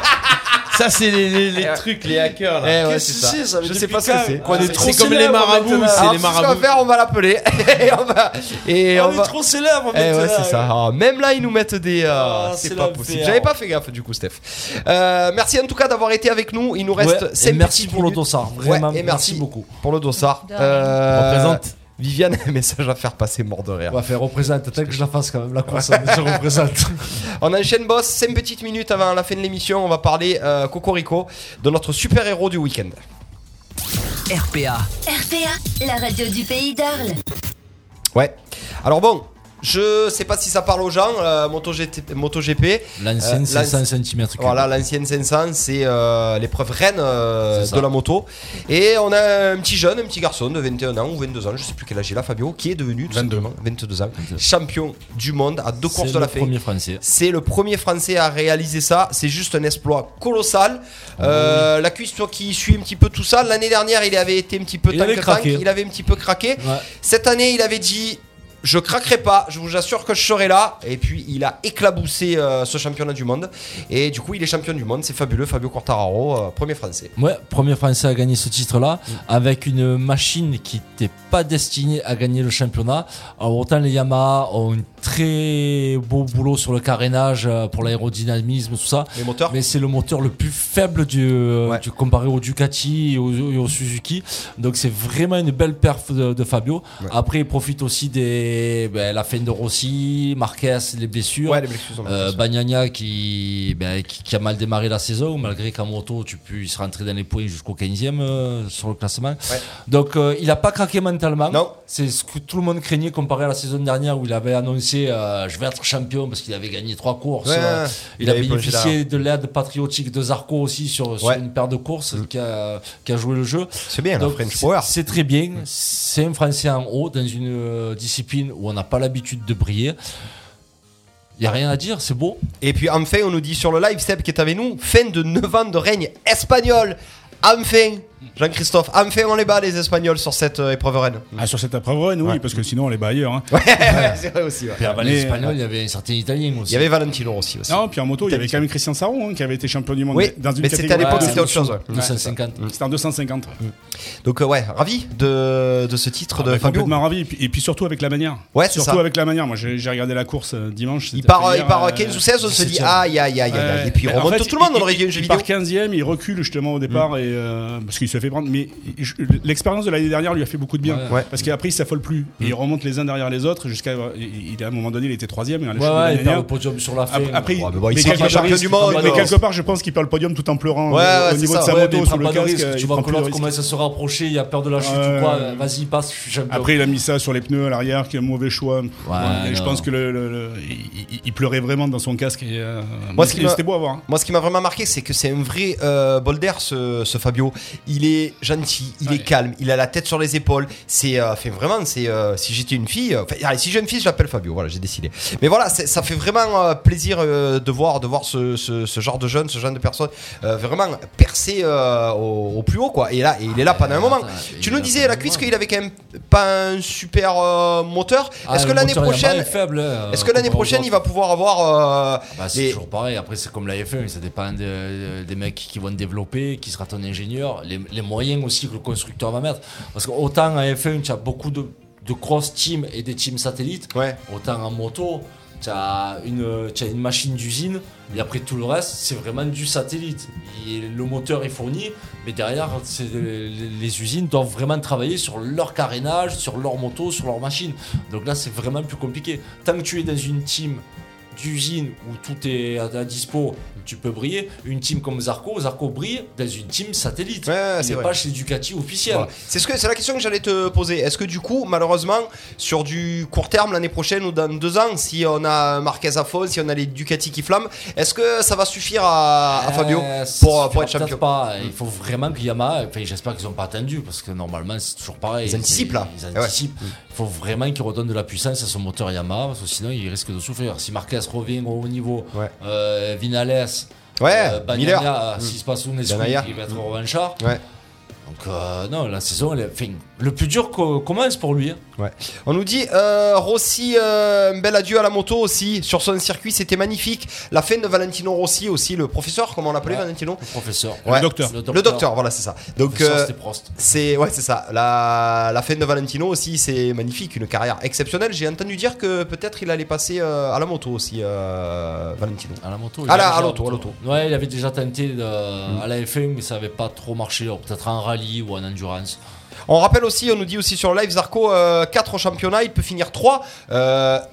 Ça, c'est les, les- les trucs, les hackers. Eh Là. ouais, c'est ça. Je sais pas ce que c'est. On est C'est trop comme célèbres les marabouts, maintenant. c'est Alors, les ce qu'on va marabouts. faire, on va l'appeler. [laughs] et on va. Et on est trop célèbre Eh ouais, maintenant. c'est ça. Ah, même là, ils nous mettent des. euh, c'est c'est pas l'enfer. possible. J'avais pas fait gaffe du coup, Steph. Euh, merci en tout cas d'avoir été avec nous. Il nous reste Ouais, et 5 merci pour le dossard. Vraiment, et merci beaucoup. Pour le dossard. Euh, De rien. Représente. Viviane [laughs] a un message à faire passer mort de rire. On va faire représente, tant que je la fasse quand même, la course, je [laughs] représente. On enchaîne, boss. 5 petites minutes avant la fin de l'émission. On va parler euh, Cocorico de notre super héros du week-end. RPA. RPA, la radio du pays d'Arles. Ouais. Alors bon, je sais pas si ça parle aux gens, euh, MotoGT MotoGP. L'ancienne, c'est l'anci- 100 centimètres cubes. Euh, Voilà, l'ancienne 500, c'est euh, l'épreuve reine euh, C'est ça. de la moto. Et on a un petit jeune, un petit garçon de 21 ans ou 22 ans, je sais plus quel âge il a, Fabio, qui est devenu tout 22. simplement, 22 ans, champion du monde à deux C'est courses de le la fin. premier Français. C'est le premier Français à réaliser ça. C'est juste un exploit colossal. Euh, La cuisse, toi qui suis un petit peu tout ça, l'année dernière, il avait été un petit peu Il tank- avait craqué. tank, il avait un petit peu craqué. Cette année, il avait dit. Je craquerai pas, je vous assure que je serai là. Et puis il a éclaboussé euh, ce championnat du monde. Et du coup, il est champion du monde, c'est fabuleux. Fabio Quartararo, euh, premier français. Ouais, premier Français à gagner ce titre-là, avec une machine qui n'était pas destinée à gagner le championnat. Alors, autant les Yamaha ont un très beau boulot sur le carénage, euh, pour l'aérodynamisme, tout ça. Les moteurs. Mais c'est le moteur le plus faible du, euh, du- comparé au Ducati et au, et au Suzuki. Donc c'est vraiment une belle perf de, de Fabio. Après, il profite aussi des ben, la fin de Rossi, Marquez, les blessures. Ouais, les blessures sont Euh, Bagnaia qui, ben, qui, qui a mal démarré la saison, malgré qu'en moto, tu puisses rentrer dans les points jusqu'au 15e euh, sur le classement. Donc, euh, il n'a pas craqué mentalement. C'est ce que tout le monde craignait comparé à la saison dernière où il avait annoncé euh, je vais être champion parce qu'il avait gagné trois courses. Ouais, Euh, ouais. il, Il a avait plongé bénéficié de l'aide patriotique de Zarco aussi sur, sur Ouais. Mm. une paire de courses qui, a, qui a joué le jeu. C'est bien, la Donc, French c'est- Power. C'est très bien. C'est un Français en haut dans une euh, discipline où on n'a pas l'habitude de briller. Il n'y a rien à dire, c'est beau. Et puis enfin, on nous dit sur le live, Seb qui est avec nous, fin de 9 ans de règne espagnol. Enfin, Jean-Christophe, enfin on les bat les Espagnols sur cette euh, épreuve reine. Ah, sur cette épreuve, reine, oui, parce que sinon on les bat ailleurs. hein. [laughs] c'est vrai aussi. ouais. Puis avant les Mais, Espagnols, euh, il y avait un certain Italien aussi. Il y avait Valentino Rossi aussi. Non, puis en moto, il y avait quand même Christian Saron hein, qui avait été champion du monde. Oui, dans une mais c'était à catégorie l'époque, de- c'était autre chose, ouais. Ouais, 250. c'est ça. C'était en 250. ouais. Donc euh, ouais, ravi de, de ce titre de Ah, Bah, Fabio. Complètement ravi. Et puis, et puis surtout avec la manière. Ouais, c'est Surtout ça. avec la manière. Moi, j'ai j'ai regardé la course euh, dimanche. Il part, euh, il part 15 ou 16, on se dit aïe aïe aïe aïe, aïe. Et puis on remonte tout le monde, on aurait dit un jeu Il vidéo. Mm. part 15ème, il recule justement au départ et, euh, parce qu'il se fait prendre. Mais je- l'expérience de l'année dernière lui a fait beaucoup de bien. Ouais. Ouais. Parce qu'après, il s'affole plus. Et Mm. il remonte les uns derrière les autres jusqu'à. Il, il- à un moment donné, il était 3 et à Ouais, ouais, il perd le podium sur la fin. Après, après, Ouais, mais bon, il mais sera quelque pas part, champion il- du monde, mais non. quelque part, je pense qu'il perd le podium tout en pleurant Ouais, ouais, euh, au c'est niveau ça. de sa Ouais, moto mais il sur prend le pas de casque. risque, euh, tu il vois prend plus comment de risque. comment ça se rapprocher, il a peur de la chute Ouais. ou quoi. euh, Vas-y, passe, je suis champion. Après, il a mis ça sur les pneus à l'arrière, qui est un mauvais choix. Et je non. pense que le, le- le- il, il- il pleurait vraiment dans son casque. Et, euh, Moi, ce qui et m'a- c'était beau à voir. hein. Moi, ce qui m'a vraiment marqué, c'est que c'est un vrai euh, bol d'air, ce, ce Fabio. Il, il est gentil, il est calme, il a la tête sur les épaules. C'est euh, fait vraiment, c'est euh, si j'étais une fille, euh, enfin, allez, si j'ai une fille, je l'appelle Fabio. Voilà, j'ai décidé. Mais voilà, c'est- ça fait vraiment euh, plaisir euh, de voir, de voir ce, ce- ce genre de jeune, ce genre de personne euh, vraiment percer euh, au, au plus haut quoi. Et là, et il est là Ah, pendant un moment. Tu nous disais la cuisse qu'il avait quand même pas un super euh, moteur. Ah, Est-ce que le l'année moteur, il est vraiment prochaine, faible, hein, est-ce que l'année comparé aux prochaine, autres. il va pouvoir avoir euh, Bah, c'est toujours pareil. Après, c'est comme la F1, ça dépend de- des mecs qui vont développer, qui sera ton ingénieur, les, les moyens aussi que le constructeur va mettre. Parce que autant en F1, tu as beaucoup de, de cross teams et des teams satellites, autant en moto, tu as une, tu as une machine d'usine, et après tout le reste, c'est vraiment du satellite. Et le moteur est fourni, mais derrière, c'est- les, les usines doivent vraiment travailler sur leur carénage, sur leur moto, sur leur machine. Donc là, c'est vraiment plus compliqué. Tant que tu es dans une team d'usine où tout est à ta dispo, tu peux briller. Une team comme Zarco, Zarco brille dans une team satellite. Il c'est n'est vrai. pas chez Ducati officiel. Voilà. C'est ce que c'est la question que j'allais te poser. Est-ce que du coup, malheureusement, sur du court terme l'année prochaine ou dans deux ans, si on a Marquez à fond, si on a les Ducati qui flamment, est-ce que ça va suffire à, à Ah, Fabio Euh, ça pour, suffira pour être champion peut-être pas. Il faut vraiment que Yamaha, enfin, j'espère qu'ils n'ont pas attendu parce que normalement c'est toujours pareil. Ils anticipent, là. Ils Eh ouais. anticipent. Il faut vraiment qu'ils redonnent de la puissance à son moteur Yamaha parce que sinon il risque de souffrir. Si Marquez revient au haut niveau, euh, Vinales, Ouais, euh, Bagnaia, Miller. euh, Mm. s'il se passe une Bagnaia. il va être revanchard. Ouais. Donc euh, non, la saison, elle est- enfin, le plus dur co- commence pour lui. hein. Ouais. On nous dit euh, Rossi, euh, un bel adieu à la moto aussi sur son circuit, c'était magnifique. La fin de Valentino Rossi aussi, le professeur, comment on l'appelait Ouais. Valentino Le professeur. Ouais. Le docteur. Le Le docteur, docteur. voilà, c'est ça. Le Donc euh, professeur, c'était Prost. c'est ouais, c'est ça. La, la fin de Valentino aussi, c'est magnifique, une carrière exceptionnelle. J'ai entendu dire que peut-être il allait passer euh, à la moto aussi, euh, Valentino. À la moto. À la- à l'auto, à Hmm. l'auto. Ouais, il avait déjà tenté euh, à la F1, mais ça avait pas trop marché. Alors, Peut-être en rallye ou en endurance. On rappelle aussi, on nous dit aussi sur live, Zarco, 4 au championnat, il peut finir 3.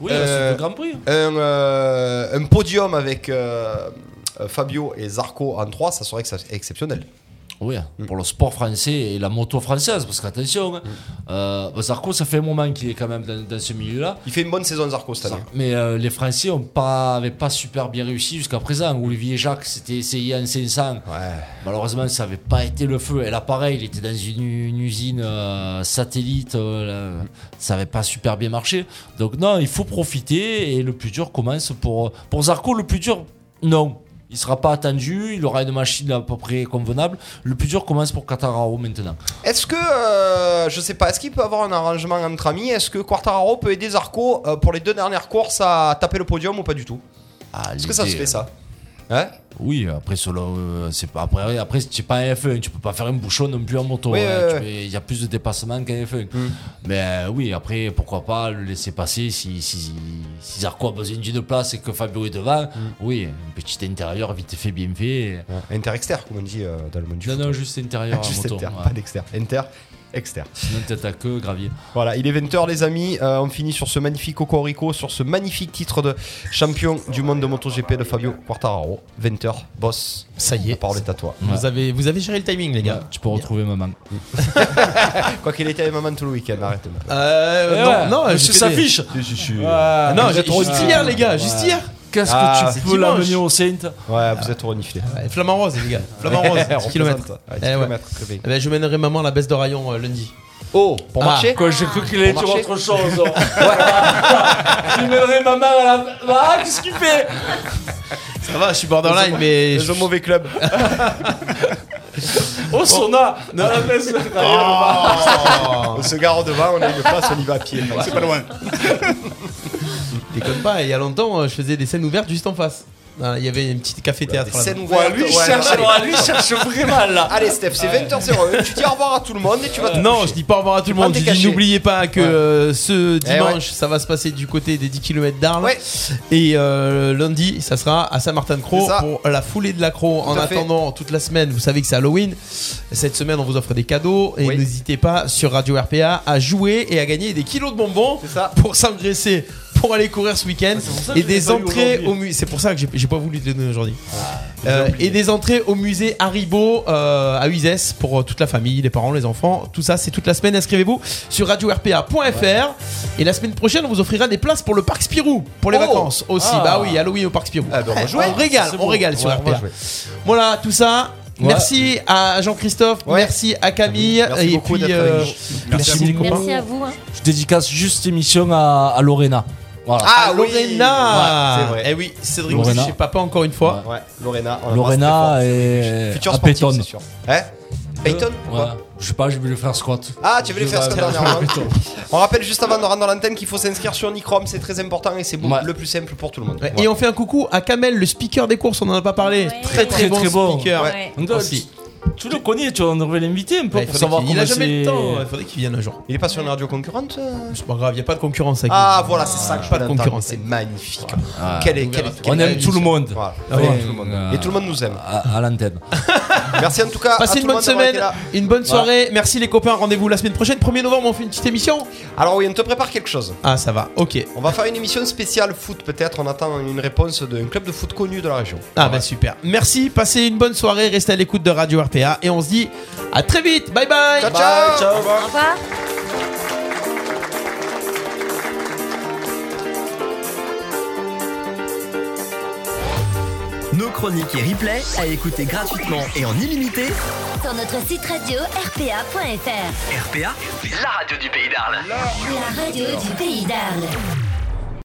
Oui, Euh, c'est le Grand Prix. hein. Un, euh, un podium avec euh, euh, Fabio et Zarco en 3, ça serait ex- exceptionnel. Oui, hein, Hmm. pour le sport français et la moto française, parce qu'attention, hein, Hmm. euh, bah, Zarco, ça fait un moment qu'il est quand même dans, dans ce milieu-là. Il fait une bonne saison, Zarco, cette année. Mais euh, les Français n'avaient pas, avaient pas super bien réussi jusqu'à présent. Olivier Jacques s'était essayé en 500. Malheureusement, ça n'avait pas été le feu. Et là, pareil, il était dans une, une usine euh, satellite. euh, là, ça n'avait pas super bien marché. Donc, non, il faut profiter. Et le plus dur commence pour, pour Zarco. Le plus dur, non. Il sera pas attendu, il aura une machine à peu près convenable. Le plus dur commence pour Catararo maintenant. Est-ce que, euh, je sais pas, est-ce qu'il peut avoir un arrangement entre amis Est-ce que Quartararo peut aider Zarco euh, pour les deux dernières courses à taper le podium ou pas du tout Est-ce que ça se fait ça euh, Oui, après, solo, euh, c'est pas, après, après tu pas un F1, tu peux pas faire un bouchon non plus en moto. Oui, Hmm. hein, ouais, tu ouais. peux- Il y a plus de dépassements qu'un F1. Mais euh, oui, après, pourquoi pas le laisser passer si, si, si Zarco a besoin d'une place et que Fabio est devant. Hmm. Oui, un petit intérieur vite fait, bien fait. Inter-exter, Hein? comme on dit euh, dans le monde du Non, foot. non, juste intérieur [laughs] en Juste moto. inter, ouais. pas d'exter. Inter, exter. Sinon, t'es à queue, gravier. Voilà, il est 20h les amis, Euh, on finit sur ce magnifique Cocorico, sur ce magnifique titre de champion du monde de MotoGP de Fabio Quartararo. 20h, boss. Ça y est. La parole est à toi. Vous, avez, vous avez géré le timing, les gars. tu peux retrouver maman. Quoi qu'il était avec maman tout le week-end, arrête. Euh, non, Eh ouais. non, Monsieur j'ai fait s'affiche. des- Si, si, si. Ah, non, Vous j'ai- êtes Euh, trop juste petit. euh, hier, les gars, juste Ouais. hier. Qu'est-ce que Ah, tu c'est peux dimanche. l'amener au Saint Ouais, vous êtes reniflé. Flamand rose, [laughs] les gars. Flamand rose, 10 km. Représente. Eh Ouais, 10 kilomètres, très bien. ben, je mènerai maman à la baisse de rayon euh, lundi. Oh, Pour marcher Quoi, j'ai cru qu'il allait Pour dire marcher autre chose. hein. [laughs] Tu mènerais ma main à la. Ah, qu'est-ce qu'il fait Ah. Ça va, je suis borderline, mais. Je mauvais [laughs] club. Oh, Sona Dans la baisse de on se gare devant, on a une place, on y va à pied. C'est pas loin. Déconne pas, il y a longtemps, euh, je faisais des scènes ouvertes juste en face. Ah, Il y avait une petite café théâtre. Des scènes ouvertes. Ouais, non, allez. Allez, Steph, c'est 20h01. Tu dis au revoir à tout le monde et tu vas te Non, coucher. je dis pas au revoir à tout le Ah, monde. t'es Je dis caché. n'oubliez pas que Ouais. euh, ce Eh dimanche, ça va se passer du côté des 10 km d'Arles. Et euh, lundi, ça sera à Saint-Martin-de-Croix C'est ça. pour la foulée de la Croix. Tout En à fait. attendant, toute la semaine, vous savez que c'est Halloween. Cette semaine, on vous offre des cadeaux. Et n'hésitez pas sur Radio RPA à jouer et à gagner des kilos de bonbons pour s'engraisser. Pour aller courir ce week-end Ah, ça que et je l'ai des pas eu entrées aujourd'hui. au musée. C'est pour ça que j'ai- j'ai pas voulu te les donner aujourd'hui. Euh, et des entrées au musée Haribo euh, à Uzès pour euh, toute la famille, les parents, les enfants. Tout ça, c'est toute la semaine. Inscrivez-vous sur radio-rpa.fr. Et la semaine prochaine, on vous offrira des places pour le parc Spirou pour les Oh vacances aussi. Ah. Bah oui, Halloween au parc Spirou. on va Eh, jouer. régale, C'est on bon. régale sur Ouais, on va RPA. jouer. Voilà, tout ça. Merci à Jean-Christophe, merci à Camille. Merci et beaucoup puis, d'être euh, avec nous. Merci les copains. Merci à vous. hein. Je dédicace juste cette émission à, à Lorena. Voilà. Ah, Lorena Ouais, c'est vrai. Eh oui, Cédric Lorena. Chez Papa, encore une fois. Ah, Ouais, Lorena. Lorena et euh, Futur à Euh, sportif, Payton. c'est sûr. Hein Payton Ouais. Je sais pas, je vais le faire squat. Ah, tu veux les Je faire vais ce aller dernièrement. faire Payton. On rappelle juste avant de rendre dans l'antenne qu'il faut s'inscrire sur Nichrome, c'est très important et c'est beaucoup- le plus simple pour tout le monde. Ouais, Et on fait un coucou à Kamel, le speaker des courses, on en a pas parlé. Très très, bon speaker. Ouais. Ouais. Aussi. Tu le connais, tu on devrait l'inviter un peu Ouais, il pour faudrait savoir qu'il- comment il a jamais c'est- le temps, il faudrait qu'il vienne un jour. Il est pas sur une radio concurrente euh C'est pas grave, il n'y a pas de concurrence avec Ah nous. voilà, c'est ça que je Pas de voulais entendre, concurrence. C'est magnifique. Ah. Quelle est- quelle est- quelle on est aime émission. tout le monde. Voilà. Ah On ouais. aime tout le monde. Euh, Et tout le monde nous aime. À, à l'antenne. Merci en tout cas. à Passez ah, tout une bonne le monde d'avoir été semaine, là. une bonne Voilà. soirée. Merci les copains, rendez-vous la semaine prochaine. 1er novembre, on fait une petite émission. Alors oui, on te prépare quelque chose. Ah, ça va, ok. On va faire une émission spéciale foot peut-être. On attend une réponse d'un club de foot connu de la région. Ah, bah super. Merci, passez une bonne soirée, restez à l'écoute de Radio RPA et on se dit à très vite. Bye bye. Ciao, ciao. Ciao. Au revoir. Au revoir. Nos chroniques et replays à écouter gratuitement et en illimité. Sur notre site radio rpa.fr. RPA, la radio du pays d'Arles. La radio du pays d'Arles.